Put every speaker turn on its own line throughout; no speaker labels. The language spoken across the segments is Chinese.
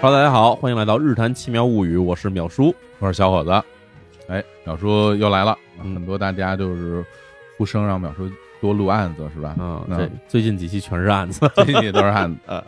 Hello，大家好，欢迎来到《日谈奇妙物语》，我是淼叔。
我是小伙子。哎，淼叔又来了，
嗯
很多大家就是呼声让淼叔多录案子是吧？
嗯，
嗯
这最近几期全是案子，
最近都是 案子，
呃，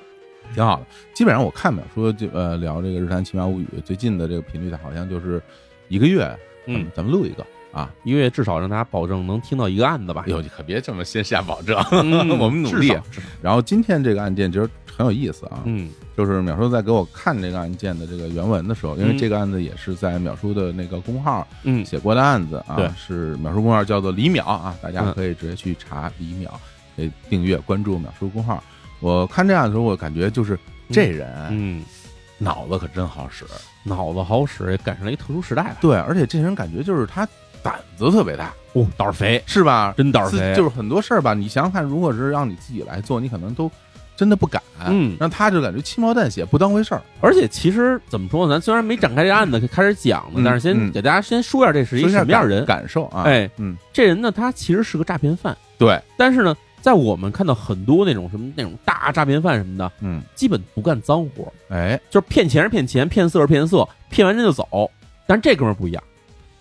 挺好的。基本上我看淼叔就呃聊这个《日谈奇妙物语》最近的这个频率，好像就是一个月，
嗯，
咱们录一个啊。
一个月至少让大家保证能听到一个案子吧
哎。呦，你可别这么先下保证。
嗯
我们努力啊
至少至少
然后今天这个案件其实很有意思啊，
嗯
就是淼叔在给我看这个案件的这个原文的时候，因为
嗯
这个案子也是在淼叔的那个公号
嗯，
写过的案子啊，
对
是淼叔公号叫做李淼啊，大家
嗯
可以直接去查李淼，可以订阅关注淼叔公号。我看这样的时候，我感觉就是这人
嗯，
脑子可真好使，
脑子好使，也赶上了一特殊时代吧。
对，而且这人感觉就是他胆子特别大，
哦，胆儿肥，
是吧？
真胆儿
自
肥，
就是很多事儿吧，你想想看，如果是让你自己来做，你可能都真的不敢。
嗯
让他就感觉轻描淡写，不当回事儿。
而且其实怎么说呢？咱虽然没展开这案子开始讲呢，
嗯
但是先
嗯
给大家先说一下这是一
说一下
什么样的
感
人。
感受啊？，
哎，
嗯，
这人呢，他其实是个诈骗犯，
对，
但是呢，在我们看到很多那种什么那种大诈骗犯什么的，
嗯，
基本不干脏活，
哎，
就是骗钱是骗钱，骗色是骗色，骗完人就走。但是这哥们儿不一样，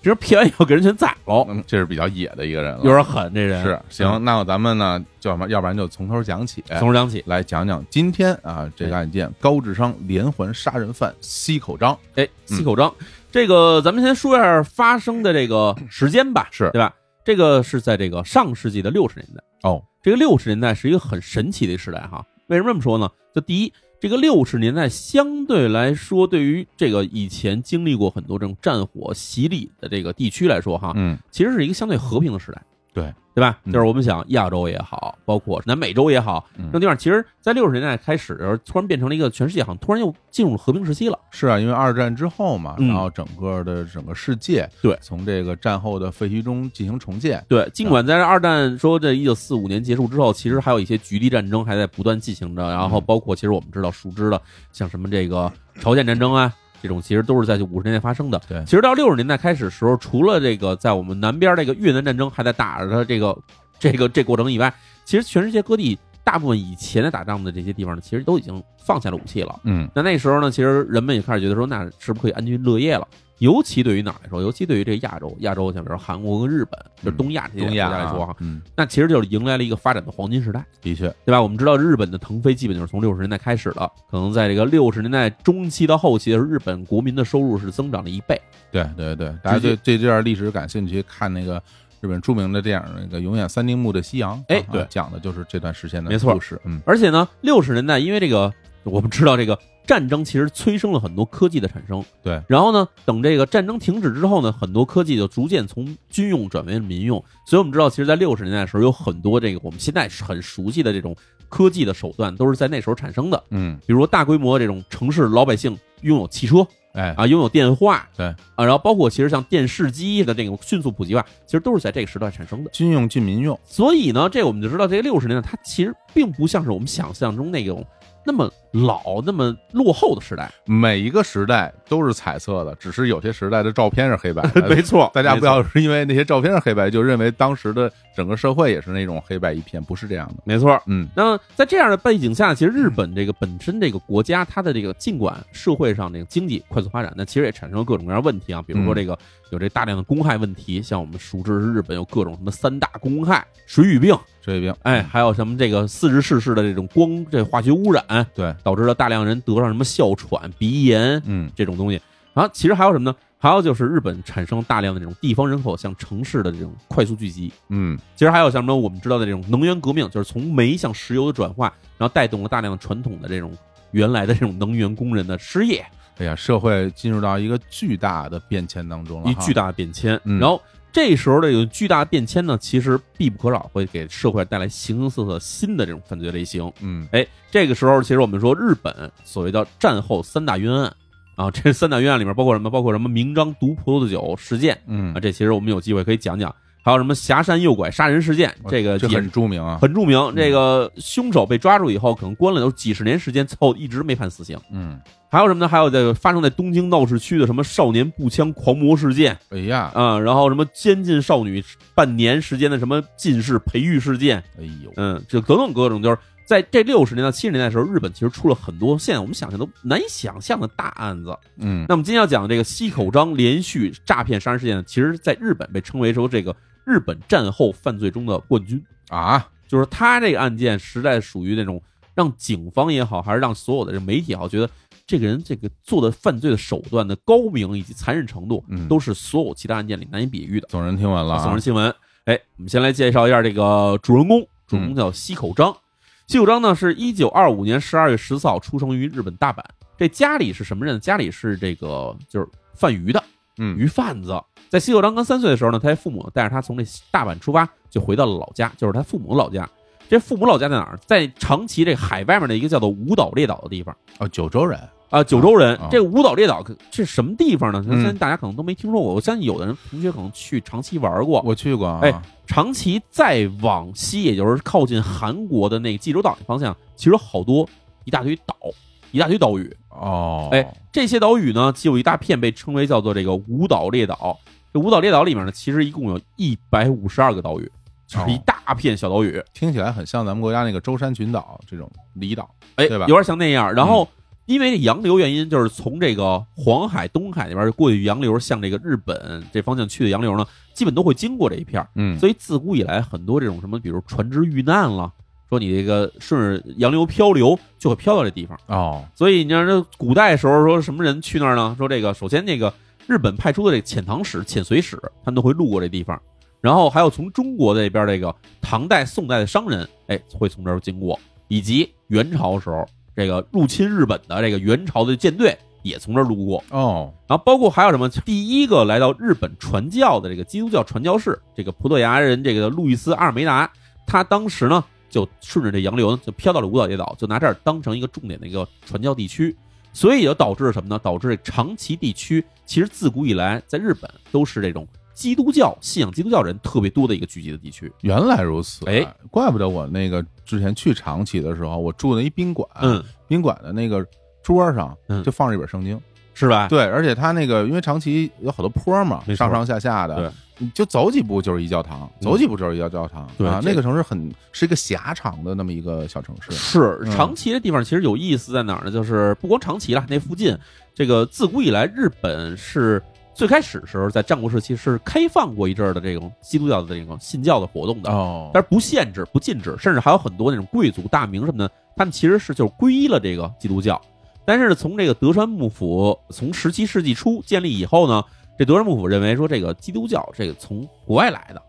这人骗完以后给人全宰了，
嗯这是比较野的一个人了，
有点狠。这人
是行，那咱们呢，就什么？要不然就从头讲起，
从头讲起。
来讲讲今天啊这个案件，高智商连环杀人犯西口章，
哎，
嗯
西口章，这个咱们先说一下发生的这个时间吧，
是
对吧？这个是在这个上世纪的六十年代。
哦，
这个六十年代是一个很神奇的一个时代哈。为什么这么说呢？就第一，这个六十年代相对来说，对于这个以前经历过很多这种战火洗礼的这个地区来说哈，
嗯，
其实是一个相对和平的时代，
对
对吧？
嗯
就是我们想亚洲也好，包括南美洲也好，
嗯
这种地方其实，在六十年代开始的时候，突然变成了一个全世界好像突然又进入了和平时期了。
是啊，因为二战之后嘛，
嗯
然后整个的整个世界
对
从这个战后的废墟中进行重建，
对，尽管在这二战说这一九四五年结束之后，其实还有一些局地战争还在不断进行着，然后包括其实我们知道熟知的，像什么这个朝鲜战争啊。这种其实都是在五十年代发生的。
对
其实到六十年代开始的时候，除了这个在我们南边这个越南战争还在打着它这个这个这过程以外，其实全世界各地大部分以前在打仗的这些地方呢，其实都已经放下了武器了。
嗯
那那时候呢，其实人们也开始觉得说，那是不是可以安居乐业了？尤其对于哪儿来说，尤其对于这个亚洲，亚洲像比如韩国跟日本，就是东亚这些
东
国
亚
家来说哈，
啊，嗯，
那其实就是迎来了一个发展的黄金时代，
的确，
对吧？我们知道日本的腾飞基本就是从六十年代开始的，可能在这个六十年代中期到后期的时候，日本国民的收入是增长了一倍。
对对对，大家对对这段历史感兴趣，看那个日本著名的电影那个《永远三丁目的夕阳》，
哎
啊
对
讲的就是这段时间的
没错
故事，嗯
而且呢，六十年代因为这个，我们知道这个战争其实催生了很多科技的产生。
对，
然后呢，等这个战争停止之后呢，很多科技就逐渐从军用转为民用。所以我们知道，其实，在六十年代的时候，有很多这个我们现在很熟悉的这种科技的手段，都是在那时候产生的。
嗯，
比如说，大规模这种城市老百姓拥有汽车
哎，
啊，拥有电话，
对
啊，然后包括其实像电视机的这种迅速普及化，其实都是在这个时代产生的。
军用进民用，
所以呢，这我们就知道，这个六十年代它其实并不像是我们想象中那种那么老、那么落后的时 代。
每一个时代都是彩色的，只是有些时代的照片是黑白 的，
哎错
大家不要是因为那些照片是黑白，就认为当时的整个社会也是那种黑白一片，不是这样的。
没错。
嗯，
那么在这样的背景下，其实日本这个本身这个国家，它的这个尽管社会上这个经济快速发展，那其实也产生了各种各样的问题
嗯
啊，比如说这个有这大量的公害问题，像我们熟知日本有各种什么三大公害、水俣病，
水兵，
哎，还有什么这个四十世世的这种光这化学污染，
对，
导致了大量人得上什么哮喘、鼻炎
嗯
这种东西。然后其实还有什么呢？还有就是日本产生大量的这种地方人口向城市的这种快速聚集，
嗯，
其实还有像什么我们知道的这种能源革命，就是从煤向石油的转化，然后带动了大量的传统的这种原来的这种能源工人的失业，
哎呀，社会进入到一个巨大的变迁当中了，
一巨，大的变迁。
啊嗯
然后这时候这个巨大的变迁呢，其实必不可少会给社会带来形形色色新的这种犯罪类型。
嗯，
哎，这个时候其实我们说日本所谓的战后三大冤案啊，这三大冤案里面包括什么？包括什么明章毒葡萄酒事件
嗯
啊，，这其实我们有机会可以讲讲。还有什么挟山诱拐杀人事件，这个
这
也
很著名啊，
很著名。这个凶手被抓住以后，可能关了有几十年时间，最后一直没判死刑。
嗯，
还有什么呢？还有这个发生在东京闹市区的什么少年步枪狂魔事件
哎呀，
啊、然后什么监禁少女半年时间的什么近视培育事件，
哎呦，
嗯，这各种各种就是在这六十年到七十年代的时候，日本其实出了很多现在我们想象都难以想象的大案子。
嗯
那么今天要讲的这个西口章连续诈骗杀人事件呢，其实在日本被称为说这个日本战后犯罪中的冠军，
啊，
就是他这个案件实在属于那种让警方也好，还是让所有的这媒体也好，觉得这个人这个做的犯罪的手段的高明以及残忍程度，
嗯
都是所有其他案件里难以比喻的。
总人听完了啊，
宋人新闻，哎，我们先来介绍一下这个主人公，主
嗯
人公叫西口章。西口章呢，是一九二五年十二月十四号出生于日本大阪。这家里是什么人呢？家里是这个就是贩鱼的
嗯
鱼贩子。在西口章刚三岁的时候呢，他父母带着他从这大阪出发，就回到了老家，就是他父母老家。这父母老家在哪儿？在长崎这个海外面的一个叫做五岛列岛的地方。
哦，九州人，
啊，九州人
啊，
这五岛列岛可这什么地方呢？
嗯
相信大家可能都没听说过，我相信有的人同学可能去长崎玩过，
我去过啊，
哎长崎再往西，也就是靠近韩国的那个济州岛那方向，其实有好多一大堆岛，一大堆岛屿。
哦，
哎，这些岛屿呢，就有一大片被称为叫做这个五岛列岛。这五岛列岛里面呢，其实一共有一百五十二个岛屿，就是一大片小岛屿，
听起来很像咱们国家那个舟山群岛这种离岛，
哎，
对吧嗯
有点像那样。然后。因为这洋流原因，就是从这个黄海、东海那边过去洋流，向这个日本这方向去的洋流呢，基本都会经过这一片儿。
嗯
所以自古以来，很多这种什么，比如船只遇难了，说你这个顺着洋流漂流，就会漂到这地方。
哦，
所以你知道，这古代时候说什么人去那儿呢？说这个首先那个日本派出的这个潜堂使、潜水使，他们都会路过这地方。然后还有从中国这边这个唐代、宋代的商人，哎，会从这儿经过，以及元朝时候这个入侵日本的这个元朝的舰队也从这儿路过。
哦，
然后包括还有什么？第一个来到日本传教的这个基督教传教士，这个葡萄牙人这个路易斯阿尔梅达，他当时呢就顺着这洋流呢就飘到了五岛列岛，就拿这儿当成一个重点的一个传教地区，所以也就导致了什么呢？导致这长崎地区其实自古以来在日本都是这种基督教信仰基督教人特别多的一个聚集的地区。
原来如此，啊
哎，
怪不得我那个之前去长崎的时候，我住那一宾馆，，
嗯，
宾馆的那个桌上
嗯
就放着一本圣经，
是吧？
对，而且它那个因为长崎有好多坡嘛，
没错
上上下下的
对，
你就走几步就是一教堂，
嗯
走几步就是一教堂，
对
啊，
这
那个城市很是一个狭长的那么一个小城市，
是
嗯
长崎这地方其实有意思在哪儿呢？就是不光长崎了，那附近这个自古以来，日本是最开始时候在战国时期是开放过一阵儿的这种基督教的这种信教的活动的，
哦，
但是不限制、不禁止，甚至还有很多那种贵族大名什么的，他们其实是就是皈依了这个基督教。但是从这个德川幕府从十七世纪初建立以后呢，这德川幕府认为说这个基督教这个从国外来的，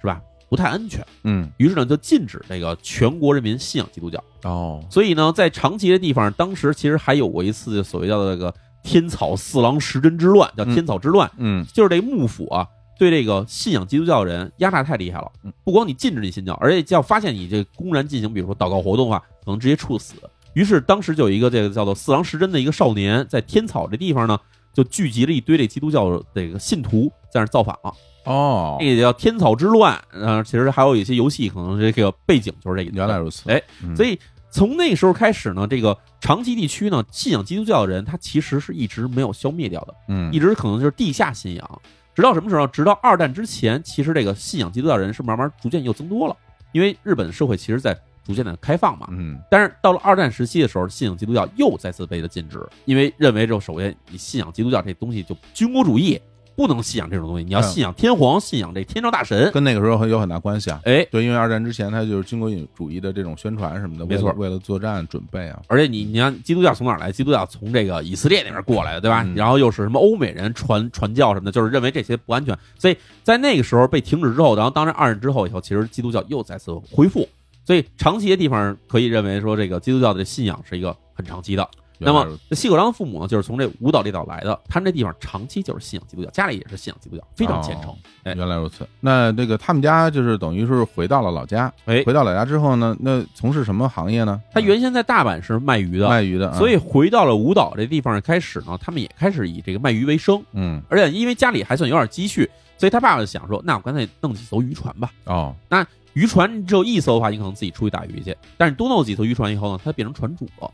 是吧？不太安全，
嗯，
于是呢就禁止这个全国人民信仰基督教。
哦，
所以呢，在长崎的地方，当时其实还有过一次所谓叫做这个天草四郎时针之乱，叫天草之乱，
嗯，
就是这幕府啊对这个信仰基督教的人压榨太厉害了
嗯，
不光你禁止你信教，而且要发现你这公然进行，比如说祷告活动啊，可能直接处死。于是当时就有一个这个叫做四郎时针的一个少年，在天草这地方呢，就聚集了一堆这基督教的这个信徒在那儿造反了，
哦
这，个叫天草之乱。呃，其实还有一些游戏可能这个背景就是这个
原来如此，
哎
嗯，
所以从那时候开始呢，这个长崎地区呢，信仰基督教的人，他其实是一直没有消灭掉的，
嗯
一，直可能就是地下信仰。直到什么时候？直到二战之前，其实这个信仰基督教人是慢慢逐渐又增多了，因为日本社会其实在逐渐的开放嘛。
嗯，
但是到了二战时期的时候，信仰基督教又再次被了禁止，因为认为这首先你信仰基督教这东西就军国主义，不能信仰这种东西，你要
嗯
信仰天皇，信仰这天照大神。
跟那个时候很有很大关系啊。
哎，
对，因为二战之前，它就是军国主义的这种宣传什么的，
没
为了
错
为了作战准备啊。
而且你你看基督教从哪儿来？基督教从这个以色列那边过来的，对吧？
嗯
然后又是什么欧美人传传教什么的，就是认为这些不安全，所以在那个时候被停止之后，然后当然二战之后以后，其实基督教又再次恢复，所以长期的地方可以认为说这个基督教的信仰是一个很长期的。那
原来
么
如此
这西口章父母呢，就是从这五岛列岛来的，他们这地方长期就是信仰基督教，家里也是信仰基督教，非常虔诚
哦。
哎
原来如此。那这个他们家就是等于是回到了老家，
哎
回，到老家之后呢，那从事什么行业呢？嗯
他原先在大阪是卖鱼的，
卖鱼的，啊
所以回到了五岛这地方开始呢，他们也开始以这个卖鱼为生。
嗯
而且因为家里还算有点积蓄，所以他爸爸想说，那我干脆弄几艘渔船吧。
哦
渔船你只有一艘的话，你可能自己出去打鱼去，但是你多弄几艘渔船以后呢，他变成船主了。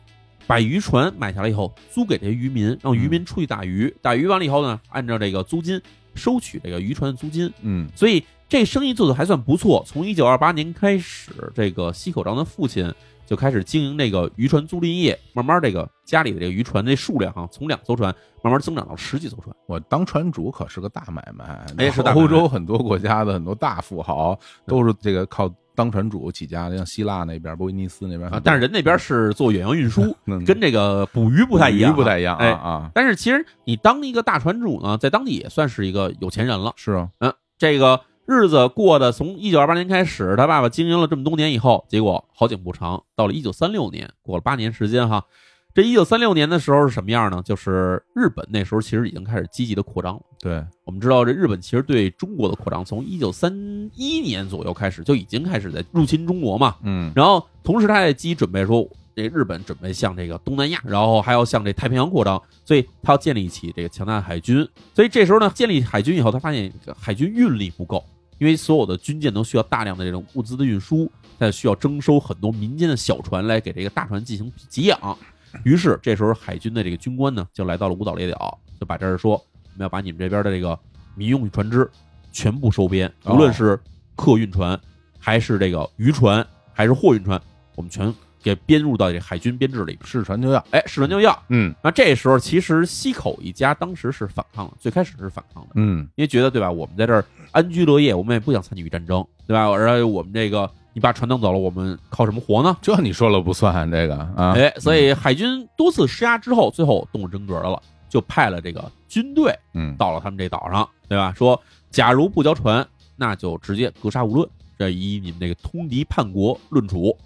把渔船买下来以后，租给这些渔民，让渔民出去打鱼。打鱼完了以后呢，按照这个租金收取这个渔船的租金。
嗯
所以这生意做得还算不错。从一九二八年开始，这个西口章的父亲就开始经营这个渔船租赁业，慢慢这个家里的这个渔船这数量哈、啊从两艘船慢慢增长到十几艘船。
我当船主可是个大买卖，
哎是大买卖
欧洲很多国家的很多大富豪都是这个靠当船主起家的，像希腊那边、波威尼斯那边很
啊
多，，
但是人那边是做远洋运输，
嗯
跟这个捕鱼不太一样啊，
鱼不太一样啊
哎
啊，
但是其实你当一个大船主呢，在当地也算是一个有钱人了。
是啊，
这个日子过得从一九二八年开始，他爸爸经营了这么多年以后，结果好景不长，到了一九三六年，过了八年时间哈。这一九三六年的时候是什么样呢？就是日本那时候其实已经开始积极的扩张了。
对，
我们知道，这日本其实对中国的扩张，从一九三一年左右开始就已经开始在入侵中国嘛。
嗯，
然后同时他也积极准备说，这日本准备向这个东南亚，然后还要向这太平洋扩张，所以他要建立起这个强大的海军。所以这时候呢，建立海军以后，他发现海军运力不够，因为所有的军舰都需要大量的这种物资的运输，他需要征收很多民间的小船来给这个大船进行给养。于是这时候海军的这个军官呢，就来到了五岛列岛，就把这儿说，我们要把你们这边的这个民用船只全部收编，
哦
无论是客运船，还是这个渔船，还是货运船，我们全给编入到这海军编制里边。
是船就要，
哎，是船就要。
嗯
那这时候其实西口一家当时是反抗的，最开始是反抗的，
嗯，
因为觉得对吧，我们在这儿安居乐业，我们也不想参与战争，对吧？而且我们这个你把船弄走了，我们靠什么活呢？
这你说了不算这个啊，
哎，所以海军多次施压之后，最后动了真格了，就派了这个军队
嗯，
到了他们这岛上，对吧？说假如不交船，那就直接格杀勿论，这以你们这个通敌叛国论处。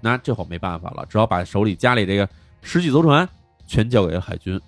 那这会儿没办法了，只好把手里家里这个十几艘船全交给了海军。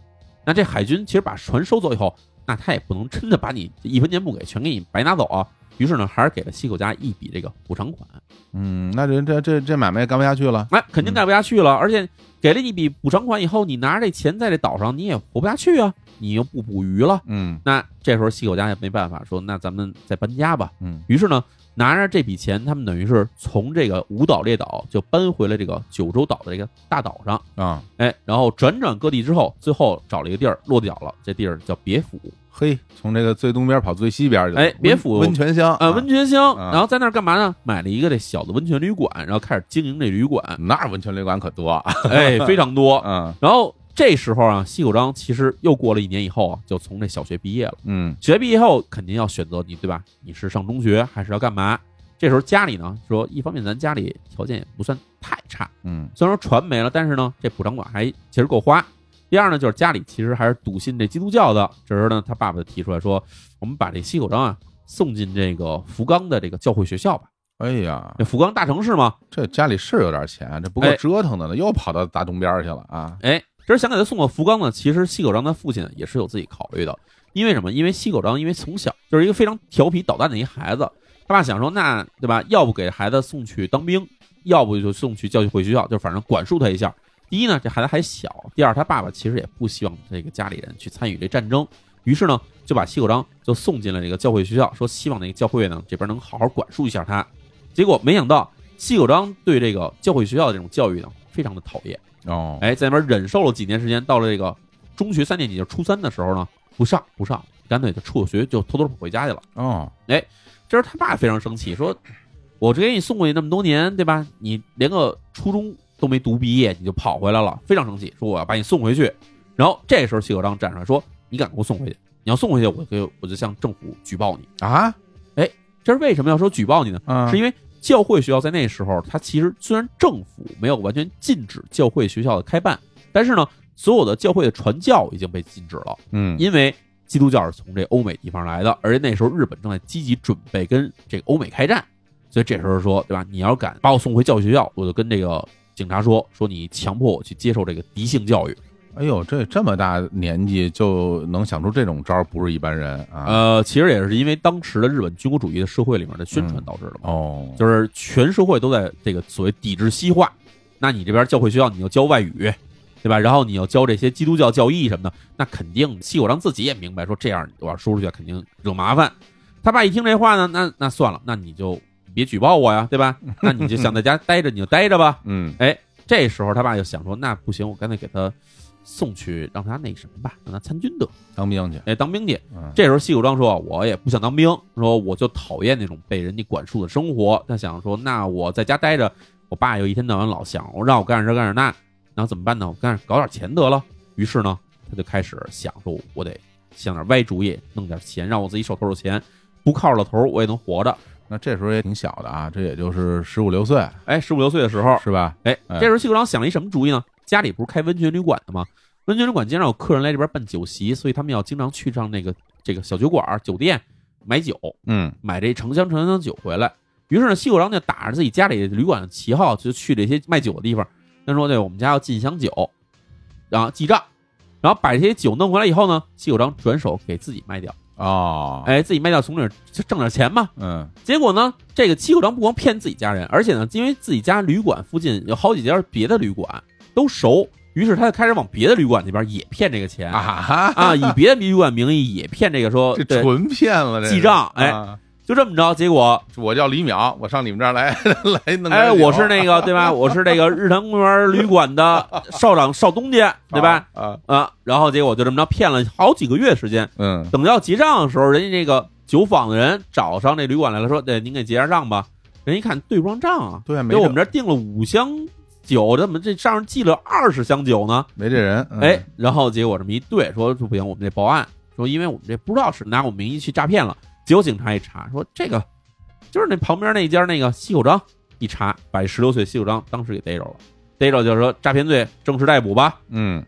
那这海军其实把船收走以后，那他也不能真的把你一分钱不给，全给你白拿走啊。于是呢，还是给了西口家一笔这个补偿款。
嗯，那这这这这买卖干不下去了，
哎，肯定干不下去了。而且给了你一笔补偿款以后，你拿着这钱在这岛上你也活不下去啊，你又不捕鱼了。
嗯
那这时候西口家也没办法，说那咱们再搬家吧。
嗯，
于是呢，拿着这笔钱，他们等于是从这个五岛列岛就搬回了这个九州岛的这个大岛上。
啊，
哎，然后转转各地之后，最后找了一个地儿落脚了，这地儿叫别府，
嘿，从这个最东边跑最西边去了，
哎别
温
府
温泉乡
呃，温泉乡。
啊，
然后在那儿干嘛呢？买了一个这小的温泉旅馆，然后开始经营这旅馆
那儿温泉旅馆可 多啊，
哎，非常多。
嗯
然后这时候啊，西口章其实又过了一年以后啊，就从这小学毕业了。
嗯
学毕业后肯定要选择你对吧？你是上中学还是要干嘛？这时候家里呢说，一方面咱家里条件也不算太差，
嗯
虽然说船没了，但是呢这补偿款还其实够花。第二呢就是家里其实还是笃信这基督教的，这时候呢他爸爸就提出来说，我们把这西口章啊送进这个福冈的这个教会学校吧。
哎呀，
这福冈大城市嘛，
这家里是有点钱，这不够
哎
折腾的了，又跑到大东边儿去了啊！
哎，这是想给他送到福冈呢。其实西口章他父亲也是有自己考虑的，因为什么？因为西口章因为从小就是一个非常调皮捣蛋的一孩子，他爸想说，那对吧？要不给孩子送去当兵，要不就送去教育会学校，就反正管束他一下。第一呢，这孩子还小；第二，他爸爸其实也不希望这个家里人去参与这战争，于是呢，就把西口章就送进了这个教会学校，说希望那个教会呢这边能好好管束一下他。结果没想到，西口章对这个教会学校的这种教育呢，非常的讨厌。
哦，
哎，在那边忍受了几年时间，到了这个中学三年级，就是初三的时候呢，不上不上，干脆就辍学，就偷偷跑回家去了。
哦，
这时候他爸非常生气，说：“我这给你送过去那么多年，对吧？你连个初中都没读毕业，你就跑回来了，非常生气，说我要把你送回去。”然后这时候谢可章站出来说：“你敢给我送回去？你要送回去，我就我就向政府举报你。
啊，”
这是为什么要说举报你呢？
嗯，
啊是因为教会学校在那时候，它其实虽然政府没有完全禁止教会学校的开办，但是呢，所有的教会的传教已经被禁止了，
嗯
因为基督教是从这欧美地方来的，而且那时候日本正在积极准备跟这个欧美开战，所以这时候说，对吧？你要敢把我送回教会学校，我就跟这个警察说，说你强迫我去接受这个敌性教育。
哎呦，这这么大年纪就能想出这种招儿，不是一般人啊！
呃，其实也是因为当时的日本军国主义的社会里面的宣传
嗯
导致的嘛。
哦，
就是全社会都在这个所谓抵制西化。那你这边教会学校，你要教外语，对吧？然后你要教这些基督教教义什么的，那肯定西口章自己也明白，说这样我要说出去肯定惹麻烦。他爸一听这话呢，那那算了，那你就别举报我呀，对吧？那你就想在家待着，你就待着吧。
嗯
这时候他爸就想说，那不行，我干脆给他送去，让他那什么吧，让他参军得，
当兵去，
哎，当兵去。
嗯
这时候西口章说：“我也不想当兵，说我就讨厌那种被人家管束的生活。他想说，那我在家待着，我爸又一天到晚老想我让我干这干那，然后怎么办呢？我干搞点钱得了。于是呢，他就开始想说，我得想点歪主意，弄点钱，让我自己手头有钱，不靠老头儿我也能活着。
那这时候也挺小的啊，这也就是十五六岁，
哎，十五六岁的时候，
是吧？
哎，
哎
这时候谢国长想了一什么主意呢？家里不是开温泉旅馆的吗？温泉旅馆经常有客人来这边办酒席，所以他们要经常去上那个这个小酒馆儿、酒店买酒，
嗯
买这成箱成箱的酒回来。于是呢，谢国长就打着自己家里旅馆的旗号，就去这些卖酒的地方，他说：“对，我们家要进箱酒，然后记账，然后把这些酒弄回来以后呢，谢国长转手给自己卖掉，
哦，
哎，自己卖掉从这儿就挣点钱嘛。
嗯
结果呢，这个戚口章不光骗自己家人，而且呢，因为自己家旅馆附近有好几家别的旅馆都熟，于是他就开始往别的旅馆那边也骗这个钱
啊哈，
啊以别的旅馆名义也骗这个说
这
对，
纯骗了，这是
记账哎
啊
就这么着。结果
我叫李淼，我上你们这儿来 来弄点 酒。啊
哎，我是那个对吧？我是这个日坛公园旅馆的少长少东家对吧？？
啊，
啊，然后结果就这么着骗了好几个月时间。
嗯
等到结账的时候，人家那个酒坊的人找上这旅馆来了，说：“对，您给结下账吧。”人一看对不上账啊，
对啊，没
给我
这
们这儿订了五箱酒，怎么这上面记了二十箱酒呢？
没这人，嗯
哎，，然后结果这么一对，说说不行，我们这报案，说因为我们这不知道是拿我们名义去诈骗了。结果警察一查，说这个就是那旁边那家那个西口章，一查把十六岁西口章当时给逮着了，逮着就是说诈骗罪正式逮捕吧。
嗯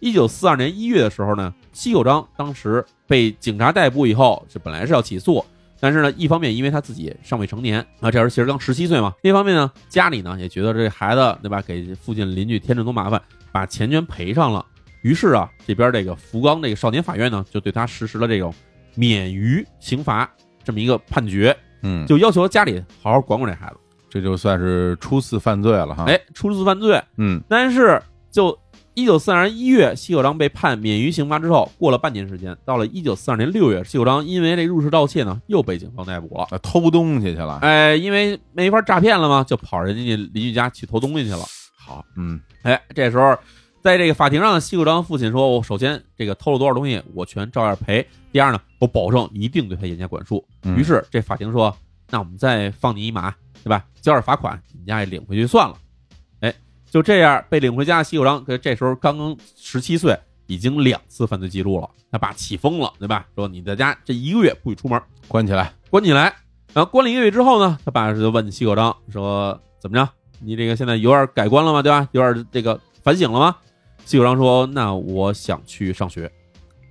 一九四二年一月的时候呢，西口章当时被警察逮捕以后，是本来是要起诉，但是呢，一方面因为他自己尚未成年啊，这时候其实刚十七岁嘛；另一方面呢，家里呢也觉得这孩子对吧，给附近邻居添这么多麻烦，把钱全赔上了。于是啊，这边这个福冈这个少年法院呢，就对他实施了这种免于刑罚这么一个判决，
嗯，
就要求家里好好管管这孩子。
这就算是初次犯罪了哈。，
哎，初次犯罪，
嗯
但是就一九四二年一月，西口章被判免于刑罚之后，过了半年时间，到了一九四二年六月，西口章因为这入室盗窃呢，又被警方逮捕了。
啊偷东西去了。
哎，因为没法诈骗了嘛，就跑人家邻居家去偷东西去了。
好，嗯
哎，这时候在这个法庭上，西口章父亲说：“我首先这个偷了多少东西，我全照样赔。第二呢，我保证一定对他严加管束。”
嗯
于是这法庭说：“那我们再放你一马，对吧？交点罚款，你们家也领回去算了。”哎，就这样被领回家的西口章，这这时候刚刚十七岁，已经两次犯罪记录了。他爸气疯了，对吧？说你在家这一个月不许出门，
关起来。
关起来。然后关了一个月之后呢，他爸就问西口章说：“怎么着？你这个现在有点改观了吗？对吧？有点这个反省了吗？”西口章说：“那我想去上学，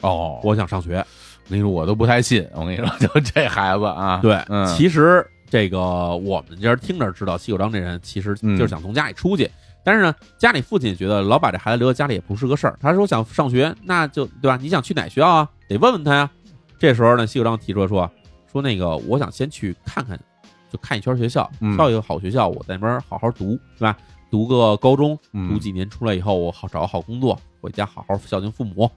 哦，我
我想上学。
跟你说，我都不太信。我跟你说， 就这孩子啊，
对，
嗯，
其实这个我们这儿听着知道，西口章这人其实
嗯
就是想从家里出去。但是呢，家里父亲也觉得老把这孩子留在家里也不是个事儿。他说想上学，那就对吧？你想去哪学校啊？得问问他呀。这时候呢，西口章提出说说那个，我想先去看看，就看一圈学校，
嗯
挑一个好学校，我在那边好好读，对吧？读个高中，读
嗯
几年出来以后，我好找个好工作，回家好好孝敬父母。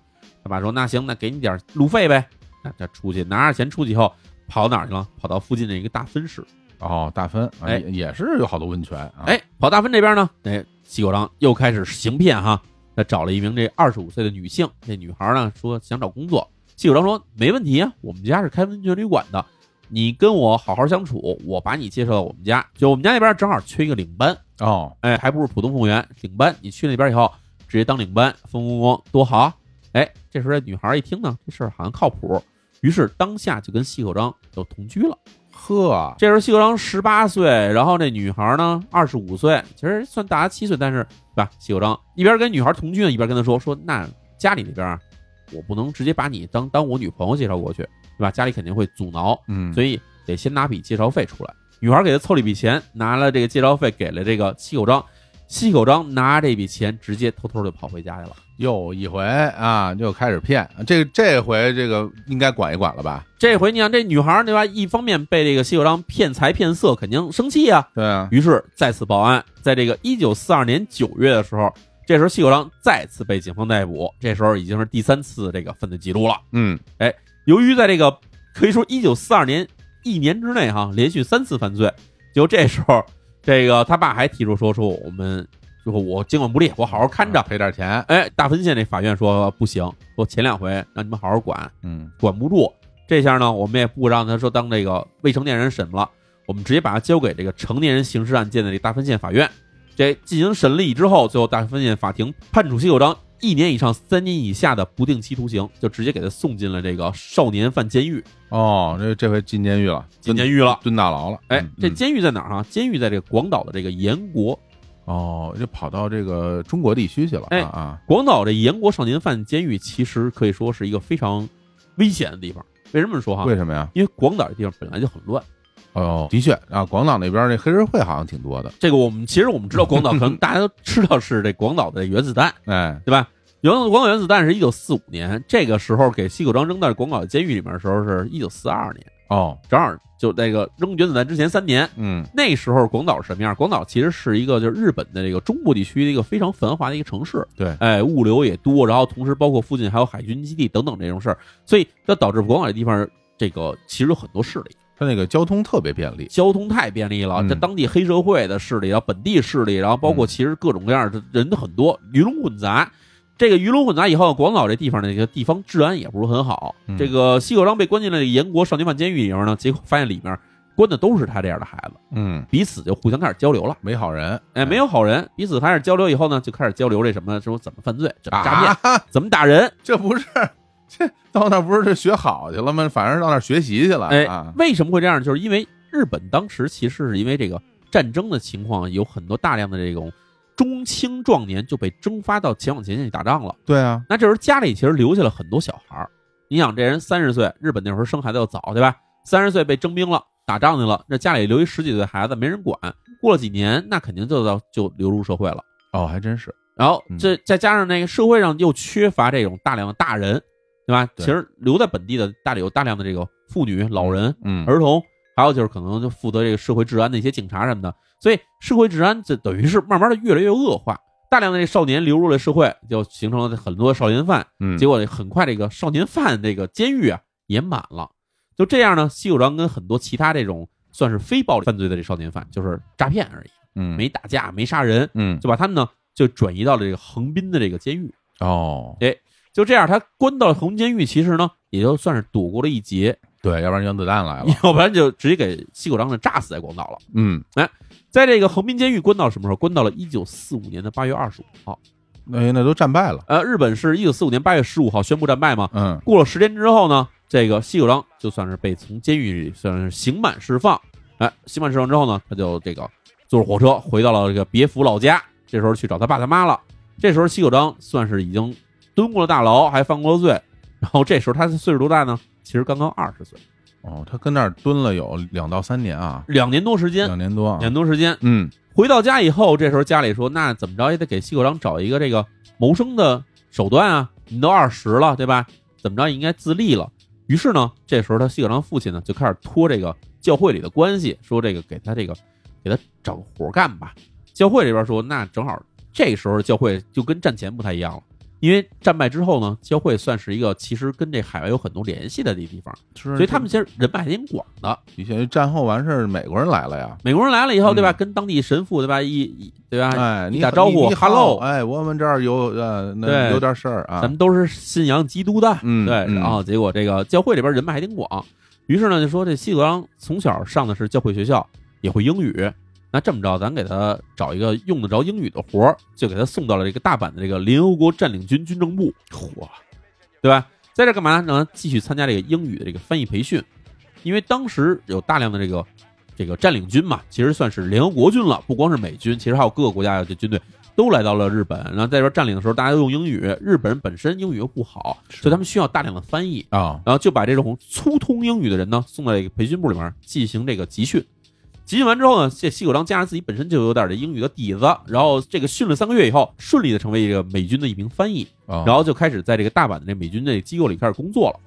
他爸说：“那行，那给你点路费呗。”那这出去拿着钱出去以后，跑哪儿去了？跑到附近的一个大分市。
哦，大芬，啊
哎
也也是有好多温泉啊。，
哎，跑大分这边呢，哎，西口章又开始行骗哈。他找了一名这二十五岁的女性，这女孩呢说想找工作。西口章说：“没问题啊，我们家是开温泉旅馆的，你跟我好好相处，我把你介绍到我们家。就我们家那边正好缺一个领班，
哦，
哎，还不是普通服务员，领班。你去那边以后，直接当领班，风风光多好啊。哎，这时候这女孩一听呢，这事儿好像靠谱，于是当下就跟西口章就同居了。
呵，
这时候西口章十八岁，然后这女孩呢二十五岁，其实算大她七岁，但是对吧？西口章一边跟女孩同居呢，一边跟她说说，那家里那边啊我不能直接把你当当我女朋友介绍过去，对吧？家里肯定会阻挠，
嗯，
所以得先拿笔介绍费出来。女孩给他凑了一笔钱，拿了这个介绍费给了这个西口章，西口章拿这笔钱直接偷偷就跑回家去了。
又一回啊，又开始骗。这这回这个应该管一管了吧？
这回你想，这女孩对吧？一方面被这个西口章骗财骗色，肯定生气啊，
对啊，
于是再次报案。在这个一九四二年九月的时候，这时候西口章再次被警方逮捕，这时候已经是第三次这个犯罪记录了。
嗯，
由于在这个可以说一九四二年一年之内哈、连续三次犯罪，就这时候，这个他爸还提出说说我们就说我监管不力，我好好看着。
赔点钱。
哎，大分县这法院说不行，说前两回让你们好好管，
嗯
管不住，这下呢我们也不让他说当这个未成年人审了，我们直接把它交给这个成年人刑事案件的这个大分县法院，这进行审理之后，最后大分县法庭判处西九章一年以上三年以下的不定期徒刑，就直接给他送进了这个少年犯监狱。
哦，这这回进监狱了，
进
蹲
监狱了
蹲大牢了。
哎
嗯，
这
嗯
监狱在哪儿啊？监狱在这个广岛的这个盐国，
哦，就跑到这个中国地区去了。
哎
啊啊，
广岛这盐国少年犯监狱其实可以说是一个非常危险的地方。为什么说哈？
为什么呀？
因为广岛这地方本来就很乱。
哦，的确啊，广岛那边那黑社会好像挺多的。
这个我们其实我们知道广岛，可能大家都知道是这广岛的原子弹，
哎，
对吧？原广岛原子弹是一九四五年，这个时候给西口章扔到广岛监狱里面的时候是一九四二年，
哦，
正好就那个扔原子弹之前三年。
嗯，
那时候广岛是什么样？广岛其实是一个就是日本的这个中部地区的一个非常繁华的一个城市，
对
哎，物流也多，然后同时包括附近还有海军基地等等这种事儿，所以这导致广岛这地方这个其实有很多势力，
他那个交通特别便利。
交通太便利了，
嗯
这当地黑社会的势力，然后本地势力，然后包括
嗯
其实各种各样的人很多，鱼龙混杂。这个鱼龙混杂以后，广岛这地方的这个地方治安也不是很好。
嗯
这个西口章被关进了这个盐国少年犯监狱里面呢，结果发现里面关的都是他这样的孩子，
嗯，
彼此就互相开始交流了。
没好人。
哎，没有好人，彼此开始交流以后呢，就开始交流这什么呢，说怎么犯罪，怎么诈骗，
啊，
怎么打人。
这不是这到那不是学好去了吗？反而到那学习去了。
哎
啊，
为什么会这样？就是因为日本当时其实是因为这个战争的情况，有很多大量的这种中青壮年就被征发到前往前线去打仗了。
对啊，
那这时候家里其实留下了很多小孩儿。你想，这人三十岁，日本那会儿生孩子又早，对吧？三十岁被征兵了，打仗去了，那家里留一十几岁的孩子没人管，过了几年，那肯定就到就流入社会了。
哦，还真是。
然后
嗯
这再加上那个社会上又缺乏这种大量的大人，对吧？
对
其实留在本地的大有大量的这个妇女、老人、
嗯，
儿童，还有就是可能就负责这个社会治安的一些警察什么的，所以社会治安这等于是慢慢的越来越恶化，大量的这少年流入了社会，就形成了很多少年犯，
嗯，
结果很快这个少年犯这个监狱啊也满了，就这样呢，西九章跟很多其他这种算是非暴力犯罪的这少年犯，就是诈骗而已，
嗯
没打架，没杀人，
嗯
就把他们呢就转移到了这个横滨的这个监狱。
哦，
就这样，他关到了横滨监狱，其实呢也就算是躲过了一劫，
对，要不然原子弹来了。
要不然就直接给西口章呢炸死在广岛了。
嗯，
在这个横滨监狱关到什么时候？关到了一九四五年的八月二十五号。
那那都战败了。
呃，日本是一九四五年八月十五号宣布战败嘛。
嗯，
过了十天之后呢，这个西九章就算是被从监狱里算是刑满释放。哎，刑满释放之后呢，他就这个坐着火车回到了这个别府老家。这时候去找他爸他妈了。这时候西九章算是已经蹲过了大牢，还犯过了罪。然后这时候他岁数多大呢？其实刚刚二十岁，
哦，他跟那儿蹲了有两到三年啊，
两年多时间，
两年多啊
两。年多时间。
嗯，
回到家以后，这时候家里说，那怎么着也得给西口章找一个这个谋生的手段啊！你都二十了，对吧？怎么着也应该自立了。于是呢，这时候他西口章父亲呢就开始托这个教会里的关系，说这个给他这个给他找个活干吧。教会这边说，那正好这时候教会就跟战前不太一样了，因为战败之后呢，教会算是一个其实跟这海外有很多联系的地地方，
所
所以他们其实人脉还挺广的。
以前战后完事儿，美国人来了呀。
美国人来了以后，对吧？
嗯
跟当地神父，对吧？一一对吧？
哎，你
打
好
招呼
你你好
hello
哎，我们这儿有呃，那
对
有点事儿啊
咱。们都是信仰基督的，
嗯
对。哦
嗯
然后结果这个教会里边人脉还挺广，于是呢就说这西格朗从小上的是教会学校，也会英语。那这么着，咱给他找一个用得着英语的活儿，就给他送到了这个大阪的这个联合国占领军军政部。嚯，对吧？在这干嘛呢？让他继续参加这个英语的这个翻译培训，因为当时有大量的这个这个占领军嘛，其实算是联合国军了，不光是美军，其实还有各个国家的军队都来到了日本。然后在这边占领的时候，大家都用英语，日本人本身英语又不好，
是
所以他们需要大量的翻译，
啊，
然后就把这种粗通英语的人呢送到这个培训部里面进行这个集训。集训完之后呢，这西口章加上自己本身就有点这英语的底子，然后这个训了三个月以后，顺利的成为这个美军的一名翻译。
然
然后就开始在这个大阪的这美军这机构里开始工作了。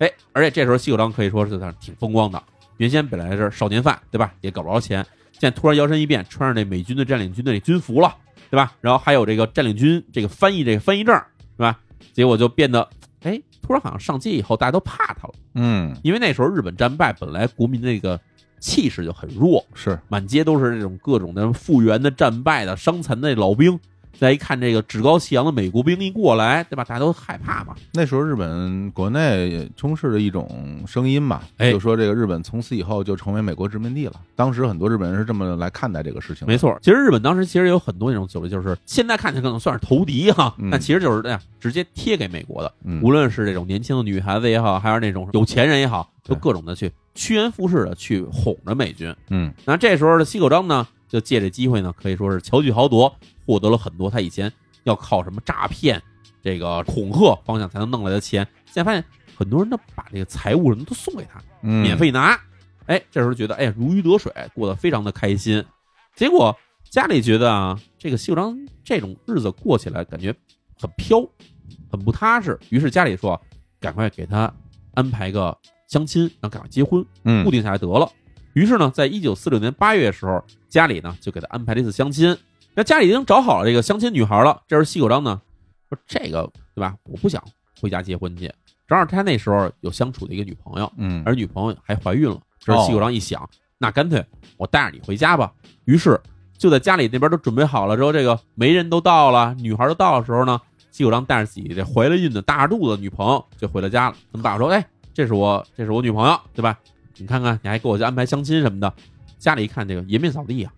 哎，而且这时候西口章可以说是挺风光的，原先本来是少年犯，对吧？也搞不着钱，现在突然摇身一变，穿上这美军的占领军的这军服了，对吧？然后还有这个占领军这个翻译这个翻译证，对吧？结果就变得，哎，突然好像上街以后大家都怕他了，
嗯
因为那时候日本战败，本来国民那个气势就很弱，
是
满街都是这种各种的复员的、战败的、伤残的老兵。再一看这个趾高气扬的美国兵一过来，对吧？大家都害怕嘛。
那时候日本国内也充斥着一种声音吧，
哎
就说这个日本从此以后就成为美国殖民地了。当时很多日本人是这么来看待这个事情的，
没错，其实日本当时其实有很多那种酒类，就是现在看起来可能算是投敌哈，
嗯
但其实就是那样直接贴给美国的。
嗯，
无论是这种年轻的女孩子也好，还是那种有钱人也好，都
对
各种的去趋炎附势的去哄着美军。
嗯
那这时候的西口章呢，就借这机会呢，可以说是巧取豪夺，获得了很多他以前要靠什么诈骗、这个恐吓方向才能弄来的钱。现在发现很多人都把这个财物什么都送给他，
嗯，
免费拿。哎，这时候觉得哎呀如鱼得水，过得非常的开心。结果家里觉得啊，这个西口章这种日子过起来感觉很飘，很不踏实。于是家里说，赶快给他安排个相亲，然后赶快结婚。
嗯，
固定下来得了。于是呢，在一九四六年八月的时候，家里呢就给他安排了一次相亲。那家里已经找好了这个相亲女孩了。这时候西口章呢说：“这个对吧？我不想回家结婚去。”正好他那时候有相处的一个女朋友，
嗯，
而女朋友还怀孕了。这时候西口章一想，那干脆我带着你回家吧。于是就在家里那边都准备好了之后，这个媒人都到了，女孩都到的时候呢，西口章带着自己这怀了孕的大着肚子的女朋友就回了家了。跟爸爸说：“哎，这是我，这是我女朋友，对吧？你看看，你还给我去安排相亲什么的。”家里一看，这个颜面扫地啊，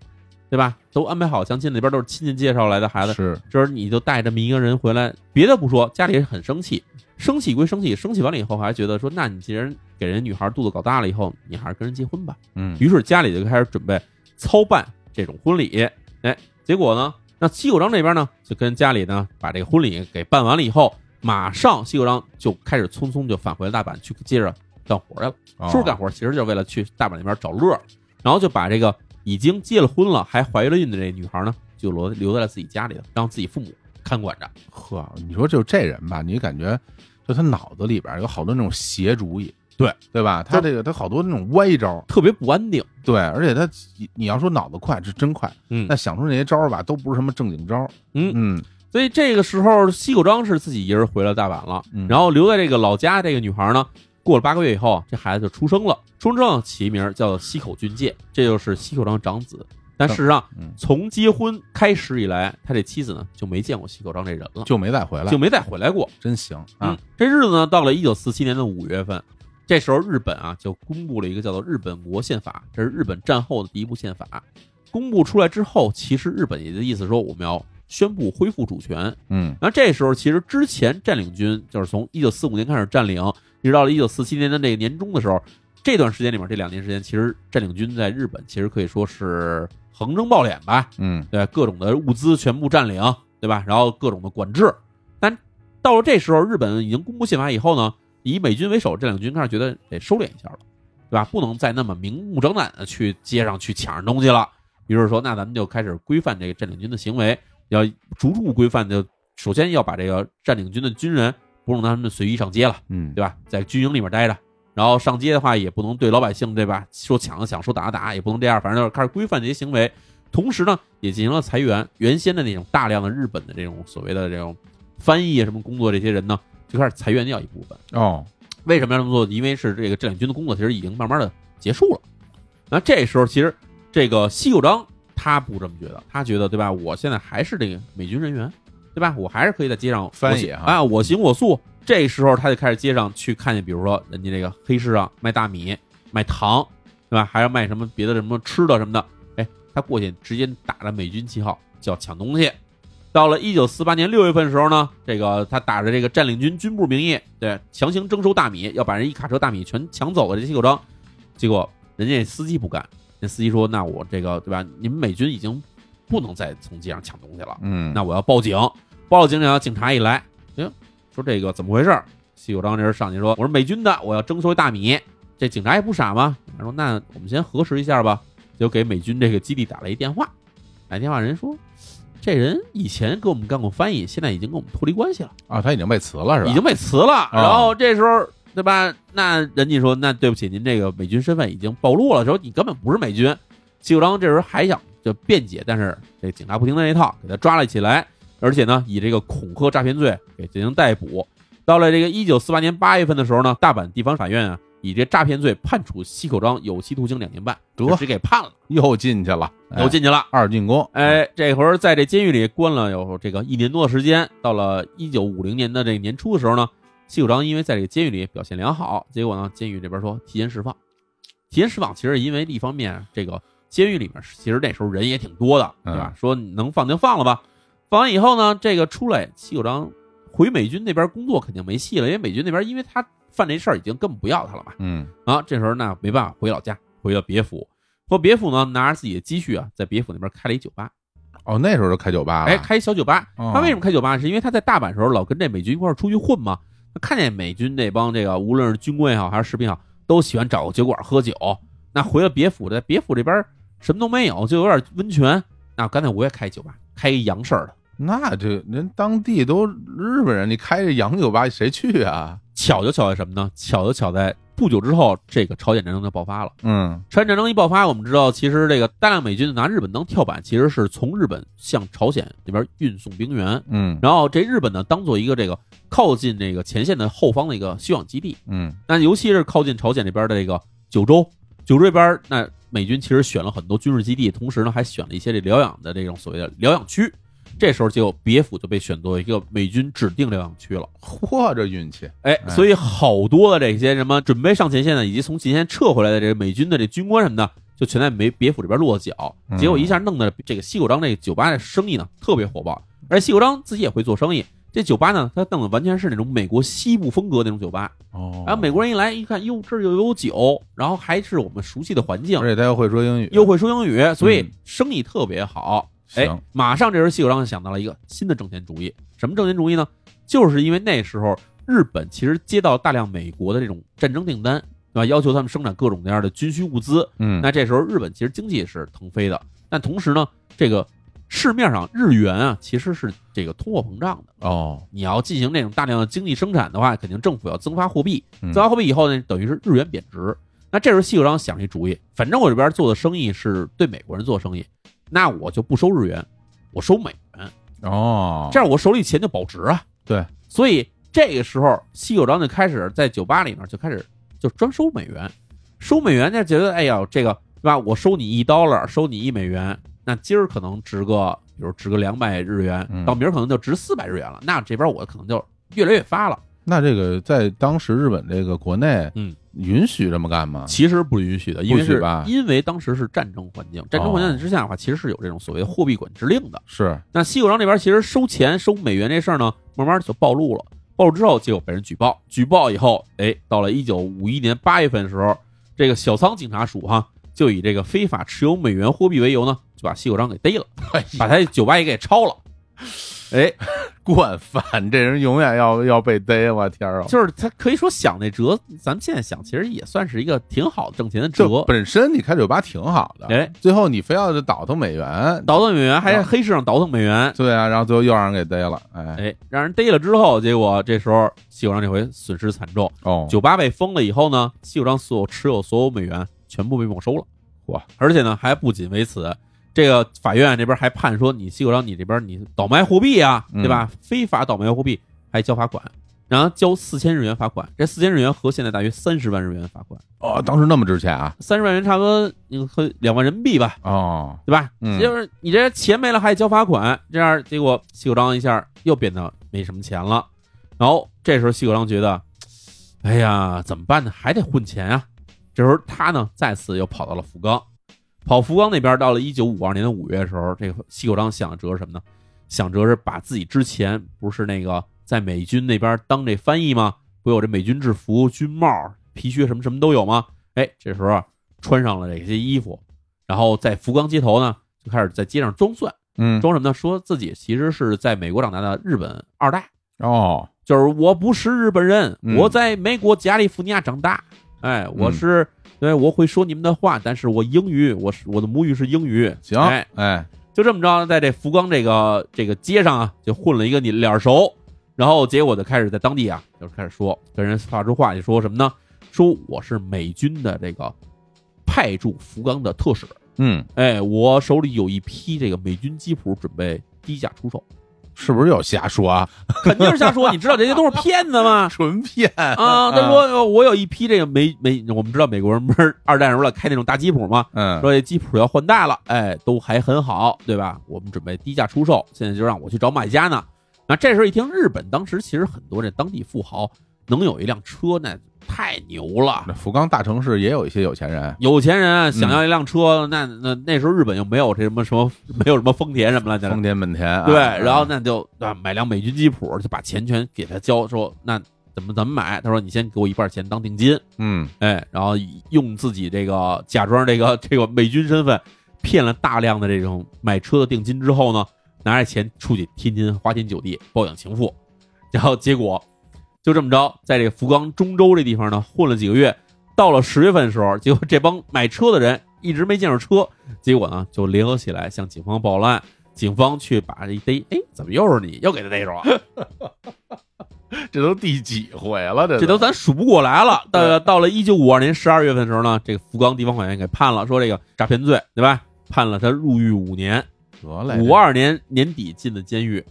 对吧？都安排好相亲，那边都是亲戚介绍来的孩子，
是
这时候你就带这么一个人回来，别的不说，家里人很生气，生气归生气，生气完了以后还觉得说，那你既然给人女孩肚子搞大了以后，你还是跟人结婚吧。
嗯
于是家里就开始准备操办这种婚礼。哎，结果呢，那西口章这边呢，就跟家里呢把这个婚礼给办完了以后，马上西口章就开始匆匆就返回大阪去接着干活去了。
哦
叔叔干活其实就是为了去大阪那边找乐儿，然后就把这个已经结了婚了还怀了孕的这女孩呢，就留留在了自己家里了，让自己父母看管着。
呵，你说就这人吧，你感觉就他脑子里边有好多那种邪主意，
对
对吧？他这个他好多那种歪招，
特别不安定，
对，而且他你你要说脑子快是真快，
嗯
但想出那些招儿吧，都不是什么正经招儿，
嗯
嗯
所以这个时候西口章是自己一人回了大阪了，
嗯
然后留在这个老家这个女孩呢，过了八个月以后，这孩子就出生了，出生之后起名叫西口俊介，这就是西口章长子。但事实上，
嗯，
从结婚开始以来，他这妻子呢就没见过西口章这人了，
就没再回来
就，没再回来过。
真行
嗯
啊，，
这日子呢，到了一九四七年的五月份，这时候日本啊就公布了一个叫做《日本国宪法》，这是日本战后的第一部宪法。公布出来之后，其实日本也就意思说我们要宣布恢复主权。
嗯
然后这时候，其实之前占领军就是从一九四五年开始占领，一直到了一九四七年的这个年中的时候，这段时间里面，这两年时间，其实占领军在日本其实可以说是横征暴敛吧，
嗯
对吧各种的物资全部占领，对吧？然后各种的管制。但到了这时候，日本已经公布宪法以后呢，以美军为首，这两军开始觉得得收敛一下了，对吧？不能再那么明目张胆的去街上去抢人东西了。于是说，那咱们就开始规范这个占领军的行为，要逐步规范，就首先要把这个占领军的军人不能让他们随意上街了。
嗯，
对吧？在军营里面待着，然后上街的话也不能对老百姓，对吧？说抢的抢，说打的打，也不能这样，反正就是开始规范这些行为。同时呢，也进行了裁员，原先的那种大量的日本的这种所谓的这种翻译啊什么工作，这些人呢就开始裁员掉一部分。
哦，
为什么要这么做？因为是这个占领军的工作其实已经慢慢的结束了。那这时候其实这个西口章他不这么觉得，他觉得对吧？我现在还是这个美军人员，对吧？我还是可以在街上
翻
我行
译哈
啊，我行我素。这时候他就开始街上去看见，比如说人家这个黑市上啊卖大米、卖糖，对吧？还要卖什么别的什么吃的什么的。哎，他过去直接打着美军旗号叫抢东西。到了一九四八年六月份的时候呢，这个他打着这个占领军军部名义，对，强行征收大米，要把人一卡车大米全抢走了。这西口章，结果人家司机不干，那司机说：“那我这个对吧？你们美军已经不能再从街上抢东西了，
嗯，
那我要报警。报了警以后，警察一来，哎，说这个怎么回事儿？西口章这人上去说：“我是美军的，我要征收大米。”这警察也不傻嘛，他说：“那我们先核实一下吧。”就给美军这个基地打了一电话，打电话人说：“这人以前给我们干过翻译，现在已经跟我们脱离关系了。”
啊，他已经被辞了是吧？啊
已经被辞了。然后这时候，对吧？那人家说，那对不起，您这个美军身份已经暴露了，说你根本不是美军。季九章这时候还想就辩解，但是这警察不听他那套，给他抓了起来，而且呢，以这个恐吓诈骗罪给进行逮捕。到了这个一九四八年八月份的时候呢，大阪地方法院啊以这诈骗罪判处西口章有期徒刑两年半，
得
就只给判了，
又进去了，
又进去了。
哎二进宫，
哎，这会儿在这监狱里关了有这个一年多的时间，到了一九五零年的这个年初的时候呢，西口章因为在这个监狱里表现良好，结果呢，监狱这边说提前释放。提前释放其实因为一方面，这个监狱里面其实那时候人也挺多的，对吧？
嗯
说能放就放了吧。放完以后呢，这个出来西口章回美军那边工作肯定没戏了，因为美军那边因为他犯这事儿已经根本不要他了嘛。
嗯
啊，这时候呢没办法回老家，回到别府。回别府呢，拿着自己的积蓄啊，在别府那边开了一酒吧。
哦，那时候就开酒吧了，
哎，开小酒吧。
哦
他为什么开酒吧？是因为他在大阪时候老跟这美军一块儿出去混嘛，他看见美军那帮这个无论是军官也好还是士兵也好，都喜欢找个酒馆喝酒。那回了别府，在别府这边什么都没有，就有点温泉。那干脆我也开酒吧，开一洋事儿的。
那这人当地都日本人，你开这洋酒吧谁去啊？
巧就巧在什么呢？巧就巧在不久之后，这个朝鲜战争就爆发了。
嗯
朝鲜战争一爆发，我们知道，其实这个大量美军拿日本当跳板，其实是从日本向朝鲜那边运送兵员。
嗯
然后这日本呢，当做一个这个靠近这个前线的后方的一个休养基地。
嗯
那尤其是靠近朝鲜这边的这个九州，九州这边那美军其实选了很多军事基地，同时呢还选了一些这疗养的这种所谓的疗养区。这时候就别府就被选作为一个美军指定疗养区了。
嚯，这运气，
哎，所以好多的这些什么准备上前线的，以及从前线撤回来的这个美军的这军官什么的，就全在美别府这边落脚，
嗯
结果一下弄得这个西口章这个酒吧的生意呢特别火爆，而西口章自己也会做生意。这酒吧呢，他弄的完全是那种美国西部风格那种酒吧，
哦
然后美国人一来一看，哟，这儿又有酒，然后还是我们熟悉的环境
而，且他又会说英语，
又会说英语，所以
嗯
生意特别好。哎
行，，
马上这时候西口章就想到了一个新的挣钱主意，什么挣钱主意呢？就是因为那时候日本其实接到大量美国的这种战争订单，对吧？要求他们生产各种各样的军需物资。
嗯
那这时候日本其实经济是腾飞的，但同时呢，这个市面上日元啊其实是这个通货膨胀的。
哦，
你要进行这种大量的经济生产的话，肯定政府要增发货币，
嗯
增发货币以后呢，等于是日元贬值。那这时候西口章想一主意，反正我这边做的生意是对美国人做生意，那我就不收日元，我收美元，
哦，
这样我手里钱就保值啊。
对，
所以这个时候西口章就开始在酒吧里面就开始就专收美元，收美元就觉得哎呀这个对吧？我收你一 dollar，收你一美元，那今儿可能值个比如值个两百日元
嗯，
到明儿可能就值四百日元了，那这边我可能就越来越发了。
那这个在当时日本这个国内，
嗯，
允许这么干吗？
其实不允许的，因为
不许
是
吧
因为当时是战争环境，战争环
哦
境之下的话，其实是有这种所谓的货币管制令的。
是，
那西口章这边其实收钱收美元这事儿呢，慢慢就暴露了，暴露之后结果被人举报，举报以后，哎，到了一九五一年八月份的时候，这个小仓警察署哈、就以这个非法持有美元货币为由呢，就把西口章给逮了，把他酒吧也给抄了。哎，
惯犯，这人永远要要被逮，我天儿啊！
就是他可以说想那辙，咱们现在想其实也算是一个挺好挣钱的辙。
就本身你开酒吧挺好的，
哎，
最后你非要倒腾美元，
倒腾美元还是黑市上倒腾美元，
对啊，然后最后又让人给逮了，哎，
哎，让人逮了之后，结果这时候西口章这回损失惨重，
哦，
酒吧被封了以后呢，西口章所有持有所有美元全部被没收了，
哇！
而且呢，还不仅为此，这个法院这边还判说你西口章你这边你倒卖货币啊，
嗯
对吧？非法倒卖货币还交罚款，然后交四千日元罚款，这四千日元合现在大约三十万日元罚款，
哦，当时那么值钱啊，
三十万元差不多你和两万人民币吧，
哦，
对吧？
嗯
就是你这钱没了还交罚款，这样结果西口章一下又变得没什么钱了。然后这时候西口章觉得，哎呀，怎么办呢？还得混钱啊。这时候他呢再次又跑到了福冈，跑福冈那边，到了一九五二年的五月的时候，这个西口章想着是什么呢？想着是把自己之前不是那个在美军那边当这翻译吗？不有这美军制服、军帽、皮靴什么什么都有吗？哎，这时候啊穿上了这些衣服，然后在福冈街头呢，就开始在街上装蒜，
嗯，
装什么呢？说自己其实是在美国长大的日本二代，
哦，
就是我不是日本人，
嗯
我在美国加利福尼亚长大，哎，我是。对，我会说你们的话，但是我英语，我是我的母语是英语。
行，
哎，
哎，
就这么着，在这福冈这个这个街上啊，就混了一个你脸熟，然后结果就开始在当地啊，就开始说跟人发出话去说什么呢？说我是美军的这个派驻福冈的特使，
嗯，
哎，我手里有一批这个美军机谱，准备低价出售。
是不是又瞎说啊？
肯定是瞎 说。你知道这些都是骗子吗？
纯骗
啊，他说呃我有一批这个美美，我们知道美国人不是二战时候了开那种大吉普吗？
嗯，
说这吉普要换代了，哎，都还很好，对吧？我们准备低价出售，现在就让我去找买家呢。那这时候一听，日本当时其实很多这当地富豪能有一辆车，那太牛了。
那福冈大城市也有一些有钱人，
有钱人想要一辆车，那那那时候日本又没有这什么什么，没有什么丰田什么了，
丰田、本田啊，
对，然后那就啊买辆美军吉普，就把钱全给他交，说那怎么怎么买？他说你先给我一半钱当定金，
嗯，
哎，然后用自己这个假装这个这个美军身份，骗了大量的这种买车的定金之后呢，拿着钱出去天天花天酒地，包养情妇，然后结果就这么着，在这个福冈中州这地方呢混了几个月，到了十月份的时候，结果这帮买车的人一直没见着车，结果呢就联合起来向警方报了案。警方去把这一逮，哎，怎么又是你？又给他逮着了？
这都第几回了？这
这都咱数不过来了。到到了一九五二年十二月份的时候呢，这个福冈地方法院给判了，说这个诈骗罪，对吧？判了他入狱五年，
得嘞，
五二年年底进的监狱，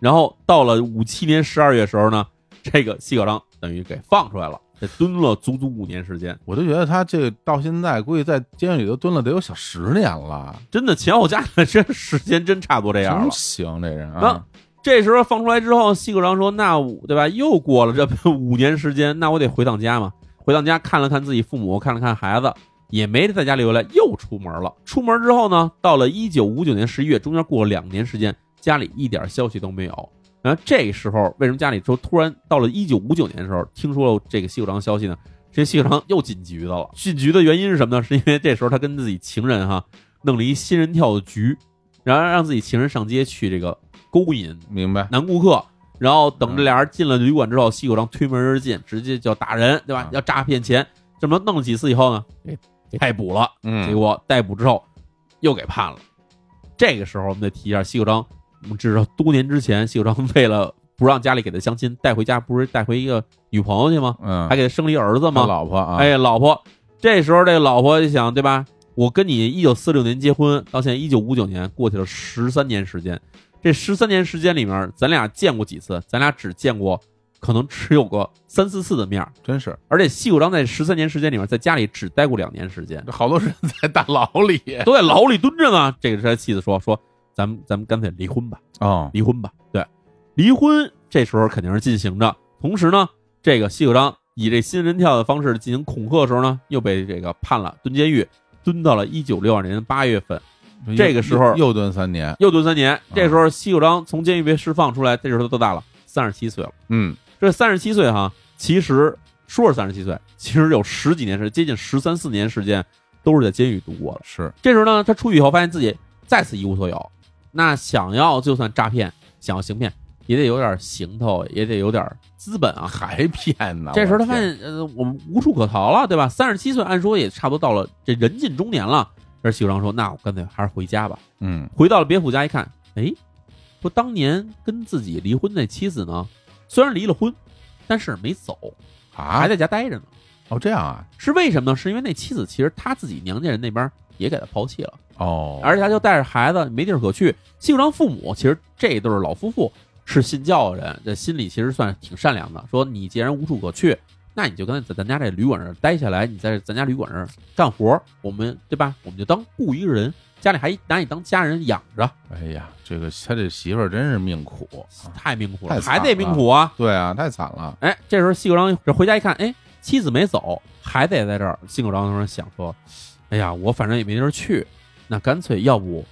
然后到了五七年十二月时候呢，这个西口章等于给放出来了，这蹲了足足五年时间，
我都觉得他这个到现在估计在监狱里都蹲了得有小十年了，
真的前后加起来，这时间真差不多这样
真
了。
行这人
啊，这时候放出来之后，西口章说：“那我对吧？又过了这五年时间，那我得回趟家嘛。 回趟家看了看自己父母，看了看孩子，也没在家留下来，又出门了。 出门之后呢，到了一九五九年十一月，中间过了两年时间，家里一点消息都没有。然后这时候，为什么家里说突然到了一九五九年的时候，听说了这个西口章消息呢？这西口章又进局的了。 进局的原因是什么呢？是因为这时候他跟自己情人哈弄了一新人跳的局，然后让自己情人上街去这个勾引
明白？
男顾客，然后
嗯
等这俩人进了旅馆之后，西口章推门而进，直接就要打人，对吧
嗯？
要诈骗钱，这么弄了几次以后呢，给逮捕了。
嗯，
结果逮捕之后又给判了。这个时候我们得提一下西口章，我们知道多年之前西口章为了不让家里给他相亲，带回家不是带回一个女朋友去吗？
嗯，
还给他生了一儿子
他
吗？
老婆啊，，
哎，老婆，这时候这老婆就想，对吧？我跟你一九四六年结婚，到现在一九五九年，过去了十三年时间。这十三年时间里面，咱俩见过几次？咱俩只见过，可能只有过三四次的面儿。
真是
而且西谷章在十三年时间里面，在家里只待过两年时间，
好多人在大牢里
都在牢里蹲着呢。这个是他妻子说说，咱们咱们干脆离婚吧。
哦，
离婚吧。对，离婚这时候肯定是进行着。同时呢，这个西口章以这新人跳的方式进行恐吓的时候呢，又被这个判了蹲监狱，蹲到了一九六二年的八月份，这个时候
又又蹲三年，
又蹲三年。这时候西口章从监狱被释放出来，这时候他多大了？三十七岁了。
嗯，
这三十七岁哈，其实说是三十七岁，其实有十几年时，接近十三四年时间都是在监狱度过的。
是
这时候呢，他出狱以后发现自己再次一无所有，那想要就算诈骗，想要行骗，也得有点行头，也得有点资本啊。
还骗呢。
这时候他发
哎我
现，呃，我们无处可逃了，对吧？三十七岁，按说也差不多到了这人近中年了。而许章说：“那我干脆还是回家吧。”
天，嗯，
回到了别府家一看，哎，说当年跟自己离婚那妻子呢，虽然离了婚，但是没走，
啊
还，在家待着呢。
哦，这样啊，
是为什么呢？是因为那妻子其实他自己娘家人那边也给他抛弃了。
哦，
而且他就带着孩子没地儿可去。西口章父母其实这一对儿老夫妇是信教的人，这心里其实算挺善良的。说你既然无处可去，那你就跟在咱家这旅馆这儿待下来，你在咱家旅馆这儿干活儿，我们对吧？我们就当雇一个人，家里还拿你当家人养着，
哎呀，这个他这媳妇儿真是命苦，
太命苦
太
了，
惨了
还得命苦啊！
对啊，太惨了，
哎，这时候西口章这回家一看，哎，妻子没走，还得在这儿。西口章当时想说，哎呀，我反正也没地儿去，那干脆要不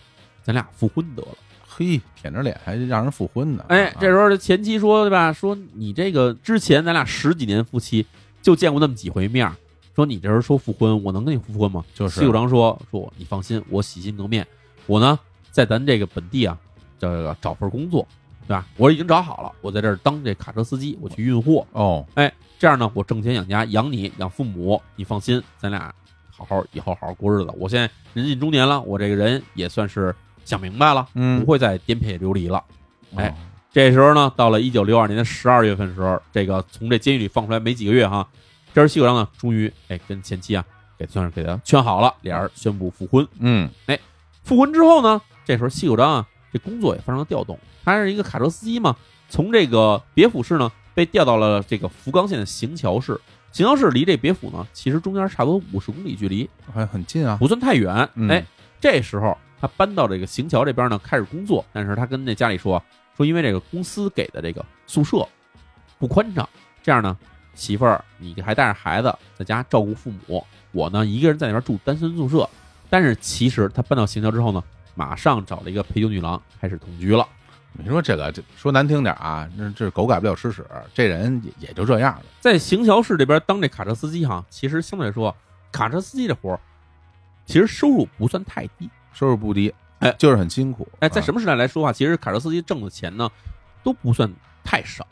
咱俩复婚得了。
嘿，舔着脸还让人复婚呢，
哎
啊，
这时候这前妻说对吧？说你这个之前咱俩十几年夫妻就见过那么几回面儿，说你这人说复婚，我能跟你复婚吗？
就是
西谷章说说你放心，我喜新革面，我呢在咱这个本地啊，这个找份工作，对吧？我已经找好了，我在这儿当这卡车司机，我去运货，
哦，
这样呢我挣钱养家，养你养父母，你放心，咱俩好好以后好好过日子。我现在人近中年了，我这个人也算是想明白了，
嗯
不，会再颠沛流离了。哎
哦，
这时候呢，到了一九六二年的十二月份的时候，这个从这监狱里放出来没几个月哈，这时西口章呢，终于哎跟前妻啊给算是给他劝好了，俩人宣布复婚。
嗯，
复婚之后呢，这时候西口章啊这工作也发生了调动，他是一个卡车司机嘛，从这个别府市呢被调到了这个福冈县的行桥市。行桥市离这别府呢，其实中间差不多五十公里距离，
还很近啊。
不算太远。
嗯
哎，这时候他搬到这个行桥这边呢，开始工作，但是他跟那家里说说，因为这个公司给的这个宿舍不宽敞，这样呢，媳妇儿你还带着孩子在家照顾父母，我呢一个人在那边住单身宿舍。但是其实他搬到行桥之后呢，马上找了一个陪酒女郎开始同居了。
你说这个，这说难听点啊，那这狗改不了吃屎，这人也也就这样了。
在行桥市这边当这卡车司机哈，其实相对来说，卡车司机这活儿其实收入不算太低。
收入不低，
哎
就是很辛苦。
哎，在
啊
什么时代来说啊，其实卡车司机挣的钱呢，都不算太少。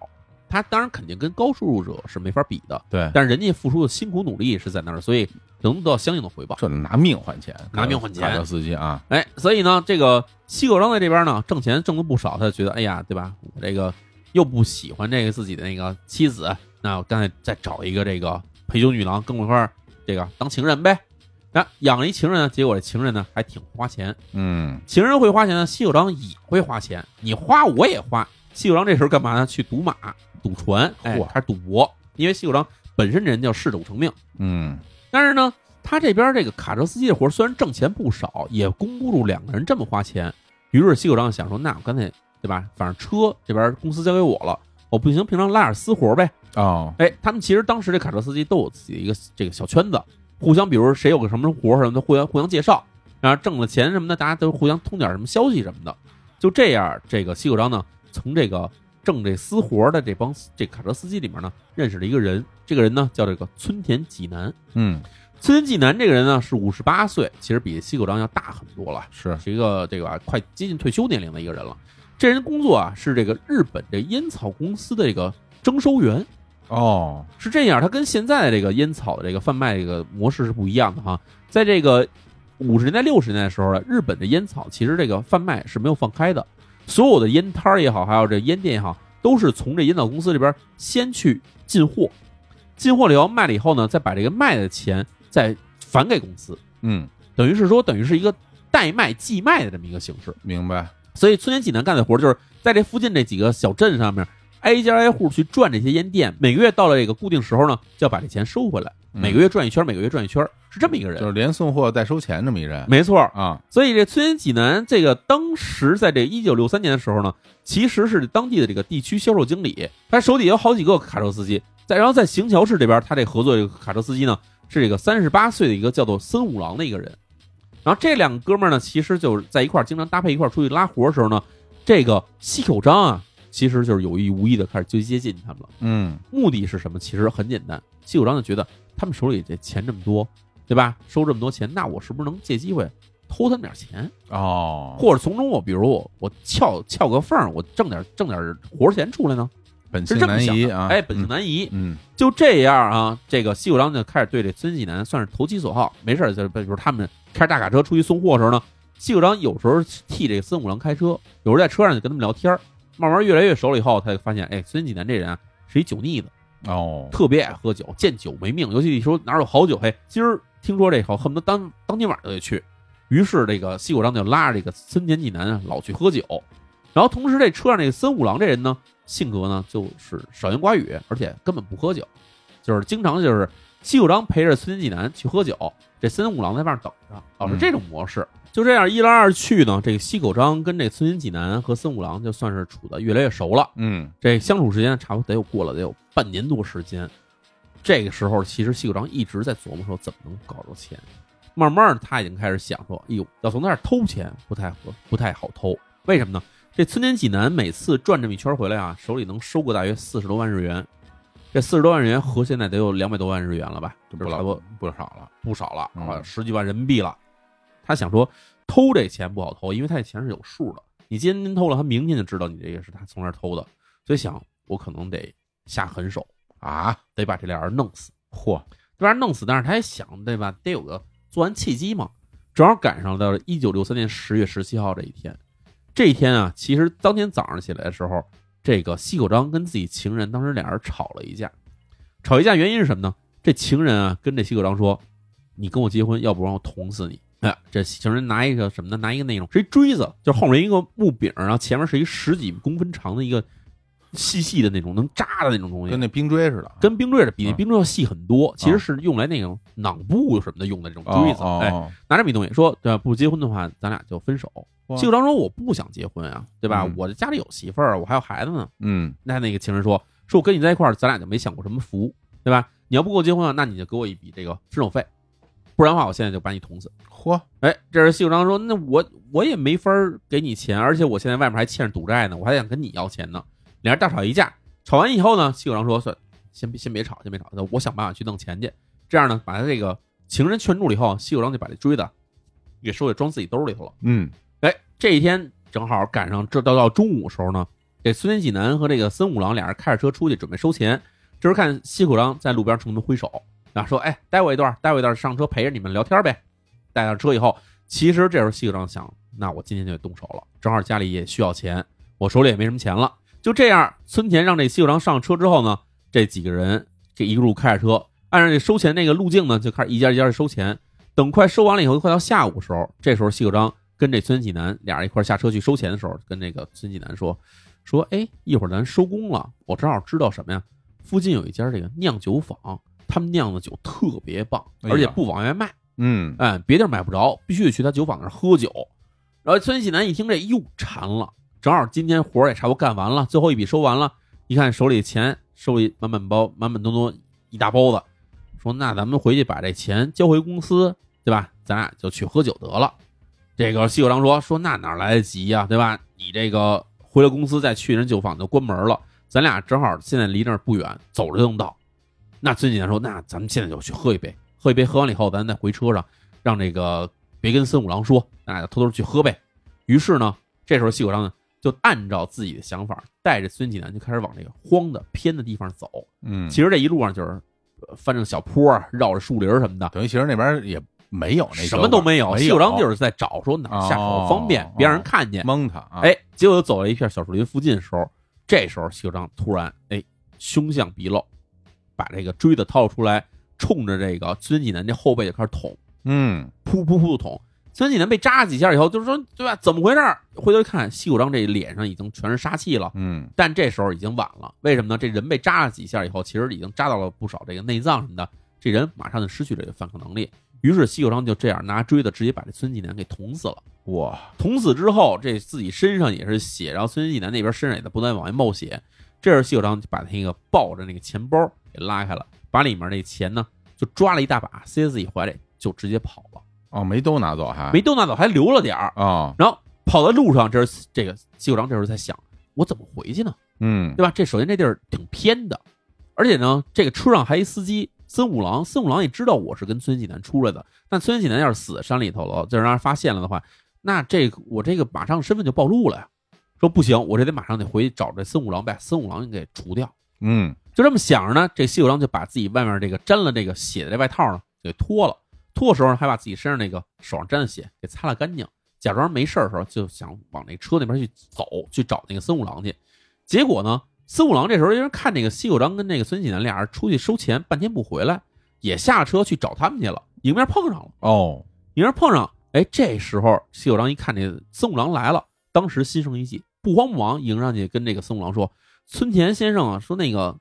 他当然肯定跟高收入者是没法比的，
对，
但是人家付出的辛苦努力是在那儿，所以能得到相应的回报。
这拿命换钱，
拿命换钱
卡车司机啊，
哎，所以呢，这个西口章在这边呢，挣钱挣的不少，他就觉得，哎呀，对吧？我这个又不喜欢这个自己的那个妻子，那我干脆再找一个这个陪酒女郎跟我一块儿这个当情人呗。那养了一情人呢，结果这情人呢还挺花钱，
嗯，
情人会花钱呢，西九章也会花钱，你花我也花。西九章这时候干嘛呢？去赌马、赌船，哎
嚯，
他是赌博，因为西九章本身人叫嗜赌成命。
嗯，
但是呢，他这边这个卡车司机的活儿虽然挣钱不少，也供不住两个人这么花钱。于是西九章想说，那我干脆对吧？反正车这边公司交给我了，我不行，平常拉点私活呗。
哦，
哎，他们其实当时这卡车司机都有自己的一个这个小圈子，互相比如谁有个什么活儿什么的，互相互相介绍，然后挣了钱什么的，大家都互相通点什么消息什么的。就这样，这个西口章呢，从这个挣这私活儿的这帮这卡车司机里面呢，认识了一个人，这个人呢叫这个村田纪南。
嗯，
村田纪南这个人呢是五十八岁，其实比西口章要大很多了，
是，
是一个这个、啊、快接近退休年龄的一个人了。这人工作啊是这个日本这烟草公司的这个征收员，
哦，
是这样，它跟现在的这个烟草的这个贩卖这个模式是不一样的哈。在这个五十年代、六十年代的时候呢，日本的烟草其实这个贩卖是没有放开的，所有的烟摊儿也好，还有这烟店也好，都是从这烟草公司这边先去进货，进货了以后卖了以后呢，再把这个卖的钱再返给公司，
嗯，
等于是说等于是一个代卖寄卖的这么一个形式。
明白，
所以村田济南干的活儿就是在这附近这几个小镇上面，挨家挨户去转这些烟店，每个月到了这个固定时候呢，就要把这钱收回来，
嗯
每个月转一圈儿，每个月转一圈儿，是这么一个
就
人。
是连送货带收钱这么一人
没错儿，
啊，
所以这村田济南这个当时在这一九六三年的时候呢，其实是当地的这个地区销售经理，他手底下有好几个卡车司机。再然后在行桥市这边，他这合作这个卡车司机呢，是这个三十八岁的一个叫做森五郎的一个人。然后这两个哥们儿呢，其实就是在一块儿经常搭配一块儿出去拉活的时候呢，这个西口章啊，其实就是有意无意的开始就接近他们了。
嗯，
目的是什么？其实很简单，西九章就觉得他们手里这钱这么多，对吧？收这么多钱，那我是不是能借机会偷他们点钱，
哦，
或者从中我比如我我撬撬个缝儿，我挣点挣点活钱出来呢？
本
是
性
这么
难
想
移
的
啊，
哎，本性
嗯
难移。
嗯，
就这样啊，这个西九章就开始对这孙济南算是投其所好，没事儿就比如他们开着大卡车出去送货的时候呢，西九章有时候替这个孙五郎开车，有时候在车上就跟他们聊天儿，慢慢越来越熟了以后，他就发现，哎，孙济南这人啊是一酒腻子，
哦，
特别爱喝酒，见酒没命，尤其一说哪有好酒，嘿，今儿听说这好，恨不得当当天晚上就得去。于是这个西口章就拉着这个森田纪男啊，老去喝酒，然后同时这车上这个森五郎这人呢，性格呢就是少言寡语，而且根本不喝酒，就是经常就是西口章陪着森田纪男去喝酒，这森五郎在外面等着，老是
嗯
这种模式。就这样一来二去呢，这个西口章跟这森田纪男和森五郎就算是处的越来越熟了。
嗯，
这相处时间差不多得有过了得有半年多时间。这个时候，其实西口章一直在琢磨说怎么能搞着钱。慢慢的，他已经开始想说，哎呦，要从那儿偷钱不太合，不太好偷。为什么呢？这村田济南每次转这么一圈回来啊，手里能收个大约四十多万日元。这四十多万日元合现在得有两百多万日元了吧？
这
就
不
差
老
不多
不少了，
不少了
嗯
啊，十几万人民币了。他想说偷这钱不好偷，因为他这钱是有数的。你今天偷了，他明天就知道你这个是他从这儿偷的，所以想我可能得下狠手，
啊，
得把这俩人弄死。
嚯，
这俩人弄死，但是他也想对吧，得有个作案契机嘛。正好赶上到了一九六三年十月十七号这一天，这一天啊，其实当天早上起来的时候，这个西口章跟自己情人当时俩人吵了一架，吵一架原因是什么呢？这情人啊跟这西口章说：“你跟我结婚，要不然我捅死你。”哎，这行人拿一个什么呢？拿一个那种是一锥子，就后面一个木柄，然后前面是一十几公分长的一个细细的那种能扎的那种东西
跟，那冰锥似的，
跟冰锥的比那
嗯
冰锥要细很多，其
啊
实是用来那种囊布什么的用的这种锥子。
哦
哎，，拿这么一东西说，对吧？不结婚的话，咱俩就分手。
哇
谢章说我不想结婚啊，对吧？
嗯
我家里有媳妇儿，我还有孩子呢。
嗯
那那个情人说，说我跟你在一块儿，咱俩就没享过什么福，对吧？你要不跟我结婚啊，那你就给我一笔这个赡养费，不然的话，我现在就把你捅死。
嚯，
哎，这是谢章说，那我我也没法儿给你钱，而且我现在外面还欠着赌债呢，我还想跟你要钱呢。俩人大吵一架，吵完以后呢，谢章说，算，先别先别吵，先别吵，我想办法去弄钱去。这样呢，把他这个情人劝住了以后，谢章就把这锥子给收起，装自己兜里头了。
嗯
哎，这一天正好赶上这到到中午时候呢，这孙田喜男和这个森五郎俩人开着车出去准备收钱，这时候看西口章在路边冲他们挥手，然后说：“哎，待我一段，待我一段，上车陪着你们聊天呗。”带上车以后，其实这时候西口章想，那我今天就得动手了，正好家里也需要钱，我手里也没什么钱了。就这样，村田让这西口章上车之后呢，这几个人这一路开着车，按照这收钱那个路径呢，就开始一家一家的收钱。等快收完了以后，快到下午的时候，这时候西口章跟这村喜男俩人一块儿下车去收钱的时候，跟那个村喜男说说，哎，一会儿咱收工了，我正好知道什么呀，附近有一家这个酿酒坊，他们酿的酒特别棒，
哎呀
而且不往外卖。
嗯，
哎，别地儿买不着，必须得去他酒坊那儿喝酒。然后村喜男一听这又馋了，正好今天活儿也差不多干完了，最后一笔收完了，一看手里钱手里满满包满满东东一大包子，说那咱们回去把这钱交回公司，对吧？咱俩就去喝酒得了。这个西九郎说说那哪来得及呀、对吧？你这个回了公司再去人酒坊就关门了，咱俩正好现在离那儿不远，走着就能到。那孙喜男说那咱们现在就去喝一杯，喝一杯喝完了以后，咱再回车上。让这个别跟森五郎说，咱俩就偷偷去喝呗。于是呢，这时候西口章呢就按照自己的想法，带着孙济南就开始往这个荒的偏的地方走。
嗯，
其实这一路上就是呃翻着小坡啊，绕着树林儿什么的，
等于其实那边也没有那
什么都没有。西口章就是是在找说哪儿下手方便，
哦
别让人看见。
蒙他啊，，
哎，结果走到一片小树林附近的时候，这时候西口章突然哎凶相毕露，把这个锥子掏出来，冲着这个孙济南这后背就开始捅。
嗯
噗噗噗捅。孙继南被扎几下以后，就是说，对吧？怎么回事儿？回头一看，西谷章这脸上已经全是杀气了，
嗯
但这时候已经晚了。为什么呢？这人被扎了几下以后，其实已经扎到了不少这个内脏什么的，这人马上就失去这个反抗能力。于是西谷章就这样拿锥子直接把这孙继南给捅死了。
哇，
捅死之后，这自己身上也是血，然后孙继南那边身上也在不断往外冒血。这时候西九章就把那个抱着那个钱包给拉开了，把里面那钱呢就抓了一大把，塞自己怀里就直接跑了。
哦，没都拿走还
没动大脑，还留了点儿。
啊，
然后跑在路上，这是这个西口章这时候在想，我怎么回去呢？
嗯
对吧？这首先这地儿挺偏的，而且呢，这个车上还一司机森五郎，森五郎也知道我是跟孙喜南出来的，但孙喜南要是死在山里头了，就让人发现了的话，那这个我这个马上身份就暴露了呀。说不行，我这得马上得回去找这森五郎，把森五郎给除掉。
嗯
就这么想着呢，这西九章就把自己外面这个沾了这个血的这外套呢给脱了，脱的时候呢还把自己身上那个手上沾的血给擦了干净，假装没事儿的时候就想往那车那边去走，去找那个森五郎去。结果呢，森五郎这时候因为看那个西九章跟那个孙喜南俩人出去收钱，半天不回来，也下车去找他们去了，迎面碰上了。
哦，
迎面碰上，哎，这时候西九章一看这森五郎来了，当时心生一计，不慌不忙迎上去跟这个森五郎说：“村田先生啊，说那个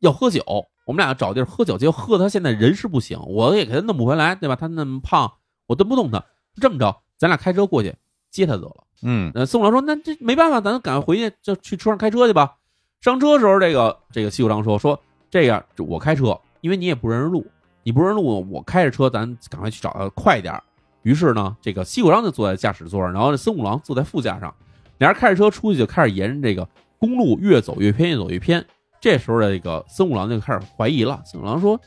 要喝酒，我们俩找地儿喝酒，结果喝他现在人事不行，我也给他弄不回来，对吧？他那么胖，我蹬不动他。这么着，咱俩开车过去接他得了。”
嗯
呃，宋老说：“那这没办法，咱赶快回去，就去车上开车去吧。”上车的时候，这个这个西谷章说：“说这样我开车，因为你也不认识路，你不认识路，我开着车，咱赶快去找他，快一点儿。”于是呢，这个西谷章就坐在驾驶座上，然后这森五郎坐在副驾上，俩人开着车出去，就开始沿着这个公路越走越偏，越走越偏。这时候，这个森五郎就开始怀疑了。森五郎说：“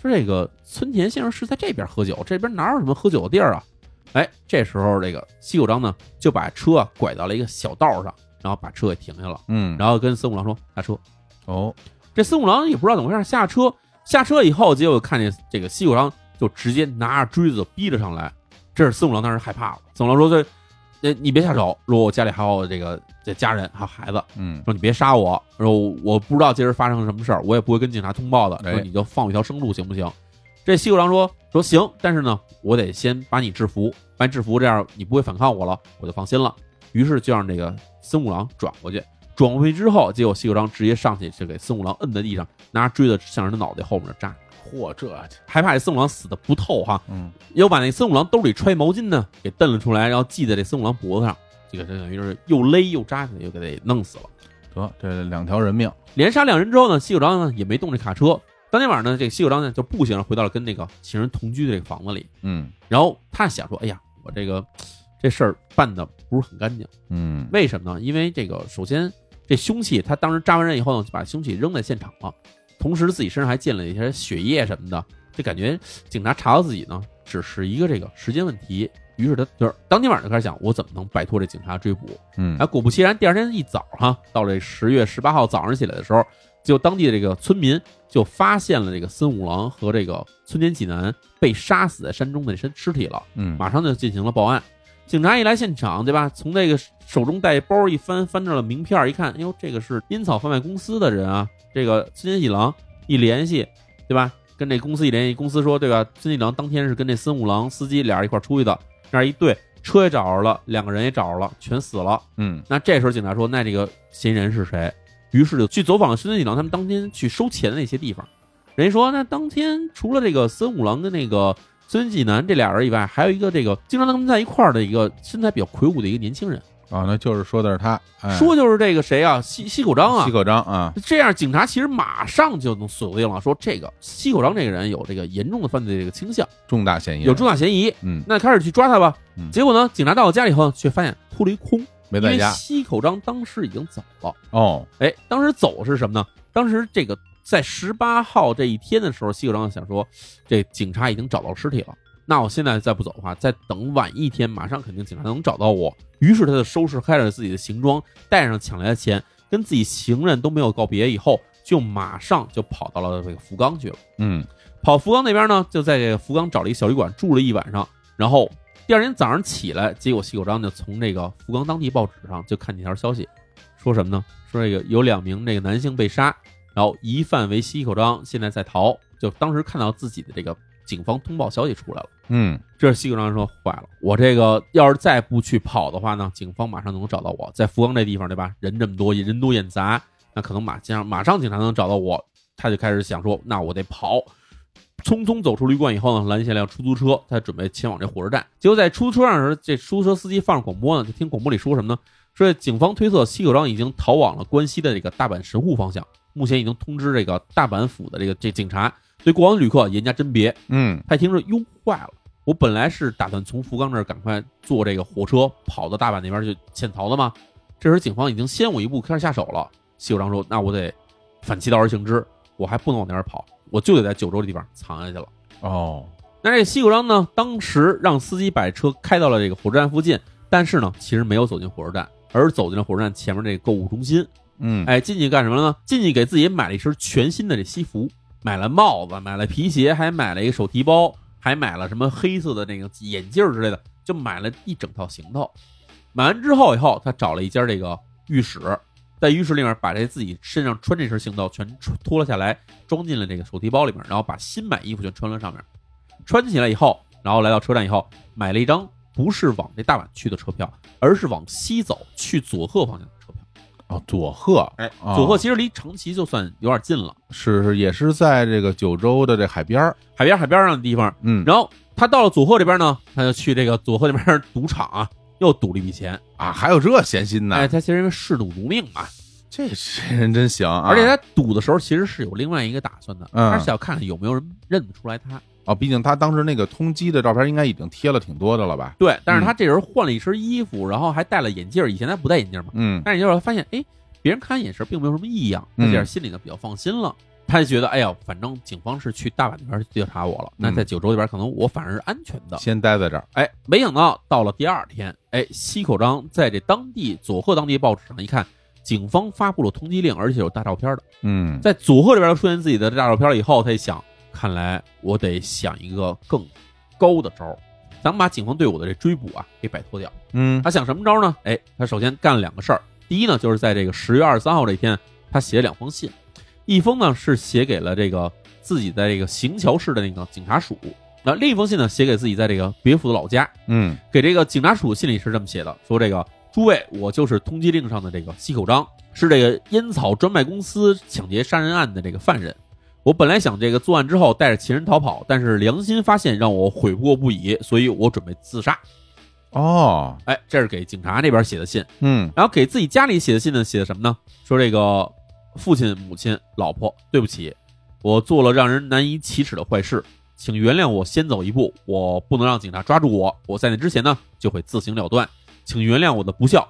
说这个村田先生是在这边喝酒，这边哪有什么喝酒的地儿啊？”哎，这时候这个西九章呢就把车啊拐到了一个小道上，然后把车给停下了，
嗯，
然后跟森五郎说下车。
哦，
这森五郎也不知道怎么回事，下车下车以后，结果看见这个西九章就直接拿着锥子逼了上来。这是森五郎当时害怕了，森五郎说：“这，呃，你别下手，说我家里还有这个这家人还有孩子，
嗯
说你别杀我，说我我不知道今儿发生什么事儿，我也不会跟警察通报的，
哎
说你就放我一条生路行不行？这西九郎说说行，但是呢，我得先把你制服。把你制服，这样你不会反抗我了，我就放心了。于是就让这个森五郎转过去，转过去之后，结果西口章直接上去就给森五郎摁在地上，拿锥子向人的脑袋后面扎，
嚯，这
还怕这森五郎死的不透哈，
嗯
又把那森五郎兜里揣毛巾呢给蹬了出来，然后系在这森五郎脖子上，这个等于是又勒又扎，又给他弄死了。
得这两条人命，
连杀两人之后呢，西九章呢也没动这卡车。当天晚上呢，这个西九章呢就步行着回到了跟那个情人同居的这个房子里。
嗯
然后他想说：“哎呀，我这个这事儿办的不是很干净，
嗯
为什么呢？因为这个首先这凶器，他当时扎完人以后呢，就把凶器扔在现场了，同时自己身上还溅了一些血液什么的，就感觉警察查到自己呢只是一个这个时间问题。于是他就是当天晚上就开始想，我怎么能摆脱这警察追捕？
嗯
哎，果不其然，第二天一早哈，到了十月十八号早上起来的时候，就当地的这个村民就发现了这个森五郎和这个村间济南被杀死在山中的那身尸体了，
嗯
马上就进行了报案。警察一来现场，对吧？从这个手中带包一翻，翻着了名片儿，一看，哎哟，这个是烟草贩卖公司的人啊。这个村间喜郎一联系，对吧？跟这公司一联系，公司说，对吧？村间喜郎当天是跟这森五郎司机俩人一块儿出去的，那儿一对，车也找着了，两个人也找着了，全死了。
嗯
那这时候警察说，那这个嫌疑人是谁？于是就去走访了孙一郎他们当天去收钱的那些地方。人家说，那当天除了这个森五郎跟那个孙纪南这俩人以外，还有一个这个经常跟他们在一块儿的一个身材比较魁梧的一个年轻人，
啊，那就是说的是他，哎
说就是这个谁啊，西西口章啊
西。口章啊，
这样，警察其实马上就能锁定了，说这个西口章这个人有这个严重的犯罪这个倾向，
重大嫌疑人
有重大嫌疑。
嗯
那开始去抓他吧
嗯。
结果呢，警察到了家里以后，却发现扑了一空，
没
因
在
为
家
西口章当时已经走了。
哦，
哎，当时走是什么呢？当时这个在十八号这一天的时候，西九章想说，这警察已经找到尸体了。那我现在再不走的话，再等晚一天，马上肯定警察能找到我。于是他就收拾开了自己的行装，带上抢来的钱，跟自己情人都没有告别以后，就马上就跑到了这个福冈去了。
嗯
跑福冈那边呢，就在这个福冈找了一小旅馆住了一晚上，然后第二天早上起来，结果西口章就从这个福冈当地报纸上就看见一条消息，说什么呢？说这个有两名这个男性被杀，然后疑犯为西口章，现在在逃。就当时看到自己的这个警方通报消息出来了，
嗯
这是西口章说坏了，我这个要是再不去跑的话呢，警方马上能找到我，在福冈这地方对吧？人这么多，人多眼杂，那可能马上马上警察能找到我。他就开始想说，那我得跑。匆匆走出旅馆以后呢，拦下辆出租车，他准备前往这火车站。结果在出租车上的时候，这出租车司机放着广播呢，就听广播里说什么呢？说警方推测西口章已经逃往了关西的这个大阪神户方向，目前已经通知这个大阪府的这个这警察，对过往旅客严加甄别。
嗯
他一听说，哟，坏了！我本来是打算从福冈这儿赶快坐这个火车跑到大阪那边去潜逃的嘛。这时警方已经先我一步开始下手了。西九章说：“那我得反其道而行之，我还不能往那边跑，我就得在九州这地方藏下去了。”
哦，
那这西九章呢，当时让司机把车开到了这个火车站附近，但是呢，其实没有走进火车站，而是走进了火车站前面这个购物中心。
嗯
哎，进去干什么了呢？进去给自己买了一身全新的这西服，买了帽子，买了皮鞋，还买了一个手提包，还买了什么黑色的那个眼镜儿之类的，就买了一整套行头。买完之后以后，他找了一家这个浴室，在浴室里面把这自己身上穿这身行头全穿脱了下来，装进了这个手提包里面，然后把新买衣服全穿了上面。穿起来以后，然后来到车站以后，买了一张不是往这大阪去的车票，而是往西走去佐贺方向的车票。
哦，佐贺
哎，
啊
佐贺其实离长崎就算有点近了，
是是也是在这个九州的这海边儿，
海边海边上的地方。
嗯
然后他到了佐贺这边呢，他就去这个佐贺那边赌场啊，又赌了一笔钱。
啊，还有这闲心呢
哎，，他其实因为嗜赌如命嘛，
这这人真行啊！
而且他赌的时候其实是有另外一个打算的，
嗯
他是想看看有没有人认得出来他。
哦，毕竟他当时那个通缉的照片应该已经贴了挺多的了吧？
对，但是他这人换了一身衣服，然后还戴了眼镜儿，以前他不戴眼镜嘛。
嗯
但是就是发现，哎，别人看他眼神并没有什么异样，那这样
嗯
心里呢比较放心了。他就觉得，哎呀，反正警方是去大阪那边调查我了，那
嗯
在九州这边可能我反而是安全的。
先待在这儿，
哎，没想到到了第二天，哎，西口章在这当地佐贺当地报纸上一看，警方发布了通缉令，而且有大照片的。
嗯，
在佐贺这边出现自己的大照片以后，他一想，看来我得想一个更高的招儿，想把警方对我的这追捕啊给摆脱掉。
嗯
他想什么招呢？哎，他首先干了两个事儿。第一呢，就是在这个十月二十三号这一天，他写了两封信，一封呢是写给了这个自己在这个行桥市的那个警察署，那另一封信呢，写给自己在这个别府的老家，
嗯
给这个警察署信里是这么写的，说这个诸位，我就是通缉令上的这个西口章，是这个烟草专卖公司抢劫杀人案的这个犯人。我本来想这个作案之后带着情人逃跑，但是良心发现让我悔过不已，所以我准备自杀。
哦
哎，这是给警察那边写的信，
嗯
然后给自己家里写的信呢，写的什么呢？说这个父亲、母亲、老婆，对不起，我做了让人难以启齿的坏事，请原谅我先走一步，我不能让警察抓住我，我在那之前呢就会自行了断，请原谅我的不孝。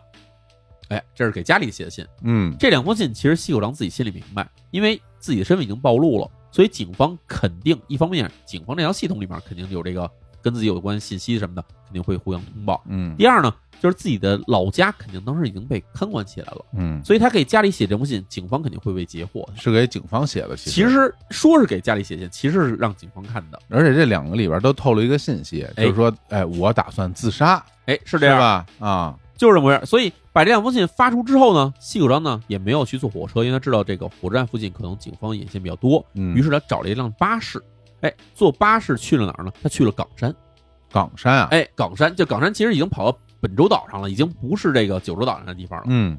哎，这是给家里写的信。
嗯
这两封信其实西口章自己心里明白，因为自己的身份已经暴露了，所以警方肯定一方面，警方这条系统里面肯定有这个跟自己有关信息什么的，肯定会互相通报。
嗯
第二呢，就是自己的老家肯定当时已经被看管起来了，
嗯，
所以他给家里写这封信，警方肯定会被截获。
是给警方写的，
其实说是给家里写信，其实是让警方看的。
而且这两个里边都透露一个信息，
哎
就是说，哎，我打算自杀，
哎，是
是
这样，
吧？啊，
哎就是这么回事。所以把这两封信发出之后呢，西口章呢也没有去坐火车，因为他知道这个火车站附近可能警方眼线比较多，
嗯，
于是他找了一辆巴士。哎，坐巴士去了哪儿呢？他去了冈山。
冈山啊，
哎，冈山，就冈山其实已经跑到本州岛上了，已经不是这个九州岛上的地方了。
嗯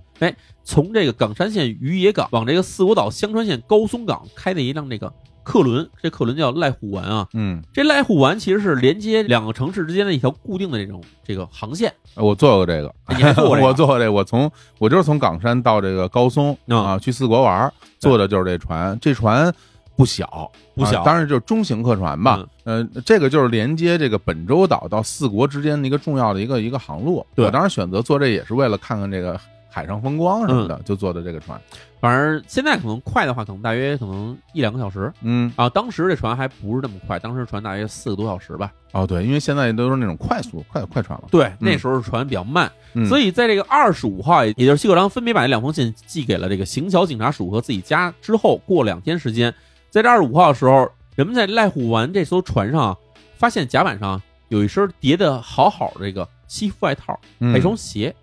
从这个冈山县于野港往这个四国岛香川县高松港开的一辆这个客轮，这客轮叫濑户丸啊。
嗯，
这濑户丸其实是连接两个城市之间的一条固定的这种这个航线。
我做过这个，
哎你还做过这个
我做过这个，我从我就是从冈山到这个高松
嗯
啊，去四国玩儿，坐的就是这船，这船。不小，
不小嗯
啊当然就是中型客船吧。呃，这个就是连接这个本州岛到四国之间的一个重要的一个一个航路。
对
我当时选择坐这也是为了看看这个海上风光什么
嗯
的，就坐的这个船。
反正现在可能快的话，可能大约可能一两个小时
嗯，
啊。当时这船还不是那么快，当时船大约四个多小时吧。
哦，对，因为现在都是那种快速快快船了，
对，那时候船比较慢，
嗯、
所
以
以在这个二十五号，也就是西口章分别把这两封信寄给了这个行桥警察署和自己家之后，过两天时间，在这二十五号的时候，人们在濑户丸这艘船上啊发现甲板上有一身叠的好好的这个西服外套，
嗯
还有一双鞋。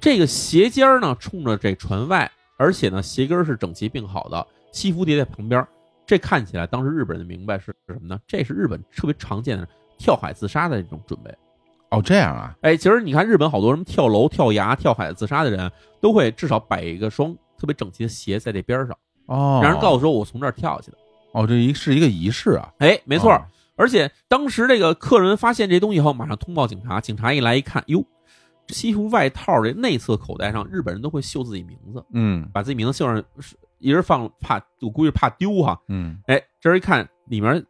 这个鞋尖儿呢冲着这船外，而且呢鞋跟儿是整齐并好的，西服叠在旁边儿。这看起来当时日本人明白是什么呢？这是日本特别常见的跳海自杀的这种准备。
哦这样啊，
哎，其实你看日本好多什么跳楼、跳崖、跳海自杀的人，都会至少摆一个双特别整齐的鞋在这边上，
哦，
让人告诉说我从这儿跳下去的。
哦，这一是一个仪式啊，
哎，没错儿，
啊
而且当时这个客人发现这东西以后，马上通报警察。警察一来一看，哟，西服外套这内侧口袋上，日本人都会绣自己名字，
嗯
把自己名字绣上，是一人放怕，我估计是怕丢哈。
嗯
哎，这人一看里面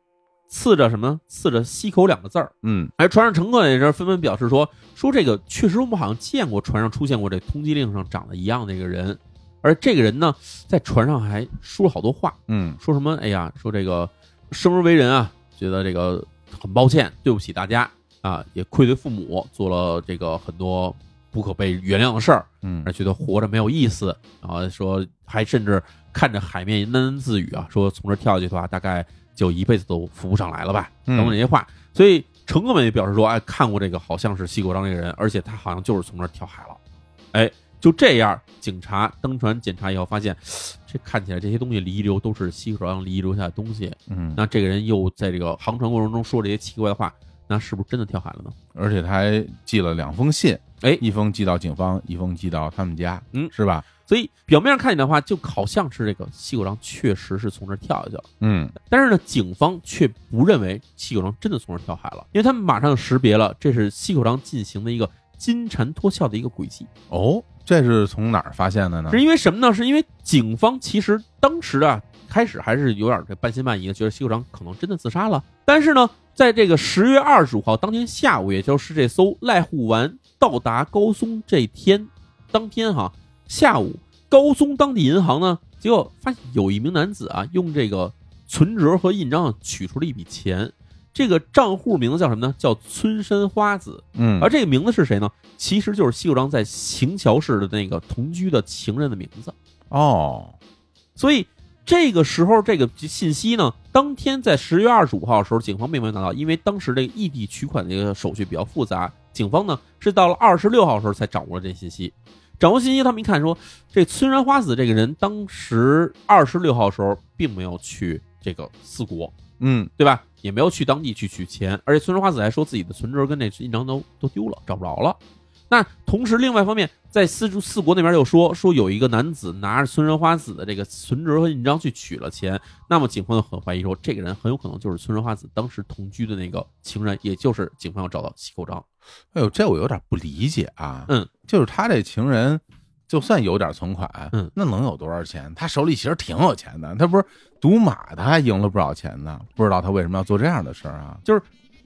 刺着什么？刺着“西口”两个字儿。
嗯，
哎，船上乘客也是纷纷表示说，说这个确实我们好像见过船上出现过这通缉令上长得一样的一个人，而这个人呢，在船上还说了好多话，
嗯
说什么哎呀，说这个生而为人啊，觉得这个很抱歉，对不起大家啊，也愧对父母，做了这个很多不可被原谅的事儿，
嗯
而觉得活着没有意思，然后说还甚至看着海面喃喃自语啊，说从这儿跳下去的话，大概就一辈子都扶不上来了吧，等等这些话。所以乘客们也表示说，哎，看过这个好像是西国章这个人，而且他好像就是从这儿跳海了。哎，就这样，警察登船检查以后发现，这看起来这些东西遗留都是西国章遗留下的东西。
嗯，
那这个人又在这个航船过程中说这些奇怪的话，那是不是真的跳海了呢？
而且他还寄了两封信，
哎
一封寄到警方，一封寄到他们家，
嗯
是吧？
所以表面上看起来的话，就好像是这个西狗章确实是从这儿跳下去了，
嗯
但是呢，警方却不认为西狗章真的从这儿跳海了，因为他们马上识别了这是西狗章进行的一个金蝉脱壳的一个轨迹，
哦，这是从哪儿发现的呢？
是因为什么呢？是因为警方其实当时啊，开始还是有点这半信半疑的，觉得西狗章可能真的自杀了，但是呢，在这个十月二十五号当天下午，也就是这艘濑户丸到达高松这天，当天哈下午，高松当地银行呢，结果发现有一名男子啊，用这个存折和印章啊取出了一笔钱。这个账户名字叫什么呢？叫村山花子。
嗯
而这个名字是谁呢？其实就是西口章在行桥市的那个同居的情人的名字。
哦，
所以这个时候这个信息呢，当天在十月二十五号的时候，警方并没有拿到，因为当时这个异地取款的这个手续比较复杂，警方呢是到了二十六号的时候才掌握了这信息。掌握信息，他们一看说，这村山花子这个人当时二十六号的时候并没有去这个四国，
嗯，
对吧？也没有去当地去取钱，而且村上花子还说自己的存折跟那印章都都丢了，找不着了。那同时，另外一方面，在四柱四国那边又说说有一个男子拿着村上花子的这个存折和印章去取了钱，那么警方就很怀疑说，这个人很有可能就是村上花子当时同居的那个情人，也就是警方要找到西口章。
哎呦，这我有点不理解啊。
嗯，
就是他这情人，就算有点存款，
嗯，
那能有多少钱？他手里其实挺有钱的，他不是赌马他还赢了不少钱呢。不知道他为什么要做这样的事儿啊？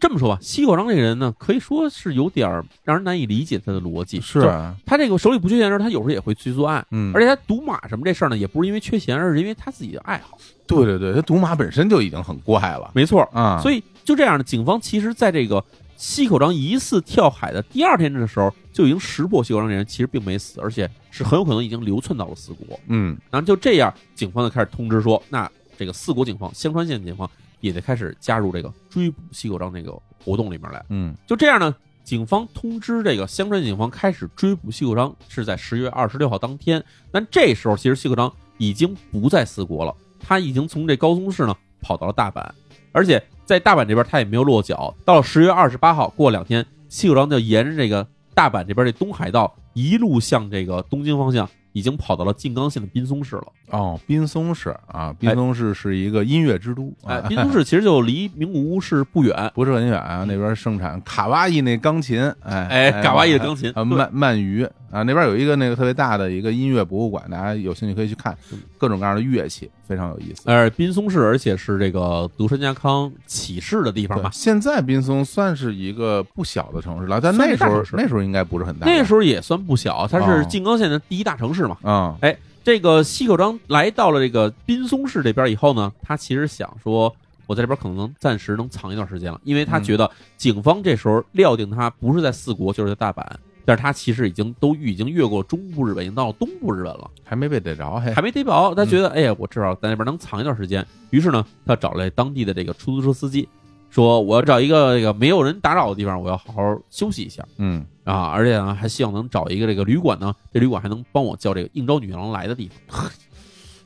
这么说吧，西口章这个人呢，可以说是有点儿让人难以理解他的逻辑。
是
就
啊，
他这个手里不缺钱的时候，他有时候也会去作案，
嗯，
而且他赌马什么这事儿呢，也不是因为缺钱，而是因为他自己的爱好。
对对对，他赌马本身就已经很怪了
没错，
啊。
所
以，
以就这样呢，警方其实在这个西口章疑似跳海的第二天的时候，就已经识破西口章这人其实并没死，而且是很有可能已经流窜到了四国。
嗯，
然后就这样，警方就开始通知说，那这个四国警方、香川县警方也得开始加入这个追捕西口章这个活动里面来。
嗯，
就这样呢，警方通知这个香川警方开始追捕西口章，是在十月二十六号当天。但这时候其实西口章已经不在四国了，他已经从这高松市呢跑到了大阪，而且在大阪这边他也没有落脚。到了十月二十八号，过两天，西口章就沿着这个大阪这边这东海道一路向这个东京方向，已经跑到了静冈县的滨松市了。
哦，滨松市啊，滨松市是一个音乐之都
哎，
啊，
滨松市其实就离名古屋市不远。
不是很远啊，那边盛产卡哇伊那钢琴，哎
哎，嘎哇伊的钢琴，
啊，
对
鳗鳗鱼啊，那边有一个那个特别大的一个音乐博物馆，大家有兴趣可以去看
嗯，
各种各样的乐器，非常有意思。
呃，滨松市，而且是这个德川家康起事的地方
对
吧。
现在滨松算是一个不小的城市了，但
算是
那时
大
候
城市
那时候应该不是很大吧。
那时候也算不小，它
哦
是静冈县的第一大城市嘛。
啊，
这个西口章来到了这个滨松市这边以后呢，他其实想说，我在这边可能能暂时能藏一段时间了，因为他觉得警方这时候料定他不是在四国就是在大阪，但是他其实已经都已经越过中部日本，已经到了东部日本了。
还没被逮着，还
还没逮着，
嗯
他觉得哎呀，我至少在那边能藏一段时间。于是呢，他找来当地的这个出租车司机，说我要找一个这个没有人打扰的地方，我要好好休息一下
嗯，
啊！而且呢，还希望能找一个这个旅馆呢，这旅馆还能帮我叫这个应招女郎来的地方。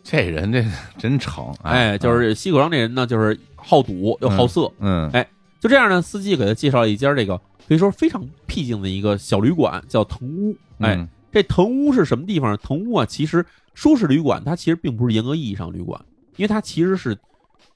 这人这真成，
哎，就是西口章这人呢，就是好赌又好色，
啊嗯
就这样呢，司机给他介绍了一家这个可以说非常僻静的一个小旅馆，叫藤屋。哎，
嗯
这藤屋是什么地方？藤屋啊，其实说是旅馆，它其实并不是严格意义上的旅馆，因为它其实是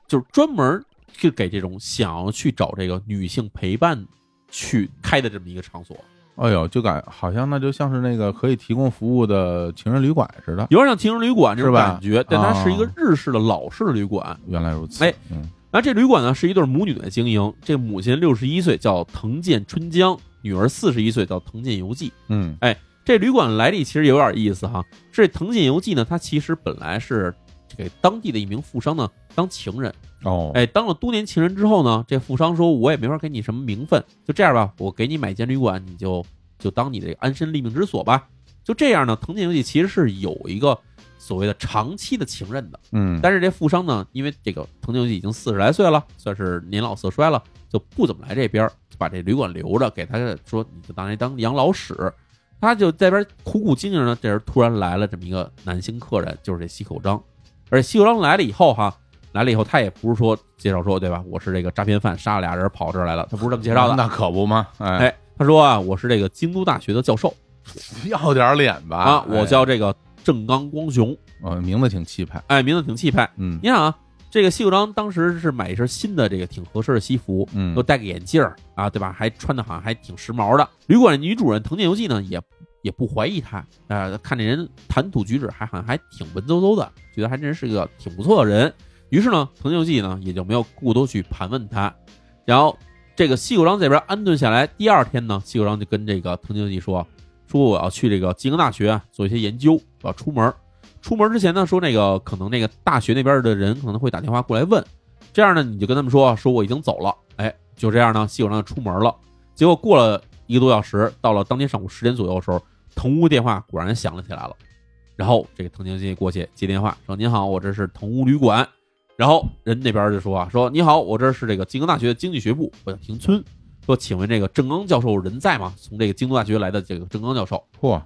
就是专门去给这种想要去找这个女性陪伴去开的这么一个场所，
哎呦，就感好像那就像是那个可以提供服务的情人旅馆似的。
有点像情人旅馆这种
是吧啊
感觉，但它是一个日式的老式的旅馆。
原来如此，
哎
嗯，
然后这旅馆呢是一对母女在经营，这母亲六十一岁，叫藤见春江，女儿四十一岁，叫藤见由纪。
嗯
这旅馆来历其实有点意思哈。这藤见由纪呢，他其实本来是给当地的一名富商呢当情人，
哦，
哎，当了多年情人之后呢，这富商说我也没法给你什么名分，就这样吧，我给你买间旅馆，你就就当你的安身立命之所吧。就这样呢，藤见由纪其实是有一个所谓的长期的情人的，
嗯，
但是这富商呢，因为这个藤井由纪已经四十来岁了，算是年老色衰了，就不怎么来这边儿，就把这旅馆留着，给他说你就拿来当养老使。他就在这边苦苦经营呢，这时候突然来了这么一个男性客人，就是这西口章。而且西口章来了以后哈，来了以后他也不是说介绍说对吧，我是这个诈骗犯，杀了俩人跑这儿来了，他不是这么介绍的。
那可不嘛，哎，
哎，他说啊，我是这个京都大学的教授
要点脸吧
啊，我
哎
叫这个正刚光雄，
哦，名字挺气派，
哎，名字挺气派。
嗯
你看啊，这个西口章当时是买一身新的这个挺合适的西服，
嗯
又戴个眼镜儿啊，对吧？还穿的好像还挺时髦的。旅馆女主人藤见由纪呢，也也不怀疑他，呃，看这人谈吐举止还好像还挺文绉绉的，觉得还真是个挺不错的人。于是呢，藤见由纪呢也就没有过多去盘问他。然后这个西口章这边安顿下来，第二天呢，西口章就跟这个藤见由纪说，说我要去这个京大学啊做一些研究，我要出门儿。出门之前呢，说那个可能那个大学那边的人可能会打电话过来问，这样呢你就跟他们说说我已经走了，哎，就这样呢，西口章就出门了。结果过了一个多小时，到了当天上午十点左右的时候，藤屋电话果然响了起来了。然后这个藤井信过去接电话，说：“您好，我这是藤屋旅馆。”然后人那边就说啊：“说你好，我这是这个京都大学经济学部，我叫平村。说，请问这个郑刚教授人在吗？从这个京都大学来的这个郑刚教授。”
嚯，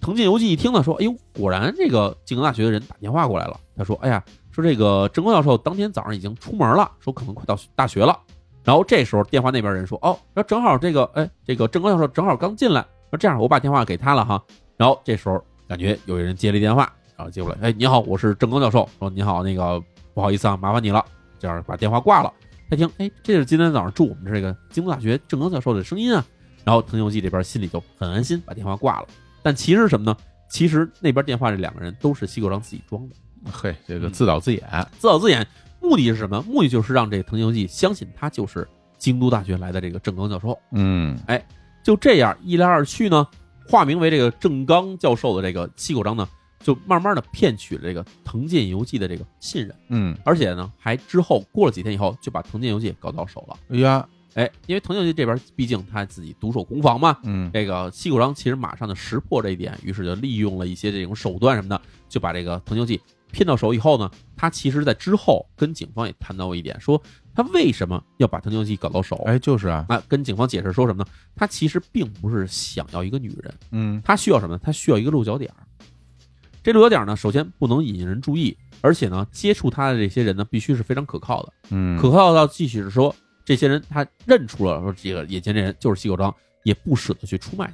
藤见由纪一听呢，说：“哎呦，果然这个静冈大学的人打电话过来了。”他说：“哎呀，说这个郑国教授当天早上已经出门了，说可能快到大学了。然后这时候电话那边人说，哦，说正好这个，哎，这个郑国教授正好刚进来，说这样我把电话给他了哈。然后这时候感觉有人接了一电话，然后接过来，哎，你好，我是郑刚教授，说你好，那个不好意思啊，麻烦你了，这样把电话挂了。他听，哎，这是今天早上住我们这个京都大学郑刚教授的声音啊。然后藤游记这边心里就很安心，把电话挂了。但其实是什么呢？其实那边电话这两个人都是西狗章自己装的，
嘿，这
嗯
个自导自演，
自导自演。目的是什么？目的就是让这个藤游记相信他就是京都大学来的这个郑刚教授。
嗯
就这样一来二去呢，化名为这个郑刚教授的这个七口章呢，就慢慢的骗取了这个藤见由纪的这个信任，
嗯，
而且呢，还之后过了几天以后就把藤见由纪搞到手了。
哎呀，
哎，因为藤见由纪这边毕竟他自己独守空房嘛，
嗯
这个西谷章其实马上就识破这一点，于是就利用了一些这种手段什么的，就把这个藤球记骗到手以后呢，他其实在之后跟警方也谈到过一点，说他为什么要把藤球记搞到手。
哎，就是啊，
啊，跟警方解释说什么呢？他其实并不是想要一个女人，
嗯
他需要什么呢？他需要一个落脚点儿。这落脚点儿呢，首先不能引人注意，而且呢，接触他的这些人呢，必须是非常可靠的。
嗯，
可靠到即使是说这些人他认出了说这个眼前这人就是西狗章，也不舍得去出卖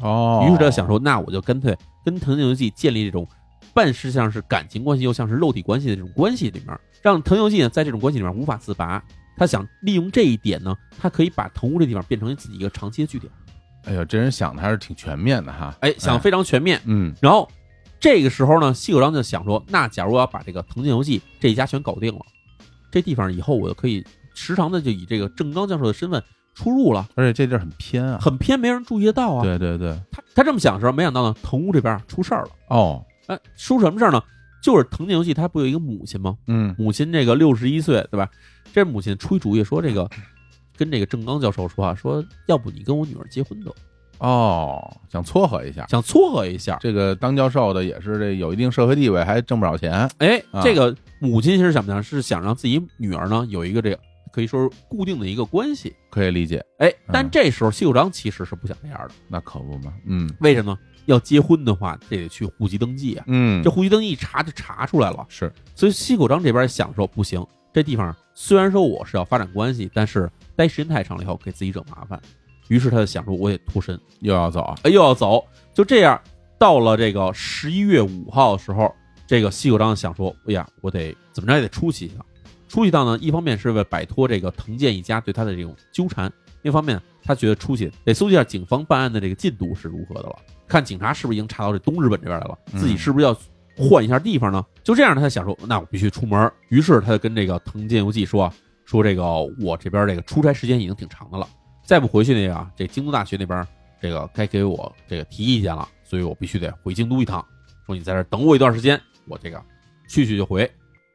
他。
哦，
于是他想说，那我就干脆跟藤井游纪建立这种半是像是感情关系又像是肉体关系的这种关系里面，让藤井游纪呢在这种关系里面无法自拔。他想利用这一点呢，他可以把藤屋这地方变成自己一个长期的据点，
哎呦，这人想的还是挺全面的哈。
哎，想得非常全面。
嗯
然后这个时候呢，西口章就想说，那假如我要把这个藤井游纪这一家全搞定了，这地方以后我就可以时常的就以这个正刚教授的身份出入了，
而且这地儿很偏啊。
很偏，没人注意得到啊。
对对对，
他他这么想的时候，没想到呢，藤屋这边啊出事儿了。
哦，
哎，出什么事儿呢？就是藤井由纪他不有一个母亲吗？
嗯
母亲这个六十一岁，对吧？这母亲出一主意说，这个跟这个郑刚教授说啊，说要不你跟我女儿结婚得了，
哦，想撮合一下。
想撮合一下。
这个当教授的也是这有一定社会地位，还挣不少钱。
哎
啊，
这个母亲是什么呢？是想让自己女儿呢有一个这个可以说是固定的一个关系。
可以理解，
哎，但这时候西九章其实是不想这样的，
那可不嘛。嗯
为什么？要结婚的话，这得去户籍登记啊。
嗯，
这户籍登记一查就查出来了，
是
所以西口章这边想说，不行，这地方虽然说我是要发展关系，但是待时间太长了以后，给自己惹麻烦。于是他就想说，我也脱身，
又要走，啊
哎，又要走。就这样，到了这个十一月五号的时候，这个西口章想说，哎呀，我得怎么着也得出去一趟。出去一趟呢，一方面是为了摆脱这个藤健一家对他的这种纠缠，另一方面他觉得出去得搜集一下警方办案的这个进度是如何的了，看警察是不是已经查到这东日本这边来了，
嗯
自己是不是要换一下地方呢？就这样，他想说，那我必须出门儿。于是他就跟这个藤健游纪说啊，说这个我这边这个出差时间已经挺长的了，再不回去那个啊，这京都大学那边这个该给我这个提意见了，所以我必须得回京都一趟。说你在这儿等我一段时间，我这个去去就回。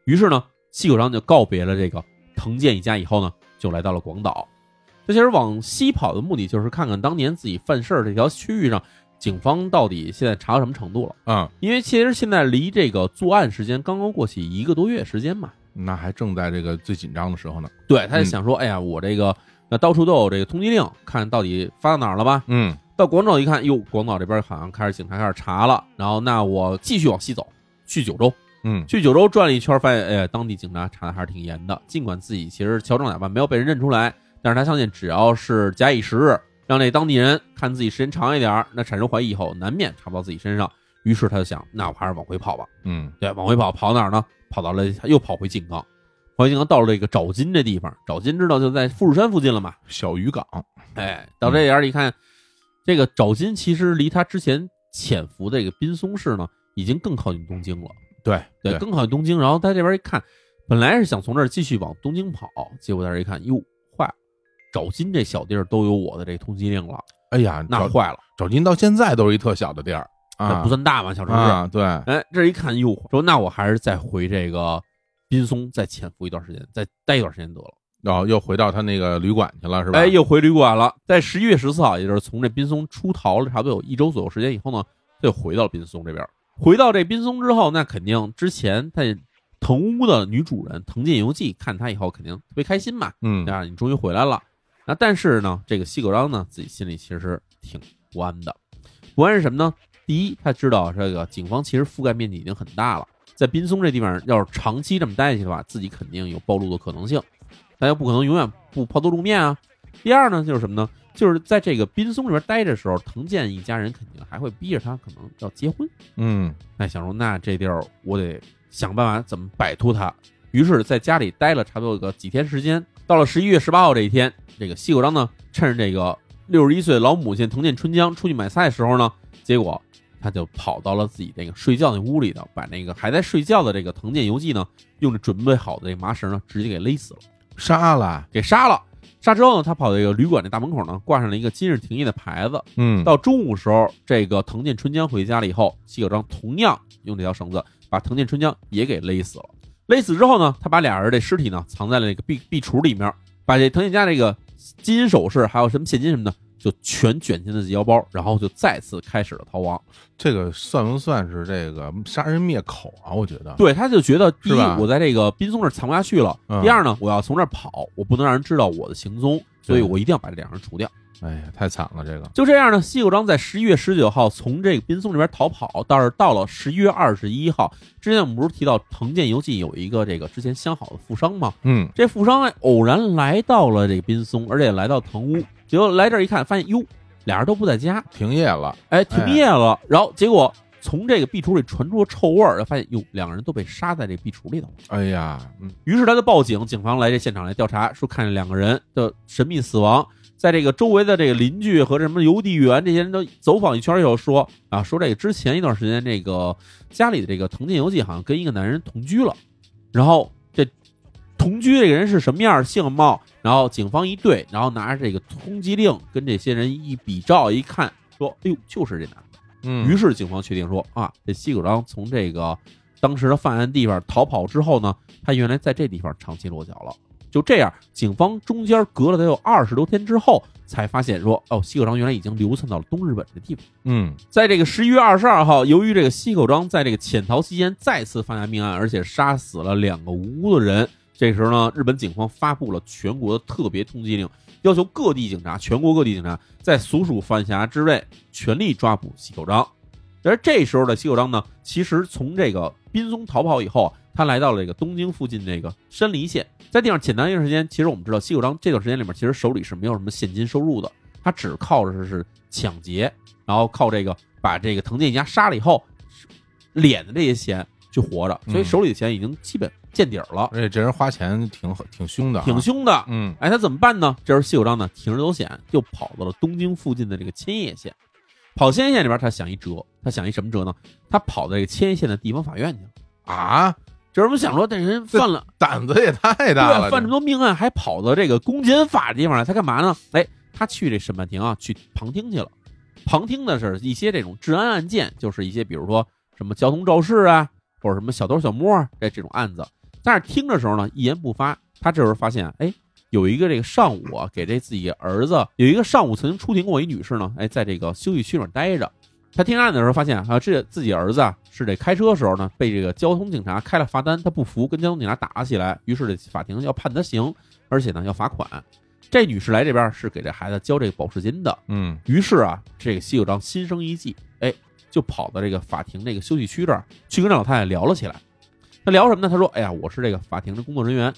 于是呢，西口章就告别了这个藤健一家以后呢，就来到了广岛。这其实往西跑的目的就是看看当年自己犯事儿这条区域上，警方到底现在查到什么程度了。
嗯，
因为其实现在离这个作案时间刚刚过去一个多月时间嘛，
那还正在这个最紧张的时候呢。
对，他就想说，哎呀，我这个那到处都有这个通缉令，看到底发到哪儿了吧？
嗯
到广岛一看，哟，广岛这边好像开始警察开始查了，然后那我继续往西走，去九州。
嗯，
去九州转了一圈，发现哎，当地警察查的还是挺严的。尽管自己其实乔装打扮没有被人认出来，但是他相信只要是假以时日，让那当地人看自己时间长一点儿，那产生怀疑以后，难免查不到自己身上。于是他就想，那我还是往回跑吧。
嗯
对，往回跑，跑哪儿呢？跑到了又跑回静冈，跑回静冈到了这个沼津这地方，沼津知道就在富士山附近了嘛。
小渔港，
哎，到这点儿一看，这个沼津其实离他之前潜伏的这个滨松市呢，已经更靠近东京了。
对
对，，更靠近东京。然后他这边一看，本来是想从这儿继续往东京跑，结果在这儿一看，哟，坏了，沼津这小地儿都有我的这通缉令了，
哎呀，
那
找
坏了，
找您到现在都是一特小的地儿
那
啊，
不算大嘛，小城市。
啊，对，
哎，这一看，哟，说那我还是再回这个滨松，再潜伏一段时间，再待一段时间得了。
然后又回到他那个旅馆去了，是吧？
哎，又回旅馆了。在十一月十四号，也就是从这滨松出逃了差不多有一周左右时间以后呢，他又回到了滨松这边。回到这滨松之后，那肯定之前在藤屋的女主人藤见由纪看他以后，肯定特别开心嘛。
嗯
啊，你终于回来了。那但是呢，这个西狗章呢，自己心里其实挺不安的。不安是什么呢？第一，他知道这个警方其实覆盖面积已经很大了，在滨松这地方要是长期这么待下去的话，自己肯定有暴露的可能性，大家不可能永远不抛头露面啊。第二呢，就是什么呢？就是在这个滨松这边待着的时候，藤健一家人肯定还会逼着他可能要结婚。
嗯
哎，想说那这地儿我得想办法怎么摆脱它。于是，在家里待了差不多有个几天时间，到了十一月十八号这一天，这个西口章呢，趁着这个六十一岁的老母亲藤见春江出去买菜的时候呢，结果他就跑到了自己那个睡觉那屋里头，把那个还在睡觉的这个藤见由纪呢，用着准备好的这麻绳呢，直接给勒死了，
杀了，
给杀了。杀之后呢，他跑到这个旅馆那大门口呢，挂上了一个今日停业的牌子，
嗯
到中午时候，这个藤见春江回家了以后，西九章同样用这条绳子把藤见春江也给勒死了。勒死之后呢，他把俩人这尸体呢藏在了那个壁壁橱里面，把这藤见家这个金银首饰还有什么现金什么的，就全卷进了自己腰包，然后就再次开始了逃亡。
这个算不算是这个杀人灭口啊？我觉得，
对，他就觉得第一
是吧，
我在这个滨松这儿藏不下去了；
嗯
第二呢，我要从这儿跑，我不能让人知道我的行踪，所以我一定要把这两人除掉。
哎呀，太惨了，这个，
就这样呢，西口章在十一月十九号从这个滨松这边逃跑，但是到了十一月二十一号，之前我们不是提到藤见由纪有一个这个之前相好的富商吗？
嗯
这富商呢啊偶然来到了这个滨松，而且来到藤屋，结果来这儿一看，发现哟，俩人都不在家，
停业了，
哎，停业了。然后结果从这个壁橱里传出了臭味儿，发现哟，两个人都被杀在这壁橱里头。
哎呀，嗯
于是他就报警，警方来这现场来调查，说看见两个人的神秘死亡，在这个周围的这个邻居和什么邮递员这些人都走访一圈以后说啊，说这个之前一段时间这个家里的这个藤见由纪好像跟一个男人同居了，然后这同居这个人是什么样相貌，然后警方一对，然后拿着这个通缉令跟这些人一比照一看，说哎呦就是这男的。
嗯
于是警方确定说啊，这西口章从这个当时的犯案地方逃跑之后呢，他原来在这地方长期落脚了。就这样，警方中间隔了得有二十多天之后，才发现说哦，西口章原来已经流窜到了东日本这地方。
嗯
在这个十一月二十二号，由于这个西口章在这个潜逃期间再次犯下命案，而且杀死了两个无辜的人。这时候呢，日本警方发布了全国的特别通缉令，要求各地警察，全国各地警察在所属管辖之内全力抓捕西口章。而这时候的西口章呢，其实从这个滨松逃跑以后啊，他来到了这个东京附近这个山梨县，在地上潜藏一段时间。其实我们知道，西口章这段时间里面，其实手里是没有什么现金收入的，他只靠着是抢劫，然后靠这个把这个藤见一家杀了以后，敛的这些钱去活着，所以
嗯
手里的钱已经基本见底儿了，
而且这人花钱挺挺凶的啊，
挺凶的。
嗯
哎，他怎么办呢？这时候西九章呢铤而走险，又跑到了东京附近的这个千叶县。跑千叶县里边，他想一辙，他想一什么辙呢？他跑到这个千叶县的地方法院去了。
啊，
这人们想说，这人犯了
胆子也太
对
大
啊，
了，
犯这么多命案，还跑到这个公检法的地方来，他干嘛呢？哎，他去这审判庭啊，去旁听去了。旁听的是一些这种治安案件，就是一些比如说什么交通肇事啊，或者什么小偷小摸啊这这种案子。但是听的时候呢，一言不发。他这时候发现，哎，有一个这个上午啊，给这自己儿子有一个上午曾经出庭过一女士呢，哎，在这个休息区里面待着。他听案的时候发现啊，这自己儿子啊是这开车时候呢被这个交通警察开了罚单，他不服，跟交通警察打了起来，于是这法庭要判他刑，而且呢要罚款。这女士来这边是给这孩子交这个保释金的，
嗯
于是啊，这个西九章心生一计，哎，就跑到这个法庭那个休息区这儿去跟这老太太聊了起来。他聊什么呢？他说：“哎呀，我是这个法庭的工作人员，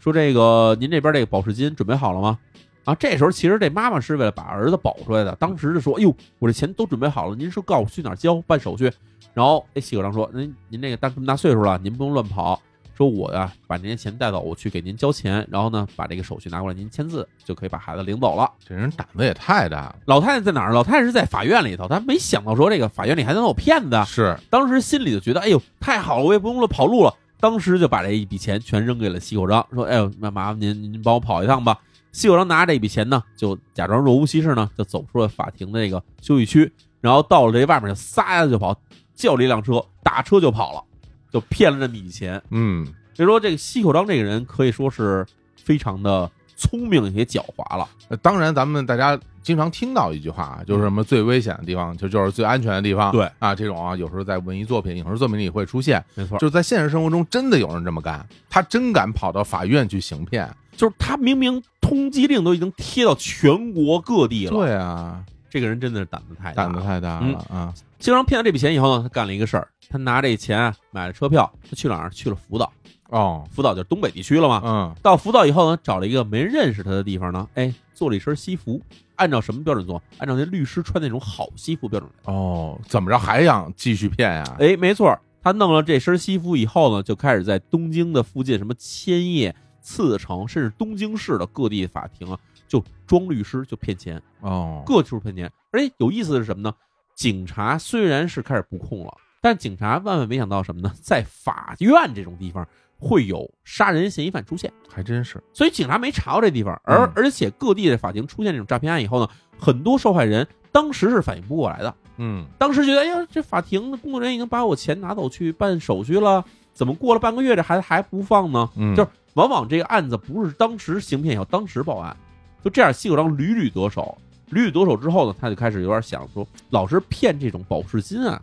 说这个您这边这个保释金准备好了吗？”啊，这时候其实这妈妈是为了把儿子保出来的，当时就说：“哎呦，我这钱都准备好了，您说告诉我去哪儿交办手续。”然后哎，西九章说：“您您这个大这么大岁数了，您不用乱跑。”说我呀、啊把这些钱带走，我去给您交钱，然后呢，把这个手续拿过来，您签字就可以把孩子领走了。
这人胆子也太大了，
老太太在哪儿？老太太是在法院里头，她没想到说这个法院里还能有骗子啊，
是
当时心里就觉得，哎呦，太好了，我也不用了跑路了。当时就把这一笔钱全扔给了西口章，说：“哎呦，那麻烦您，您帮我跑一趟吧。”西口章拿着这笔钱呢，就假装若无其事呢，就走出了法庭的这个休息区，然后到了这外面就撒丫子就跑，叫了一辆车，打车就跑了，就骗了这么一笔钱。
嗯
所以说，这个西口章这个人可以说是非常的聪明也狡猾了。
呃当然，咱们大家经常听到一句话啊，就是什么最危险的地方，就就是最安全的地方。
对
啊，这种啊，有时候在文艺作品、影视作品里会出现，
没错
就是在现实生活中真的有人这么干，他真敢跑到法院去行骗。
就是他明明通缉令都已经贴到全国各地了，
对啊，
这个人真的是胆子太大
哎胆
了。
子太大了啊！
经常骗了这笔钱以后呢，他干了一个事儿，他拿这钱啊买了车票，他去哪儿？去了福岛，
哦，
福岛就是东北地区了嘛。
嗯，
到福岛以后呢，找了一个没人认识他的地方呢，哎，做了一身西服，按照什么标准做？按照那律师穿那种好西服标准。
哦，怎么着还想继续骗呀？
哎，没错，他弄了这身西服以后呢，就开始在东京的附近，什么千叶、次城，甚至东京市的各地法庭啊，就装律师就骗钱，
哦，
各处骗钱。而且有意思的是什么呢？警察虽然是开始布控了，但警察万万没想到什么呢？在法院这种地方会有杀人嫌疑犯出现。
还真是，
所以警察没查到这地方，而
嗯
而且各地的法庭出现这种诈骗案以后呢，很多受害人当时是反应不过来的，
嗯，
当时觉得哎呀，这法庭的工作人员已经把我钱拿走去办手续了，怎么过了半个月这还还不放呢？
嗯
就是往往这个案子不是当时行骗，要当时报案，就这样西口章屡屡得手，屡屡得手之后呢，他就开始有点想说，老是骗这种保释金啊，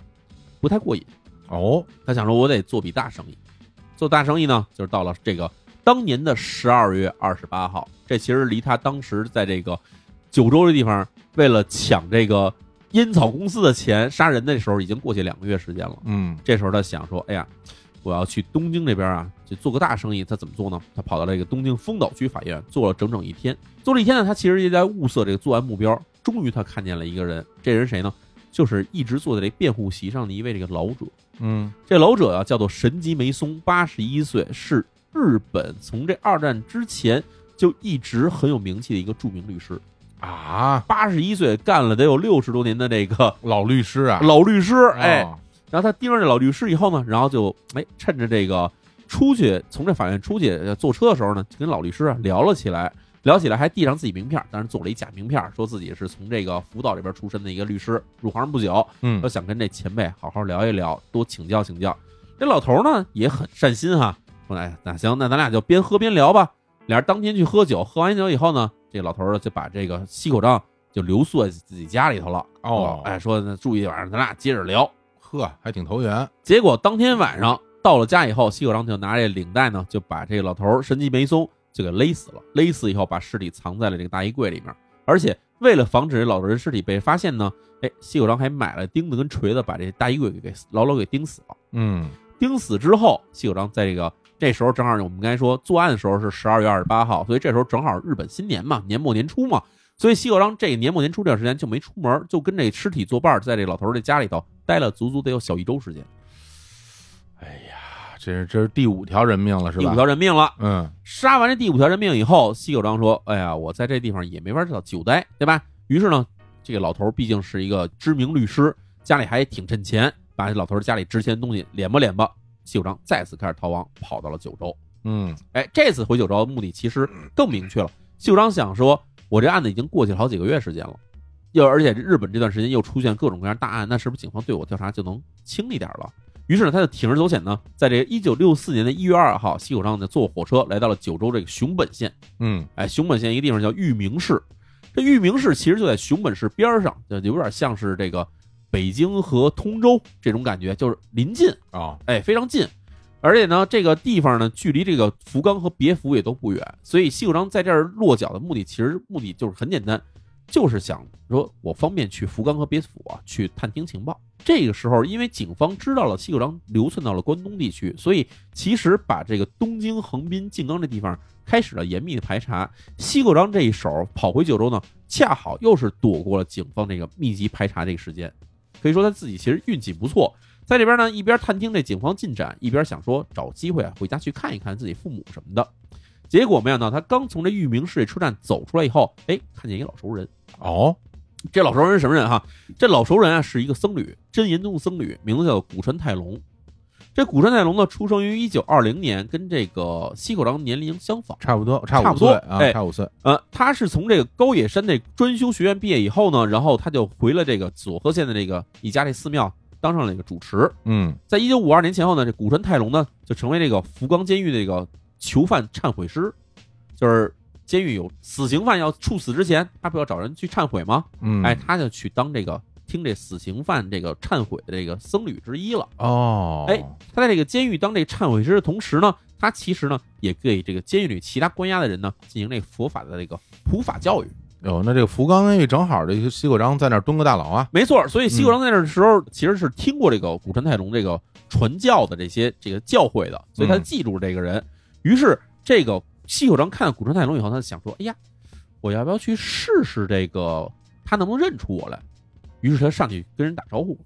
不太过瘾。
哦，
他想说，我得做笔大生意。做大生意呢，就是到了这个当年的十二月二十八号，这其实离他当时在这个九州这地方为了抢这个烟草公司的钱杀人的时候，已经过去两个月时间了。
嗯，
这时候他想说，哎呀，我要去东京这边啊，就做个大生意。他怎么做呢？他跑到这个东京丰岛区法院做了整整一天。做了一天呢，他其实也在物色这个作案目标。终于，他看见了一个人，这人谁呢？就是一直坐在这辩护席上的一位这个老者。
嗯，
这老者啊，叫做神吉梅松，八十一岁，是日本从这二战之前就一直很有名气的一个著名律师。
啊，
八十一岁干了得有六十多年的这个
老律师啊，
老律师，哎，
哦，
然后他盯上这老律师以后呢，然后就哎趁着这个出去从这法院出去呃坐车的时候呢，就跟老律师啊聊了起来，聊起来还递上自己名片，当然做了一假名片，说自己是从这个福岛这边出身的一个律师，入行不久，
嗯
说，想跟这前辈好好聊一聊，多请教请教。这老头呢也很善心哈，说哎那行，那咱俩就边喝边聊吧。俩人当天去喝酒，喝完酒以后呢，这老头儿就把这个西口章就留宿在自己家里头了。
哦，
哎，，说那住一晚上，咱俩接着聊。
呵，还挺投缘，
结果当天晚上到了家以后，西口章就拿这领带呢，就把这老头儿神机没松就给勒死了。勒死以后，把尸体藏在了这个大衣柜里面。而且为了防止这老人尸体被发现呢，哎，西口章还买了钉子跟锤子，把这大衣柜给牢牢给钉死了。
嗯，
钉死之后，西口章在这个这时候正好我们刚才说作案的时候是十二月二十八号，所以这时候正好日本新年嘛，年末年初嘛，所以西口章这个年末年初这段时间就没出门，就跟这尸体作伴，在这老头儿这家里头待了足足得有小一周时间，
哎呀，这是这是第五条人命了，是
第
吧
五？条人命了。
嗯，
杀完这第五条人命以后，西口章说：“哎呀，我在这地方也没法儿久待，对吧？”于是呢，这个老头儿毕竟是一个知名律师，家里还挺趁钱，把这老头儿家里值钱的东西敛吧敛吧。西口章再次开始逃亡，跑到了九州。
嗯，
哎，这次回九州的目的其实更明确了。西口章想说，我这案子已经过去了好几个月时间了，又而且日本这段时间又出现各种各样大案，那是不是警方对我调查就能轻一点了？于是呢，他就铤而走险呢，在这个一九六四年的一月二号，西口章呢坐火车来到了九州这个熊本县。
嗯，
哎，熊本县一个地方叫玉名市，这玉名市其实就在熊本市边儿上，就有点像是这个北京和通州这种感觉，就是临近。
哦，
哎，非常近。而且呢，这个地方呢，距离这个福冈和别府也都不远，所以西口章在这儿落脚的目的，其实目的就是很简单，就是想说我方便去福冈和别府啊，去探听情报。这个时候，因为警方知道了西口章流窜到了关东地区，所以其实把这个东京、横滨、静冈这地方开始了严密的排查。西口章这一手跑回九州呢，恰好又是躲过了警方这个密集排查这个时间，可以说他自己其实运气不错。在这边呢，一边探听这警方进展，一边想说找机会啊回家去看一看自己父母什么的。结果没想到，他刚从这裕明市车站走出来以后，哎，看见一个老熟人。
哦，
这老熟人是什么人哈、这老熟人啊是一个僧侣，真言宗的僧侣，名字叫做古川泰隆。这古川泰隆呢，出生于一九二零年，跟这个西口章年龄相仿。
差不多，差
差
五
不多
岁啊，
哎
差五岁，
呃，他是从这个高野山那专修学院毕业以后呢，然后他就回了这个佐贺县的这个一家这寺庙，当上了这个主持。
嗯，
在一九五二年前后呢，这古川泰隆呢就成为这个福冈监狱这个囚犯忏悔师，就是监狱有死刑犯要处死之前，他不要找人去忏悔吗？
嗯，
哎，，他就去当这个听这死刑犯这个忏悔的这个僧侣之一了。
哦，
哎，他在这个监狱当这个忏悔师的同时呢，他其实呢也给这个监狱里其他关押的人呢进行这个佛法的这个普法教育。
哟，那这个福冈监狱正好，这个西口章在那儿蹲个大牢啊。
没错，所以西口章在那儿的时候，其实是听过这个古川泰隆这个传教的这些这个教诲的，所以他
嗯
记住这个人。于是这个西口章看到古川泰隆以后，他就想说：“哎呀，我要不要去试试这个他能不能认出我来？”于是他上去跟人打招呼。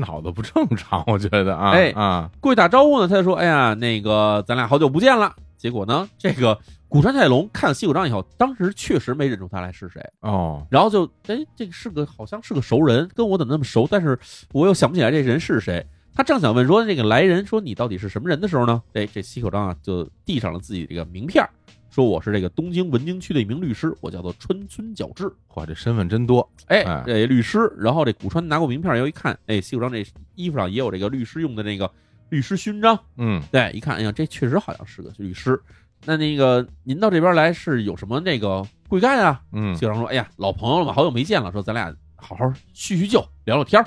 脑子不正常，我觉得啊，
哎
啊，
过去打招呼呢，他就说：“哎呀，那个咱俩好久不见了。”结果呢，这个古川泰隆看西口章以后，当时确实没认出他来是谁。
哦，
然后就哎，这个是个好像是个熟人，跟我怎么那么熟？但是我又想不起来这人是谁。他正想问说那个来人说你到底是什么人的时候呢，这这西口章啊就递上了自己这个名片儿，说我是这个东京文京区的一名律师，我叫做川村角志。
嚯，这身份真多，
哎
哎，
这律师，然后这古川拿过名片儿以后一看，哎，西口章这衣服上也有这个律师用的那个律师勋章，
嗯，
对，一看，哎呀，这确实好像是个律师。那那个您到这边来是有什么那个贵干啊？
嗯，
谢长说：“哎呀，老朋友了嘛，好久没见了，说咱俩好好叙叙旧，聊聊天儿。”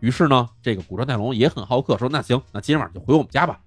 于是呢，这个古川泰隆也很好客，说：“那行，那今天晚上就回我们家吧。”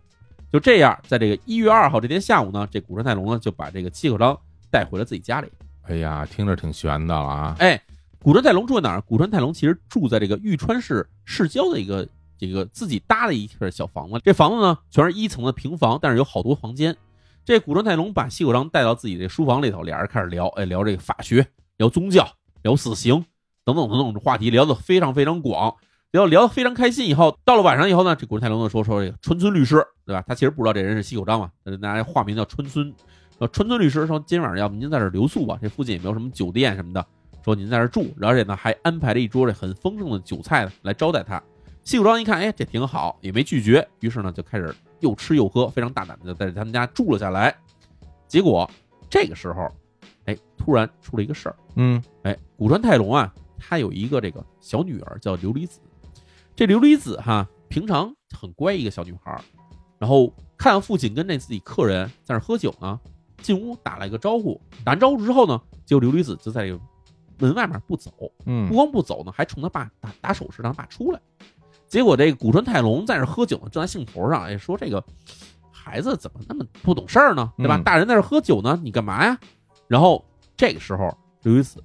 就这样，在这个一月二号这天下午呢，这古川泰隆呢就把这个七口章带回了自己家里。
哎呀，听着挺悬的了啊，
哎，古川泰隆住在哪儿？古川泰隆其实住在这个玉川市市郊的一个这个自己搭的一片小房子。这房子呢，全是一层的平房，但是有好多房间。这古川泰隆把西口章带到自己的书房里头，俩人开始聊，哎，聊这个法学，聊宗教，聊死刑等等等等的话题，聊得非常非常广。聊聊得非常开心，以后到了晚上以后呢，这古川泰隆就说说这个川村律师，对吧？他其实不知道这人是西口章嘛，他就拿这化名叫川村。呃，川村律师说今晚上要不您在这儿留宿吧，这附近也没有什么酒店什么的，说您在这儿住，而且呢还安排了一桌这很丰盛的酒菜呢来招待他。西口章一看，哎，这挺好，也没拒绝，于是呢就开始又吃又喝，非常大胆的在他们家住了下来。结果这个时候，哎，突然出了一个事儿，
嗯，
哎，古川泰隆啊，他有一个这个小女儿叫琉璃子，这琉璃子哈，平常很乖一个小女孩儿，然后看父亲跟那自己客人在那儿喝酒呢，进屋打了一个招呼，打完招呼之后呢，结果琉璃子就在这个门外面不走，不
嗯，
光不走呢，还冲他爸打打手势让他爸出来。结果这个古川泰隆在这喝酒呢，正在兴头上，哎，说这个孩子怎么那么不懂事儿呢，对吧？
嗯
大人在这喝酒呢，你干嘛呀？然后这个时候，刘一子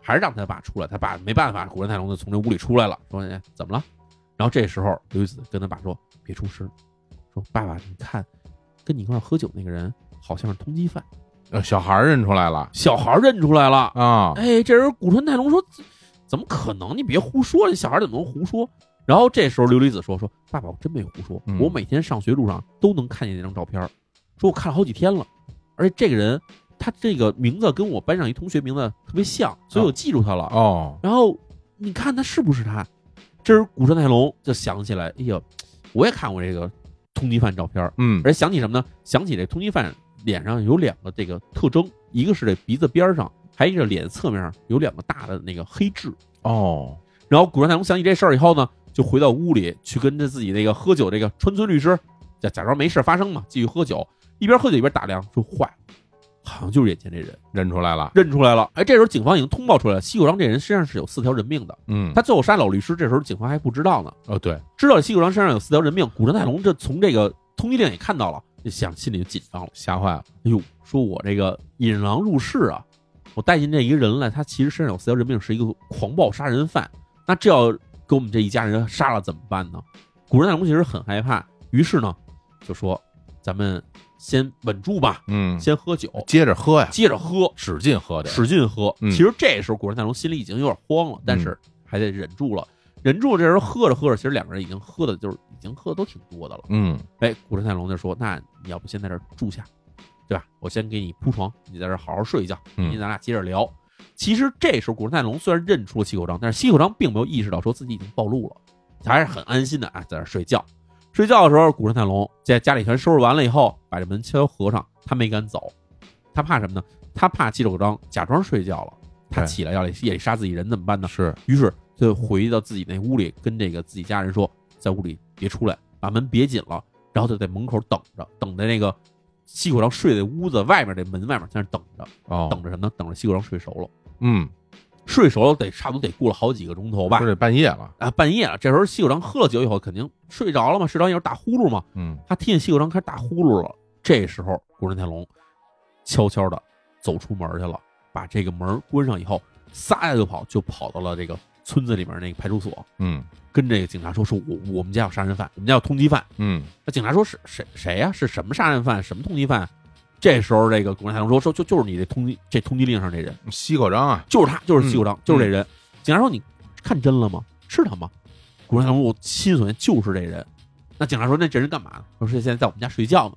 还是让他爸出来，他爸没办法，古川泰隆就从这屋里出来了，说：“哎，怎么了？”然后这时候，刘一子跟他爸说：“别出声，说爸爸，你看，跟你一块儿喝酒那个人好像是通缉犯。
呃小孩儿认出来了”
小孩儿认出来 了，
啊，
哎，这人古川泰隆说：“怎怎么可能？你别胡说，这小孩怎么能胡说？”然后这时候琉璃子说：“说爸爸，我真没胡说，
嗯
我每天上学路上都能看见那张照片儿，说我看了好几天了，而且这个人他这个名字跟我班上一同学名字特别像，所以我记住他了。
哦，
然后你看他是不是他？”这时候古川泰隆就想起来：“哎呀，我也看过这个通缉犯照片儿，
嗯，
而想起什么呢？想起这通缉犯脸上有两个这个特征，一个是这鼻子边儿上，还有一个脸侧面上有两个大的那个黑痣。
哦，
然后古川太龙想起这事儿以后呢，就回到屋里去跟着自己那个喝酒这个川村律师，假假装没事发生嘛，继续喝酒，一边喝酒一边打量，说坏，好像就是眼前这人，
认出来了，
认出来了。哎，这时候警方已经通报出来了，西口章这人身上是有四条人命的。
嗯，
他最后杀老律师，这时候警方还不知道呢。
哦，对，
知道西口章身上有四条人命，古川太龙这从这个通缉令也看到了，就想心里就紧张了。
吓坏了，
哎呦，说我这个引狼入室啊，我带进这一个人来，他其实身上有四条人命，是一个狂暴杀人犯。那这要给我们这一家人杀了怎么办呢？古人大龙其实很害怕，于是呢，就说咱们先稳住吧，
嗯，
先喝酒，
接着喝呀，
接着喝，
使劲喝的，
使劲喝。
嗯
其实这时候古人大龙心里已经有点慌了，但是还得忍住了。忍住，这时候喝着喝着，其实两个人已经喝的，就是已经喝的都挺多的了。
嗯，
哎，古川泰隆就说：“那你要不先在这儿住下，对吧？我先给你铺床，你在这儿好好睡一觉，明天
嗯，
咱俩接着聊。其实这时候，古川泰隆虽然认出了西口章，但是西口章并没有意识到说自己已经暴露了，他还是很安心的啊，在这儿睡觉。睡觉的时候，古川泰隆在家里全收拾完了以后，把这门悄悄合上，他没敢走，他怕什么呢？他怕西口章假装睡觉了，他
对
起来要夜里杀自己人怎么办呢？
是，
于是就回到自己那屋里，跟这个自己家人说，在屋里别出来，把门别紧了，然后就在门口等着，等着那个西口章睡在屋子外面这门外面，在那等着，等
哦，
着什么呢？等着西口章睡熟了，
嗯，
睡熟了得差不多得过了好几个钟头吧
说，这半夜了，
啊，半夜了，这时候西口章喝了酒以后肯定睡着了嘛，睡着以后打呼噜嘛，
嗯，
他听见西口章开始打呼噜了，这时候古人泰隆悄悄的走出门去了，把这个门儿关上以后，撒丫就跑，就跑到了这个村子里面那个派出所，
嗯
跟这个警察说：“说我我们家有杀人犯，我们家有通缉犯。”
嗯
那警察说是谁谁呀、是什么杀人犯？什么通缉犯？这时候这个古人太郎说说就就是你这通缉这通缉令上这人，
西口章啊，
就是他，就是西谷章，
嗯
就是这人。警察说你看真了吗？是他吗？古人太郎说我亲眼就是这人。那警察说那这人干嘛呢？说是现在在我们家睡觉呢。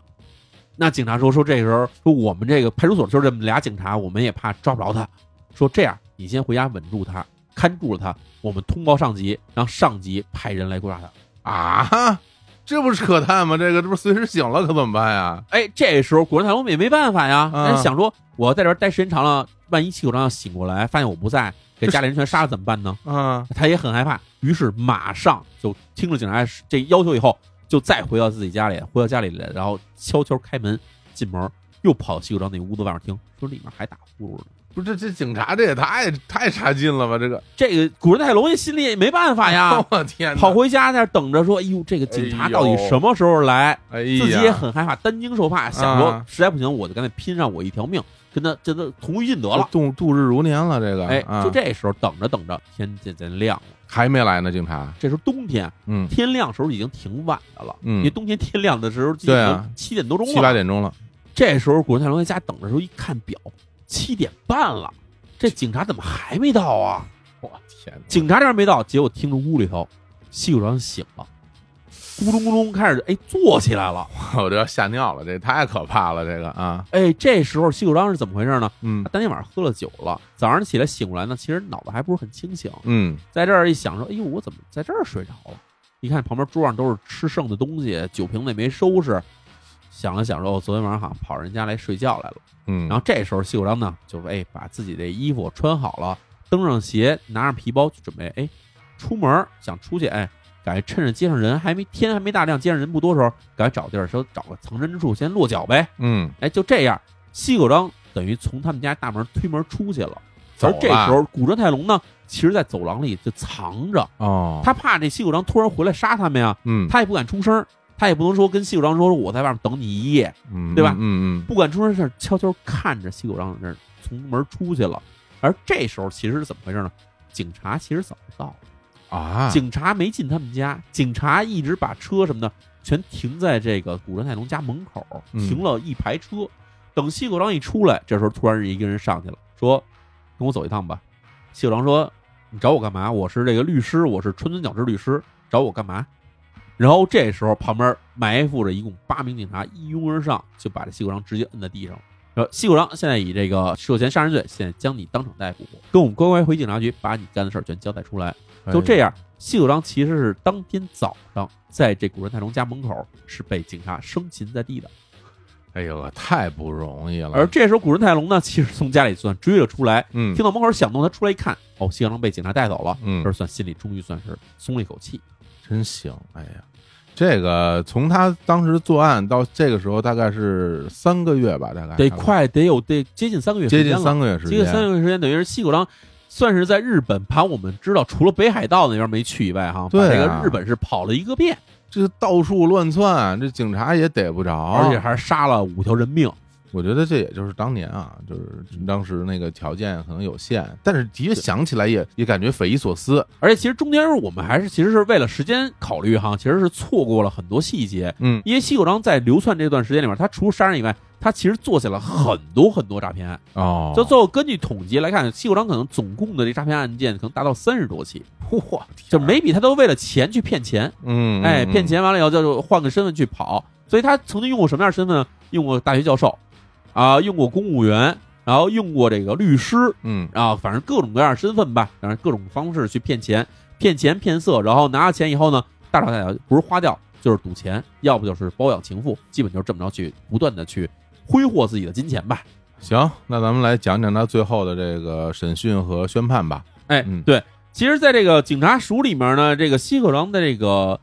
那警察说说这时候说我们这个派出所就是这么俩警察，我们也怕抓不着他。说这样你先回家稳住他，看住了他，我们通报上级，让上级派人来抓他。
啊，这不是扯淡吗？这个这不是随时醒了可怎么办呀？
哎，这时候果仁太郎也没办法呀，
嗯
人想说我在这儿待时间长了，万一气口章醒过来，发现我不在，给家里人全杀了怎么办呢？
啊，
他也很害怕，于是马上就听了警察这要求以后，就再回到自己家里，回到家里来，然后悄悄开门进门，又跑到西口章那屋子外面听，说里面还打呼噜呢。
不是这这警察这也太太差劲了吧？这个，
这个古仁太郎也心里也没办法哎呀
，我天哪，
跑回家那儿等着说，哎呦，这个警察到
哎
底
呦
什么时候来？
哎呀，
自己也很害怕，担惊受怕，想说
啊
实在不行，我就干脆拼上我一条命，跟他真的同归于尽得了。
度度日如年了，这个
哎，
啊
就这时候等着等着，天渐渐亮了。
还没来呢，警察，
这时候冬天
嗯，
天亮时候已经挺晚的了，
嗯
因为冬天天亮的时候基
对
本
啊
上七点多钟
七
了
八
吧。
点钟了，
这时候古人太郎在家等着的时候一看表，七点半了，这警察怎么还没到啊？
我天哪，
警察这边没到，啊结果听着屋里头西谷章醒了，咕咚咕咚开始哎坐起来了。
我都要吓尿了，这太可怕了，这个啊，
哎，这时候西谷章是怎么回事呢？
嗯
他当天晚上喝了酒了，早上起来醒过来呢，其实脑子还不是很清醒，
嗯
在这儿一想说，哎呦，我怎么在这儿睡着了？一看旁边桌上都是吃剩的东西，酒瓶子也没收拾，想了想说，哦我、昨天晚上好像跑人家来睡觉来了。
嗯，
然后这时候西谷章呢，就说，哎，把自己的衣服穿好了，蹬上鞋，拿上皮包，就准备哎出门儿，想出去，哎，赶觉趁着街上人还没天还没大亮，街上人不多时候，赶紧找地儿说找个藏身之处先落脚呗。
嗯，
哎，就这样，西口章等于从他们家大门推门出去了。
走
而
了
这时候，古川泰隆呢，其实在走廊里就藏着，
哦，
他怕这西口章突然回来杀他们呀，
嗯
他也不敢出声，他也不能说跟西口章说我在外面等你一夜，
嗯
对吧
嗯嗯
不敢出声，是悄悄看着西口章在那儿从门出去了。而这时候其实是怎么回事呢？警察其实早就到了，
嗯啊，
警察没进他们家，警察一直把车什么的全停在这个古川泰隆家门口，
嗯
停了一排车。等西口章一出来，这时候突然一个人上去了，说：“跟我走一趟吧。”西口章说：“你找我干嘛？我是这个律师，我是川村角之律师，找我干嘛？”然后这时候旁边埋伏着一共八名警察，一拥而上，就把这西口章直接摁在地上了。然后西口章现在以这个涉嫌杀人罪，现在将你当场逮捕，跟我们乖乖回警察局，把你干的事儿全交代出来。就这
样，
样，西九章其实是当天早上在这古人太隆家门口是被警察生擒在地的。
哎呦，太不容易了，
而这时候，古人太隆呢，其实从家里算追了出来，
嗯
听到门口响动，他出来一看，哦，西九章被警察带走了，
嗯
这算心里终于算是松了一口气。
真行，哎呀，这个从他当时作案到这个时候，大概是三个月哎吧，大概
得
差不多
快得有得接近三个月
接
时间
近
了，
三个月时
接近三
间。
个月时间，等于是西九章。算是在日本，盘我们知道，除了北海道那边没去以外，哈，把
对
这
啊
个日本是跑了一个遍，
这到处乱窜，啊这警察也逮不着，
而且还是杀了五条人命。
我觉得这也就是当年啊，就是当时那个条件可能有限，但是的确想起来也也感觉匪夷所思。
而且其实中间我们还是其实是为了时间考虑哈，其实是错过了很多细节。
嗯，
因为西口章在流窜这段时间里面，他除了杀人以外，他其实做起了很多很多诈骗案。
哦
就最后根据统计来看，西口章可能总共的这诈骗案件可能达到三十多起，
嚯，
就每笔他都为了钱去骗钱，
啊嗯，
哎，
嗯
骗，钱完了以后就换个身份去跑。所以他曾经用过什么样的身份呢？用过大学教授，啊、用过公务员，然后用过这个律师，
嗯
啊，反正各种各样的身份吧，反正各种方式去骗钱，骗钱骗色，然后拿了钱以后呢，大手大脚不是花掉就是赌钱，要不就是包养情妇，基本就是这么着去不断的去挥霍自己的金钱吧。
行，那咱们来讲讲他最后的这个审讯和宣判吧。
哎，
嗯
对，其实在这个警察署里面呢，这个西口章的这个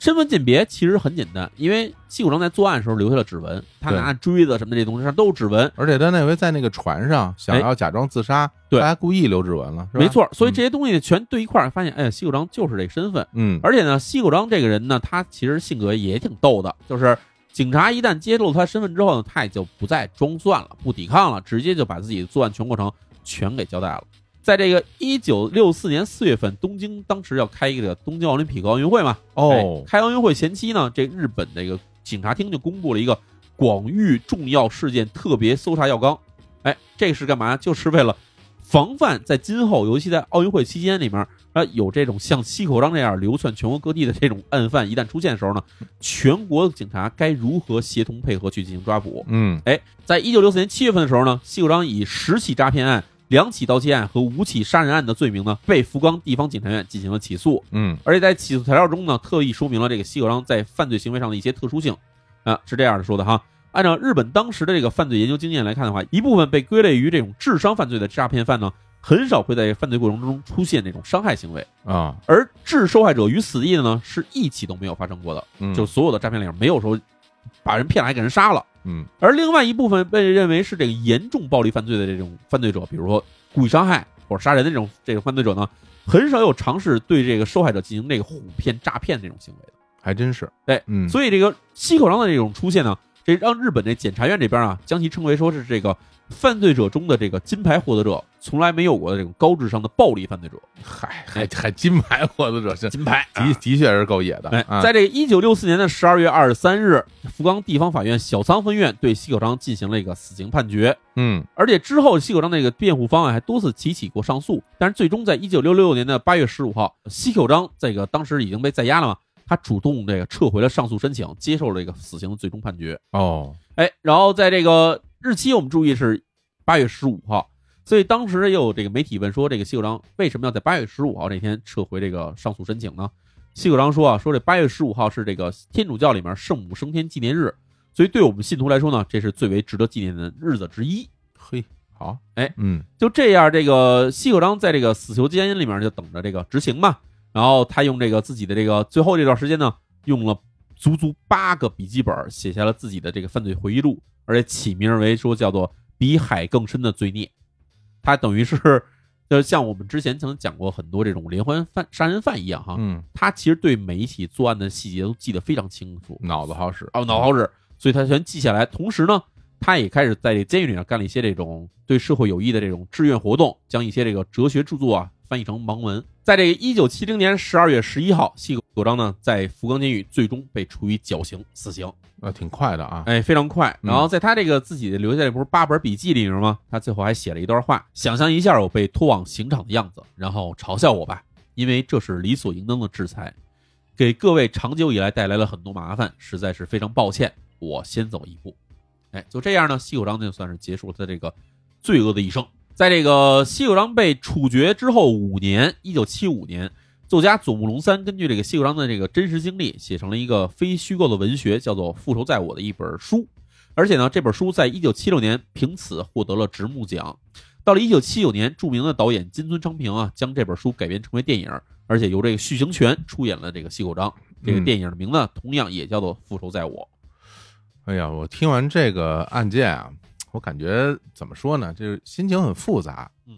身份鉴别其实很简单，因为西口章在作案的时候留下了指纹，他
对
拿锥子什么的这些东西上都有指纹，
而且他那回在那个船上想
哎
要假装自杀，
对
他还故意留指纹了，是吧
没，错，所以这些东西全对一块儿，发现哎，西口章就是这身份。
嗯，
而且呢，西口章这个人呢，他其实性格也挺逗的，就是警察一旦揭露他身份之后呢，他也就不再装蒜了，不抵抗了，直接就把自己作案全过程全给交代了。在这个一九六四年四月份，东京当时要开一个东京奥林匹克奥运会嘛，哎
哦，
开奥运会前夕呢，这日本这个警察厅就公布了一个广域重要事件特别搜查要纲。哎，这是干嘛？就是为了防范在今后，尤其在奥运会期间里面，啊、有这种像西口章这样流窜全国各地的这种案犯，一旦出现的时候呢，全国警察该如何协同配合去进行抓捕？
嗯
哎，在一九六四年七月份的时候呢，西口章以十起诈骗案、两起盗窃案和五起杀人案的罪名呢，被福冈地方检察院进行了起诉。
嗯
而且在起诉材料中呢，特意说明了这个西口章在犯罪行为上的一些特殊性。啊，是这样的说的哈。按照日本当时的这个犯罪研究经验来看的话，一部分被归类于这种智商犯罪的诈骗犯呢，很少会在犯罪过程中出现这种伤害行为，
啊，
而置受害者于死地的呢，是一起都没有发生过的。
嗯
就所有的诈骗里面，没有说把人骗了还给人杀了。
嗯
而另外一部分被认为是这个严重暴力犯罪的这种犯罪者，比如说故意伤害或者杀人的这种这种犯罪者呢，很少有尝试对这个受害者进行这个哄骗、诈骗这种行为的。
还真是，
对
嗯，
哎所以这个西口章的这种出现呢，这让日本这检察院这边啊，将其称为说是这个犯罪者中的这个金牌获得者，从来没有过的这种高智商的暴力犯罪者。
嗨，还还金牌获得者，这
金牌啊
的的确是够野的，
哎，
啊
在这个一九六四年的十二月二十三日，福冈地方法院小仓分院对西口章进行了一个死刑判决。
嗯
而且之后，西口章那个辩护方案还多次提起过上诉，但是最终在一九六六年的八月十五号，西口章这个当时已经被在押了嘛，他主动这个撤回了上诉申请，接受了这个死刑的最终判决。
哦
哎，然后在这个日期我们注意是八月十五号，所以当时也有这个媒体问说，这个西口章为什么要在八月十五号这天撤回这个上诉申请呢？西口章说啊，说这八月十五号是这个天主教里面圣母升天纪念日，所以对我们信徒来说呢，这是最为值得纪念的日子之一。
嘿好
哎
嗯
就这样，这个西口章在这个死囚监里面就等着这个执行嘛。然后他用这个自己的这个最后这段时间呢，用了足足八个笔记本写下了自己的这个犯罪回忆录，而且起名为说叫做“比海更深的罪孽”。他等于是就是像我们之前曾经讲过很多这种连环犯杀人犯一样哈，
嗯
他其实对每一起作案的细节都记得非常清楚。
脑子好使
哦，脑好使，所以他全记下来。同时呢，他也开始在这监狱里面干了一些这种对社会有益的这种志愿活动，将一些这个哲学著作啊翻译成盲文。在这个一九七零年十二月十一号，西口章呢在福冈监狱最终被处以绞刑死刑，
啊，挺快的啊，
哎，非常快。
嗯
然后在他这个自己留下的不是八本笔记里面吗？他最后还写了一段话：想象一下我被拖往刑场的样子，然后嘲笑我吧，因为这是理所应当的制裁，给各位长久以来带来了很多麻烦，实在是非常抱歉。我先走一步。哎，就这样呢，西口章就算是结束了他这个罪恶的一生。在这个西口章被处决之后五年，一九七五年，作家佐木龙三根据这个西口章的这个真实经历，写成了一个非虚构的文学，叫做《复仇在我》的一本书。而且呢，这本书在一九七六年凭此获得了直木奖。到了一九七九年，著名的导演金村昌平啊，将这本书改编成为电影，而且由这个续行权出演了这个西口章。这个
嗯
电影的名字同样也叫做《复仇在我》。
哎呀，我听完这个案件啊，我感觉怎么说呢，就是心情很复杂。
嗯，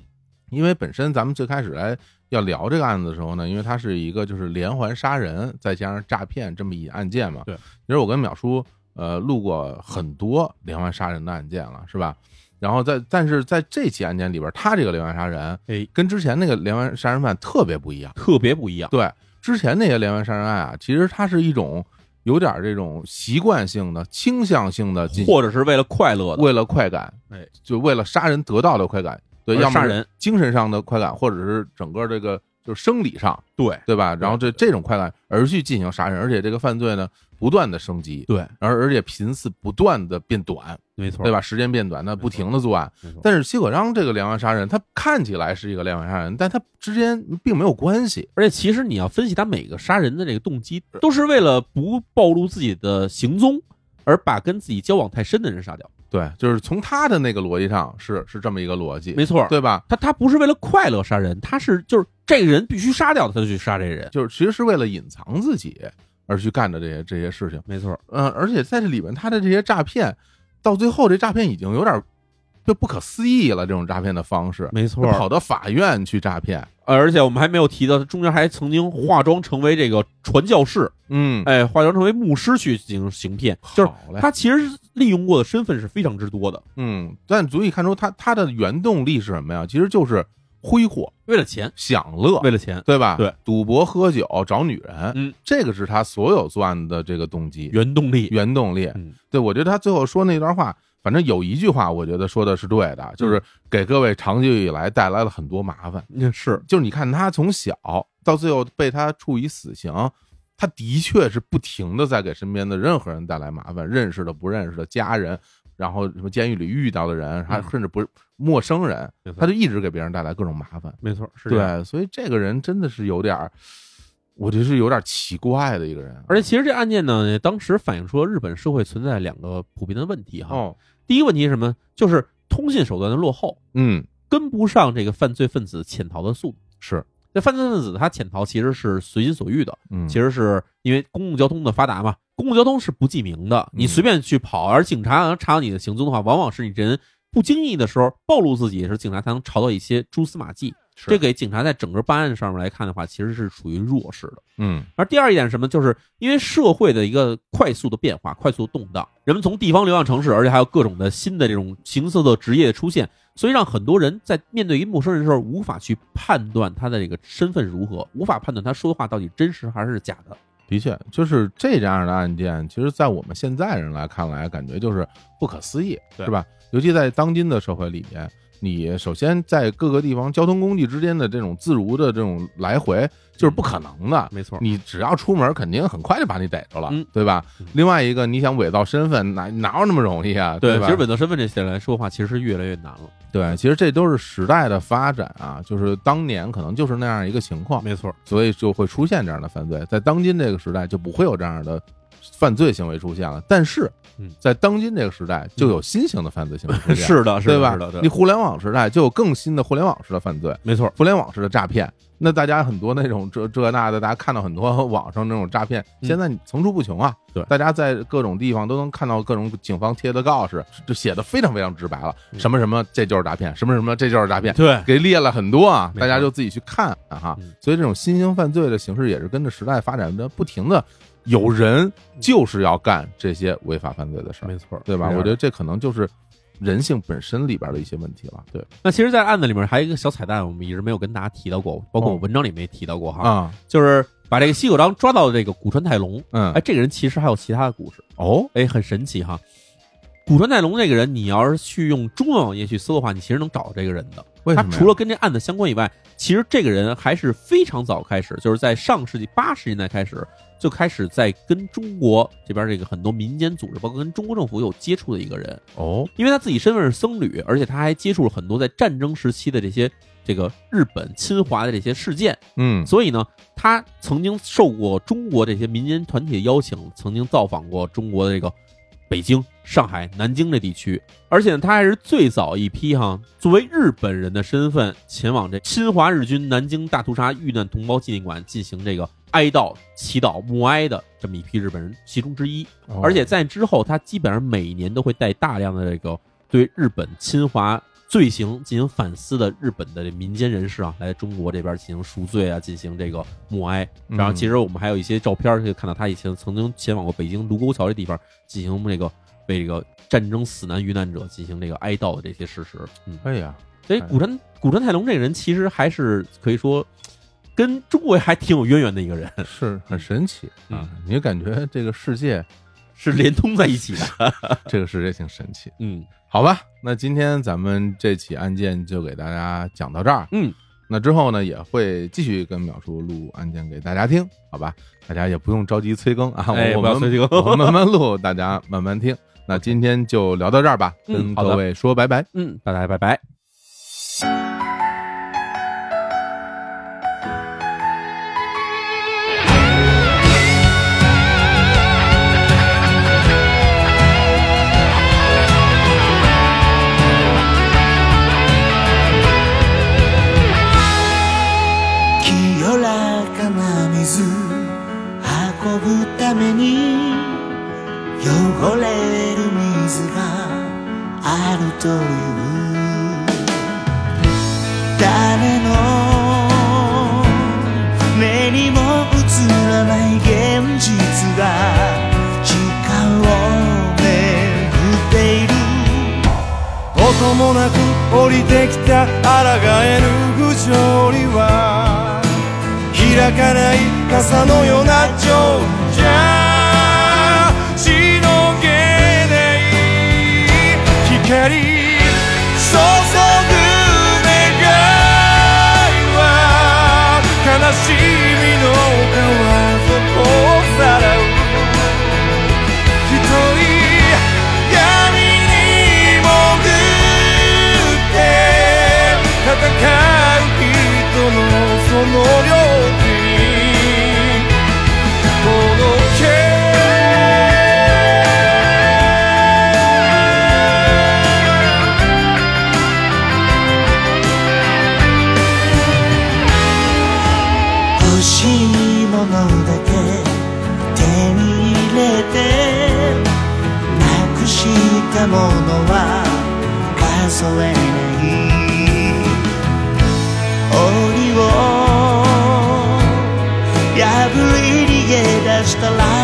因为本身咱们最开始来要聊这个案子的时候呢，因为它是一个就是连环杀人再加上诈骗这么一案件嘛。
对
其实我跟淼叔呃录过很多连环杀人的案件了，是吧？然后在但是在这起案件里边，他这个连环杀人，
哎，
跟之前那个连环杀人犯特别不一样。
特别不一样。
对，之前那些连环杀人案啊，其实它是一种有点这种习惯性的、倾向性的进行
或者是为了快乐的，
为了快感，
哎，
就为了杀人得到的快感，对，
而
要么
杀
是
人
精神上的快感，或者是整个这个就是生理上，
对
对吧？然后这这种快感而去进行杀人，而且这个犯罪呢不断的升级，
对，
而而且频次不断的变短，
没错，
对？吧？时间变短，那不停的作案。
没错，
但是西可章这个连环杀人，他看起来是一个连环杀人，但他之间并没有关系，
而且其实你要分析他每个杀人的这个动机，都是为了不暴露自己的行踪，而把跟自己交往太深的人杀掉。
对，就是从他的那个逻辑上是是这么一个逻辑，
没错，
对吧？
他他不是为了快乐杀人，他是就是这个人必须杀掉，他就去杀这人。
就是其实是为了隐藏自己而去干的这些这些事情。
没错，
嗯，而且在这里面，他的这些诈骗，到最后这诈骗已经有点就不可思议了，这种诈骗的方式，
没错
就跑到法院去诈骗，
而且我们还没有提到，他中间还曾经化妆成为这个传教士，
嗯，
哎，化妆成为牧师去进行行骗，就是
好嘞
他其实利用过的身份是非常之多的，
嗯，但足以看出他他的原动力是什么呀？其实就是挥霍、
为了钱，
享乐，
为了钱，
对吧？
对，
赌博、喝酒、找女人，
嗯，
这个是他所有作案的这个动机、
原动 力，
原动力。
嗯
对，我觉得他最后说那段话，反正有一句话，我觉得说的是对的，就是给各位长久以来带来了很多麻烦。
那嗯是
就是你看他从小到最后被他处以死刑，他的确是不停的在给身边的任何人带来麻烦，认识的、不认识的家人，然后什么监狱里遇到的人，还甚至不是陌生人
没，错
他就一直给别人带来各种麻烦。
没错，嗯是这样。
对，所以这个人真的是有点儿，我觉得是有点儿奇怪的一个人。啊
而且其实这案件呢，也当时反映出了日本社会存在两个普遍的问题哈。
哦，
第一个问题是什么？就是通信手段的落后，
嗯，
跟不上这个犯罪分子潜逃的速度。
是，
那犯罪分子他潜逃其实是随心所欲的，
嗯，
其实是因为公共交通的发达嘛，公共交通是不记名的，你
嗯
随便去跑，而警察啊查到你的行踪的话，往往是你这人不经意的时候暴露自己，也是警察才能查到一些蛛丝马迹。
是
这，给警察在整个办案上面来看的话，其实是处于弱势的。
嗯
而第二一点是什么，就是因为社会的一个快速的变化、快速的动荡，人们从地方流向城市，而且还有各种的新的这种形色的职业的出现，所以让很多人在面对一陌生人的时候，无法去判断他的这个身份如何，无法判断他说的话到底真实还是假的。
的确，就是这样的案件，其实，在我们现在人来看来，感觉就是不可思议，
对
是吧？尤其在当今的社会里面，你首先在各个地方交通工具之间的这种自如的这种来回，就是不可能的。
嗯没错，
你只要出门，肯定很快就把你逮着了，
嗯
对吧
嗯？
另外一个，你想伪造身份，哪哪有那么容易啊？
对，
吧？
其实伪造身份这些来说的话，其实是越来越难了。
对，其实这都是时代的发展啊，就是当年可能就是那样一个情况，
没错，
所以就会出现这样的犯罪。在当今这个时代，就不会有这样的犯罪行为出现了。但是
嗯，
在当今这个时代，就有新型的犯罪行为出现，
是的，是
对
的，
吧
是的，？
你
对，
互联网时代就有更新的互联网式的犯罪，
没错，
互联网式的诈骗。那大家很多那种这这那的，大家看到很多网上那种诈骗，
嗯
现在层出不穷啊。
对
大家在各种地方都能看到各种警方贴的告示，就写的非常非常直白了，
嗯
什么什么这就是诈骗，什么什么这就是诈骗，
对，
给列了很多啊，
没错
大家就自己去看啊哈
嗯。
所以这种新型犯罪的形式也是跟着时代发展的，不停的有人就是要干这些违法犯罪的事儿，
嗯没错，
对吧？
是这样
我
的
觉得这可能就是人性本身里边的一些问题了。对
那其实，在案子里面还有一个小彩蛋，我们一直没有跟大家提到过，包括我
哦
文章里面也提到过哈，
啊，
就是把这个西九章抓到的这个古川泰隆，
嗯
哎，，这个人其实还有其他的故事，
哦，
哎，很神奇哈。古川泰隆这个人，你要是去用中文网页去搜的话，你其实能找到这个人的。
为
他
什么呀
除了跟这案子相关以外，其实这个人还是非常早开始，就是在上世纪八十年代开始就开始在跟中国这边这个很多民间组织，包括跟中国政府有接触的一个人。
哦，
因为他自己身份是僧侣，而且他还接触了很多在战争时期的这些这个日本侵华的这些事件，
嗯，
所以呢，他曾经受过中国这些民间团体的邀请，曾经造访过中国的这个北京、上海、南京这地区，而且呢，他还是最早一批哈，作为日本人的身份前往这侵华日军南京大屠杀遇难同胞纪念馆进行这个哀悼、祈祷、默哀的这么一批日本人其中之一。
哦
而且在之后，他基本上每年都会带大量的这个对日本侵华罪行进行反思的日本的这民间人士啊，来中国这边进行赎罪啊，进行这个默哀。
嗯
然后其实我们还有一些照片可以看到，他以前曾经前往过北京卢沟桥这地方进行这个为这个战争死难遇难者进行这个哀悼的这些事实。嗯，
可以啊，
所以古川古川泰隆这个人其实还是可以说跟中国还挺有渊源的一个人，
是很神奇
嗯
啊，你就感觉这个世界，
是连通在一起的。
这个世界挺神奇。
嗯
好吧，那今天咱们这起案件就给大家讲到这儿。
嗯，
那之后呢，也会继续跟淼叔录案件给大家听，好吧？大家也不用着急催更啊，
哎
我
不要
们
催更
我们慢慢录，大家慢慢听。那今天就聊到这儿吧，
嗯
跟
好的
各位说拜拜。
嗯，大家拜拜。
清らかな水運ぶために汚れる水があるという誰の目にも映らない現実が時間を巡っている
音もなく降りてきた抗える不条理は開かない傘のような情じゃしのげない光注ぐ願いは悲しみの川底をさらう一人闇に潜って戦う人のその両手にこの剣
欲しいものだけ手に入れてなくしたものは数えない檻を破り逃げ出したら